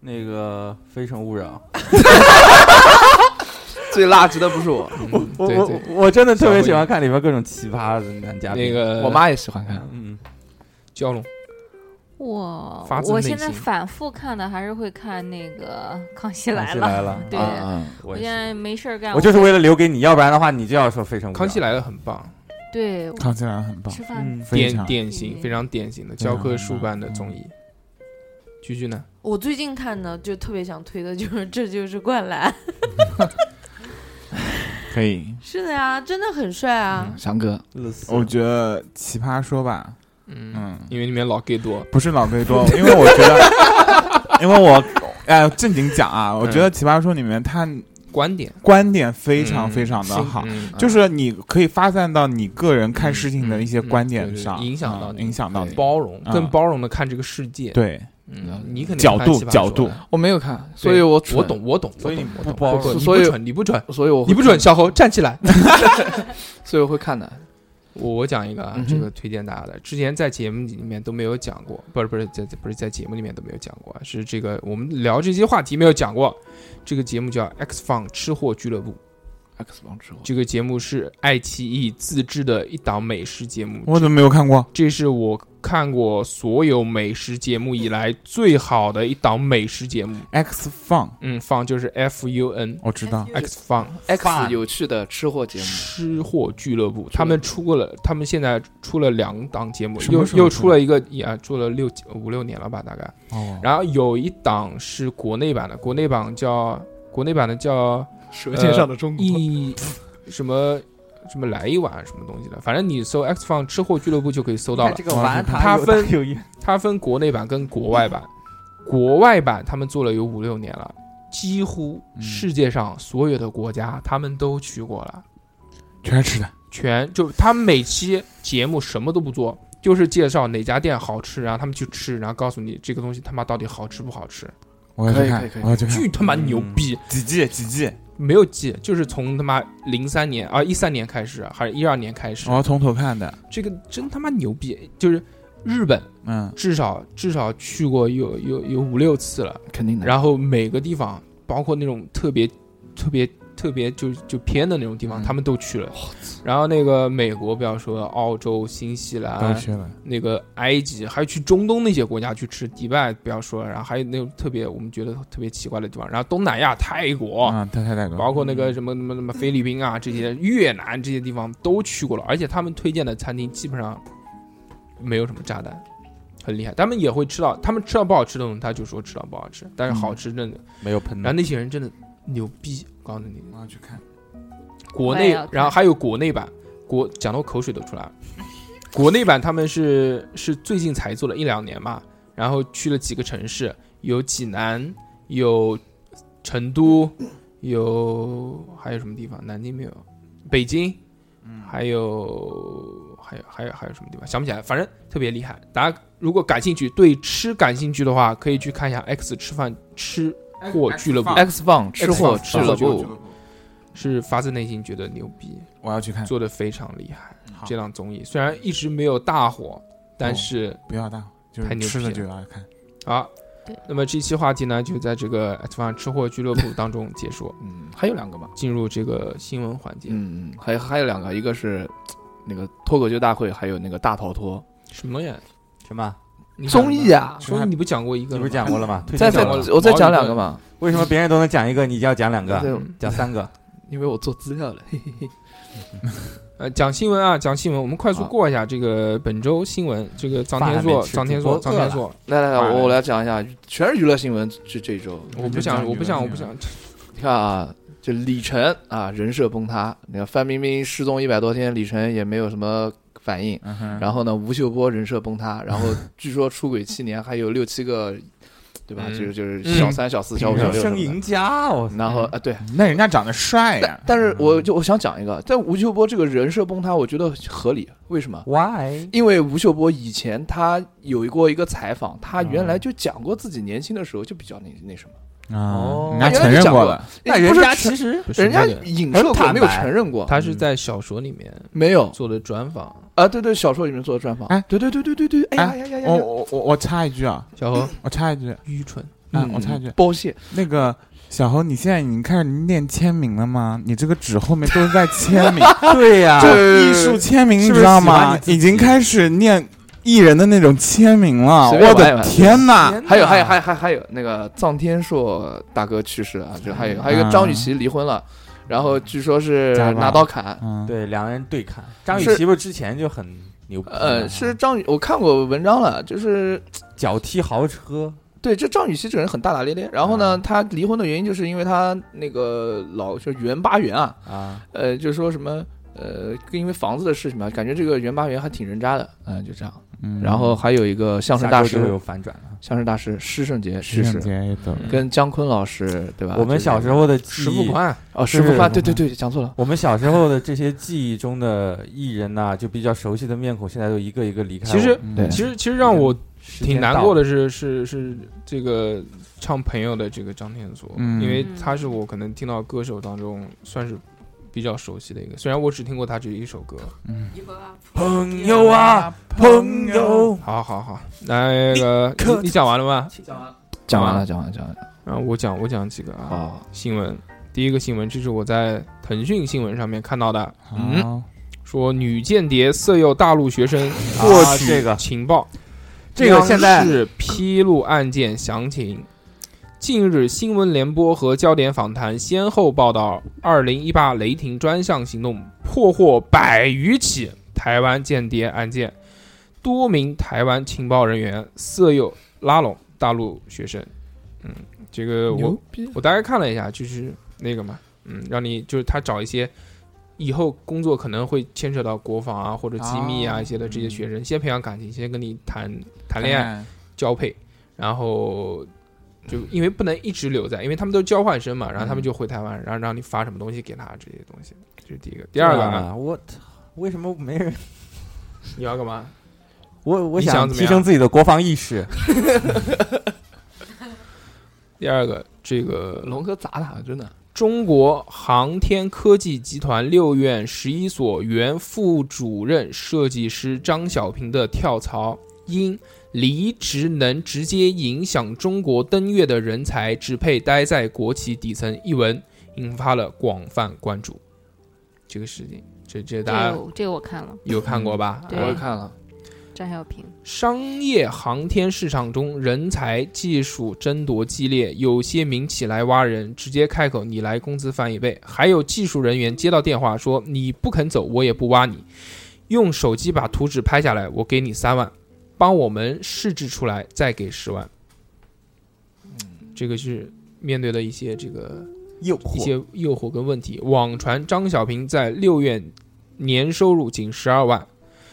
那个《非诚勿扰》最垃圾的不是我，嗯，我，对我对，我我真的特别喜欢看里面各种奇葩的男嘉宾。那，个 我妈也喜欢看。嗯，蛟龙，我发自我内现在心反复看的还是会看那个《康熙来康熙了》来了 对，啊啊！我我也现是在没事儿干，我就是为了留给你，要不然的话你就要说非诚勿扰。康熙来了很棒，对我康熙来了很棒吃，饭嗯，非典常典型，非常典型的教科书般的综艺。居居呢？我最近看的就特别想推的就是《这就是灌篮》，可以。是的呀，真的很帅啊，翔哥，乐死我觉得奇葩说吧，嗯，嗯，因为里面老 gay 多，不是老龟多，因为我觉 得，因为我，哎，正经讲嗯啊，我觉得奇葩说里面他观点观点非常嗯非常的新好，嗯就是你可以发散到你个人看事情的一些观嗯嗯点对对上，对影响到嗯你影响到你，包容，啊更包容的看这个世界。，对，嗯，你肯定角看度奇葩角说嗯度的我没有看，所以我蠢我，懂，我懂，所以我懂你我不懂不包不容你所不以蠢，你不蠢，所以我会你不准，小侯站起来。所以我会看的。我我讲一个啊嗯，哼这个推荐大家的，之前在节目里面都没有讲过，不是不是在不是在节目里面都没有讲过啊，是这个我们聊这些话题没有讲过。这个节目叫《X Fun 吃货俱乐部》， X 王之王这个节目是爱奇艺自制的一档美食节目，我怎么没有看过？这是我看过所有美食节目以来最好的一档美食节目。 X 放，嗯，放就是 F U N 我知道。 X 放 X 有趣的吃货节目，吃货俱乐部，他们出过了，他们现在出了两档节目，什么又时候又出出了一个也做了六五六年了吧，大概。哦，然后有一档是国内版的，国内版叫国内版的叫《舌尖呃上的中国》一什么什么来一碗什么东西的，反正你搜 X 放吃货俱乐部就可以搜到看了哎这。个玩它它它分有一它分国内版跟国外版，国外版他们做了有五六年了，几乎世界上所有的国家他们都去过了，全是吃的。全就他们每期节目什么都不做。就是介绍哪家店好吃，然后他们去吃，然后告诉你这个东西他妈到底好吃不好吃，我要可去以看可以可，以我要去看。巨他妈牛逼！几季？几季？没有记，就是从他妈零三年啊一三年开始，还是一二年开始，我要从头看的。这个真他妈牛逼！就是日本嗯，至少至少去过有有有五六次了，肯嗯定的。然后每个地方，包括那种特别特别特别就就偏的那种地方，嗯他们都去了。然后那个美国不要说，澳洲、新西都兰、去了。那个埃及，还有去中东那些国家去吃，迪拜不要说了，然后还有那种特别我们觉得特别奇怪的地方，然后东南亚、泰国。啊，太太太多。包括那个什么什么什么菲律宾啊，这些越南这些地方都去过了，而且他们推荐的餐厅基本上没有什么炸弹，很厉害。他们也会吃到，他们吃到不好吃的东西，他就说吃到不好吃，但是好吃真的。没有喷然后的。那些人真的牛逼，我告诉你，我要去看。国我也内要，看然后还有国内版，国讲到口水都出来了。国内版他们是是最近才做了一两年嘛，然后去了几个城市，有济南，有成都，有还有什么地方？南京没有，北京，还有还有还有还有什么地方？想不起来，反正特别厉害。大家如果感兴趣，对吃感兴趣的话，可以去看一下 X 吃饭吃货俱乐部， X 放吃货 X 俱乐部，是发自内心觉得牛逼。我要去看。做的非常厉害。嗯好这档综艺虽然一直没有大火，但是、不要大，就太是牛吃逼了了就要看。啊对，那么这期话题呢，就在这个 X 方吃货俱乐部当中结束，嗯，还有两个嘛，进入这个新闻环节。嗯，嗯，还还有两个，一个是那个脱口秀大会，还有那个大逃脱什么呀？什么？你讲综艺吧，啊。综艺你不讲过一个你了吗？不是讲过了吗？推再荐再讲过了。我再讲两个嘛，为什么别人都能讲一个，你就要讲两对个，，嗯讲三个？因为我做资料了，嘿嘿嘿。 呃，讲新闻啊，讲新闻。我们快速好过一下这个本周新闻。这个张饭天还没硕，吃张天主播硕，张饿天了硕，来来来，好我我来讲一下，全是娱乐新闻，这这一周，我不就想，讲我不娱乐想，我新不闻想。你看啊，就李晨啊，人设崩塌，你看范冰冰失踪一百多天，李晨也没有什么反应，嗯哼，然后呢，吴秀波人设崩塌， 然后据说出轨七年，还有六七个，对吧？嗯就是就是嗯小三、小四、小五、小人六什生么赢家哦的。，然后啊，对，那人家长得帅呀但。但嗯是我就我想讲一个，但吴秀波这个人设崩塌，我觉得合理，为什么？ Why？因为吴秀波以前他有过一个采访，他原嗯来就讲过自己年轻的时候就比较那那什么，啊哦，人家承认过了，那人家不是其实不是人家那个影射过，坦白没有承认过，他是在小说里面没有做的专访。啊，对对，小说里面做的专访，哎对对对对对对，哎呀哎呀呀呀我呀，我我我插一句啊，小何，我插一句，愚蠢，啊，我插一句，包嗯蟹，那个小侯，你现在已经开始念签名了吗？你这个纸后面都是在签名，啊对呀就啊艺术签名，是你不是知道喜欢吗你？自己已经开始念艺人的那种签名了，随便我玩一的玩天哪！啊还有还有还有还有还有那个臧天朔大哥去世了啊，就还有还有一个张雨绮离婚了，然后据说是家暴拿刀砍，嗯，对两个人对看，张雨是绮不是之前就很牛逼吗，嗯呃，是张雨，我看过文章了，就是脚踢豪车，对，这赵雨绮这个人很大大咧咧。然后呢，嗯她离婚的原因就是因为她那个老就袁八元啊，啊，呃，就说什么呃，因为房子的事情嘛，感觉这个袁八元还挺人渣的，嗯、就这样。嗯然后还有一个相声下大周就会师有，反转了。相声大师施圣杰去徐圣世，杰也走了，嗯跟姜昆老师对吧？嗯我们小时候的记石富忆，宽，哦，师傅是啊范，对对对，讲错了。我们小时候的这些记忆中的艺人呐，就比较熟悉的面孔，现在都一个一个离开我。其实嗯对其实其实让我实挺间难到过了，的是是是这个唱朋友的这个张天硕，嗯因为他是我可能听到歌手当中算是比较熟悉的一个，虽然我只听过他这一首歌。朋友啊，朋友，好好好，那个你你讲完了吗？讲完了，讲完了，讲完了。然后我讲我讲几个啊哦，新闻。第一个新闻，这是我在腾讯新闻上面看到的，嗯，说女间谍色诱大陆学生获啊这取个情报，这个央现在视披露案件详情。近日，新闻联播和焦点访谈先后报道，二零一八雷霆专项行动破获百余起台湾间谍案件，多名台湾情报人员色诱拉拢大陆学生。嗯，这个我牛逼！我大概看了一下，就是那个嘛，嗯，让你就是他找一些以后工作可能会牵扯到国防啊或者机密啊啊一些的这些学生，先培养感情，先跟你谈谈谈恋爱交配，然后就因为不能一直留在，因为他们都是交换生嘛，然后他们就回台湾，然后让你发什么东西给他这些东西，这是第一个。第二个啊，啊，我为什么没人？你要干嘛？我我你想怎么提样升自己的国防意识，第二个这个龙哥砸他，真的中国航天科技集团六院十一所原副主任设计师张小平的跳槽，因离职能直接影响中国登月的人才只配待在国企底层一文，引发了广泛关注。这个事情，这这这大家个我这个我看了，有看过吧？对我也看了，张小平商业航天市场中，人才技术争夺激烈，有些民企来挖人，直接开口你来工资翻一倍；还有技术人员接到电话说你不肯走，我也不挖你，用手机把图纸拍下来，我给你三万，帮我们试制出来再给十万。这个是面对的一些这个诱一惑些诱惑跟问题。网传张小平在六月年收入仅十二万，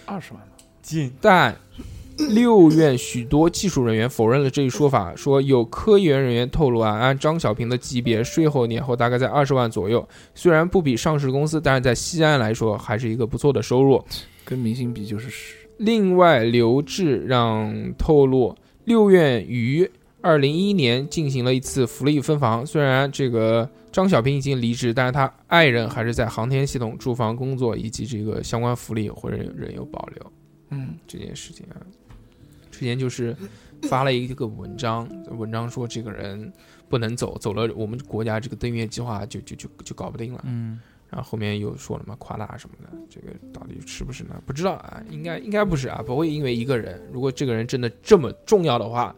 二十万吧进但六院许多技术人员否认了这一说法，说有科研人员透露啊，按张小平的级别，税后年后大概在二十万左右，虽然不比上市公司，但是在西安来说还是一个不错的收入。跟明星比就是十。另外，刘志让透露，六院于二零一一年进行了一次福利分房。虽然这个张小平已经离职，但是他爱人还是在航天系统、住房、工作以及这个相关福利或者仍有保留。嗯，这件事情啊，之前就是发了一个文章，文章说这个人不能走，走了我们国家这个登月计划就就就就搞不定了。嗯，然后后面又说了嘛，夸大什么的，这个到底是不是呢？不知道啊，应该应该不是啊，不会因为一个人，如果这个人真的这么重要的话，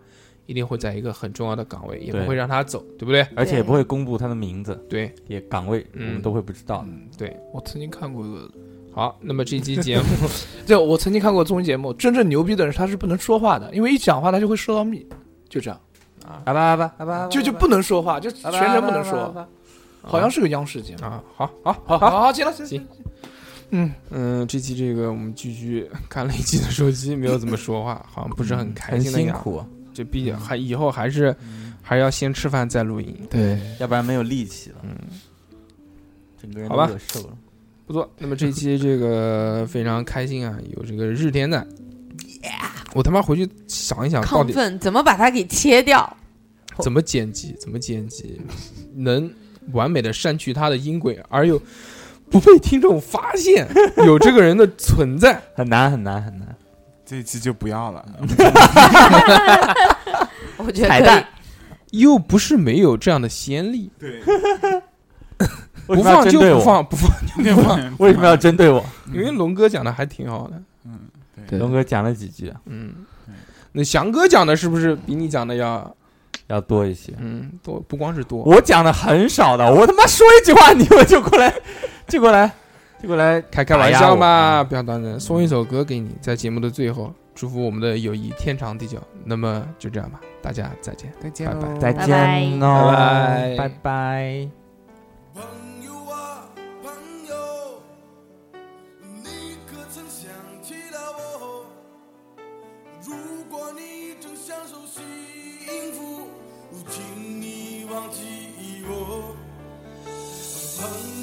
一定会在一个很重要的岗位，也不对会让他走，对不对？而且也不会公布他的名字，对也岗位，我嗯们都会不知道的。嗯，对，我曾经看过一个，好，那么这期节 目对，我曾经看过综艺节目，真正牛逼的人他是不能说话的，因为一讲话他就会收到密，就这样，阿巴阿巴阿巴阿巴，就就不能说话，就全程不能阿巴阿巴阿巴说，阿巴好像是个央视节目。啊，好好好好好，行了行行了行了，嗯，嗯，这期这个我们居居看了一集的手机，没有怎么说话，好像不是嗯很嗯开嗯很心的辛样子。苦，就毕竟还以后还是还要先吃饭再录音，对，要不然没有力气了。嗯，整个人好吧都饿瘦了。不错。那么这期这个非常开心 啊，有这个日天的，我他妈回去想一想，到亢底奋，怎么把它给切掉？怎么剪辑，怎么剪辑，能完美的删去他的音轨，而又不被听众发 现有这个人的存在。很难很难很难。这一期就不 要了，我觉得彩可蛋以。又不是没有这样的先例，对，不为什么要放针就对不我？嗯放，不放就不放，为什么要针对我？因为龙哥讲的还挺好的。嗯，对对，龙哥讲了几句，啊嗯，那翔哥讲的是不是比你讲的要要多一些。嗯多？不光是多，我讲的很少的，我他妈说一句话，你们就过来，就过来，就过来。开开玩笑打压嘛，我嗯不要当真。送一首歌给你，在节目的最后，祝福我们的友谊天长地久。那么就这样吧，大家再见。再见拜拜喽再拜见哦，拜拜拜拜。朋友啊，朋友，你可曾想起了我？如果你正享受幸福，请你忘记我。朋啊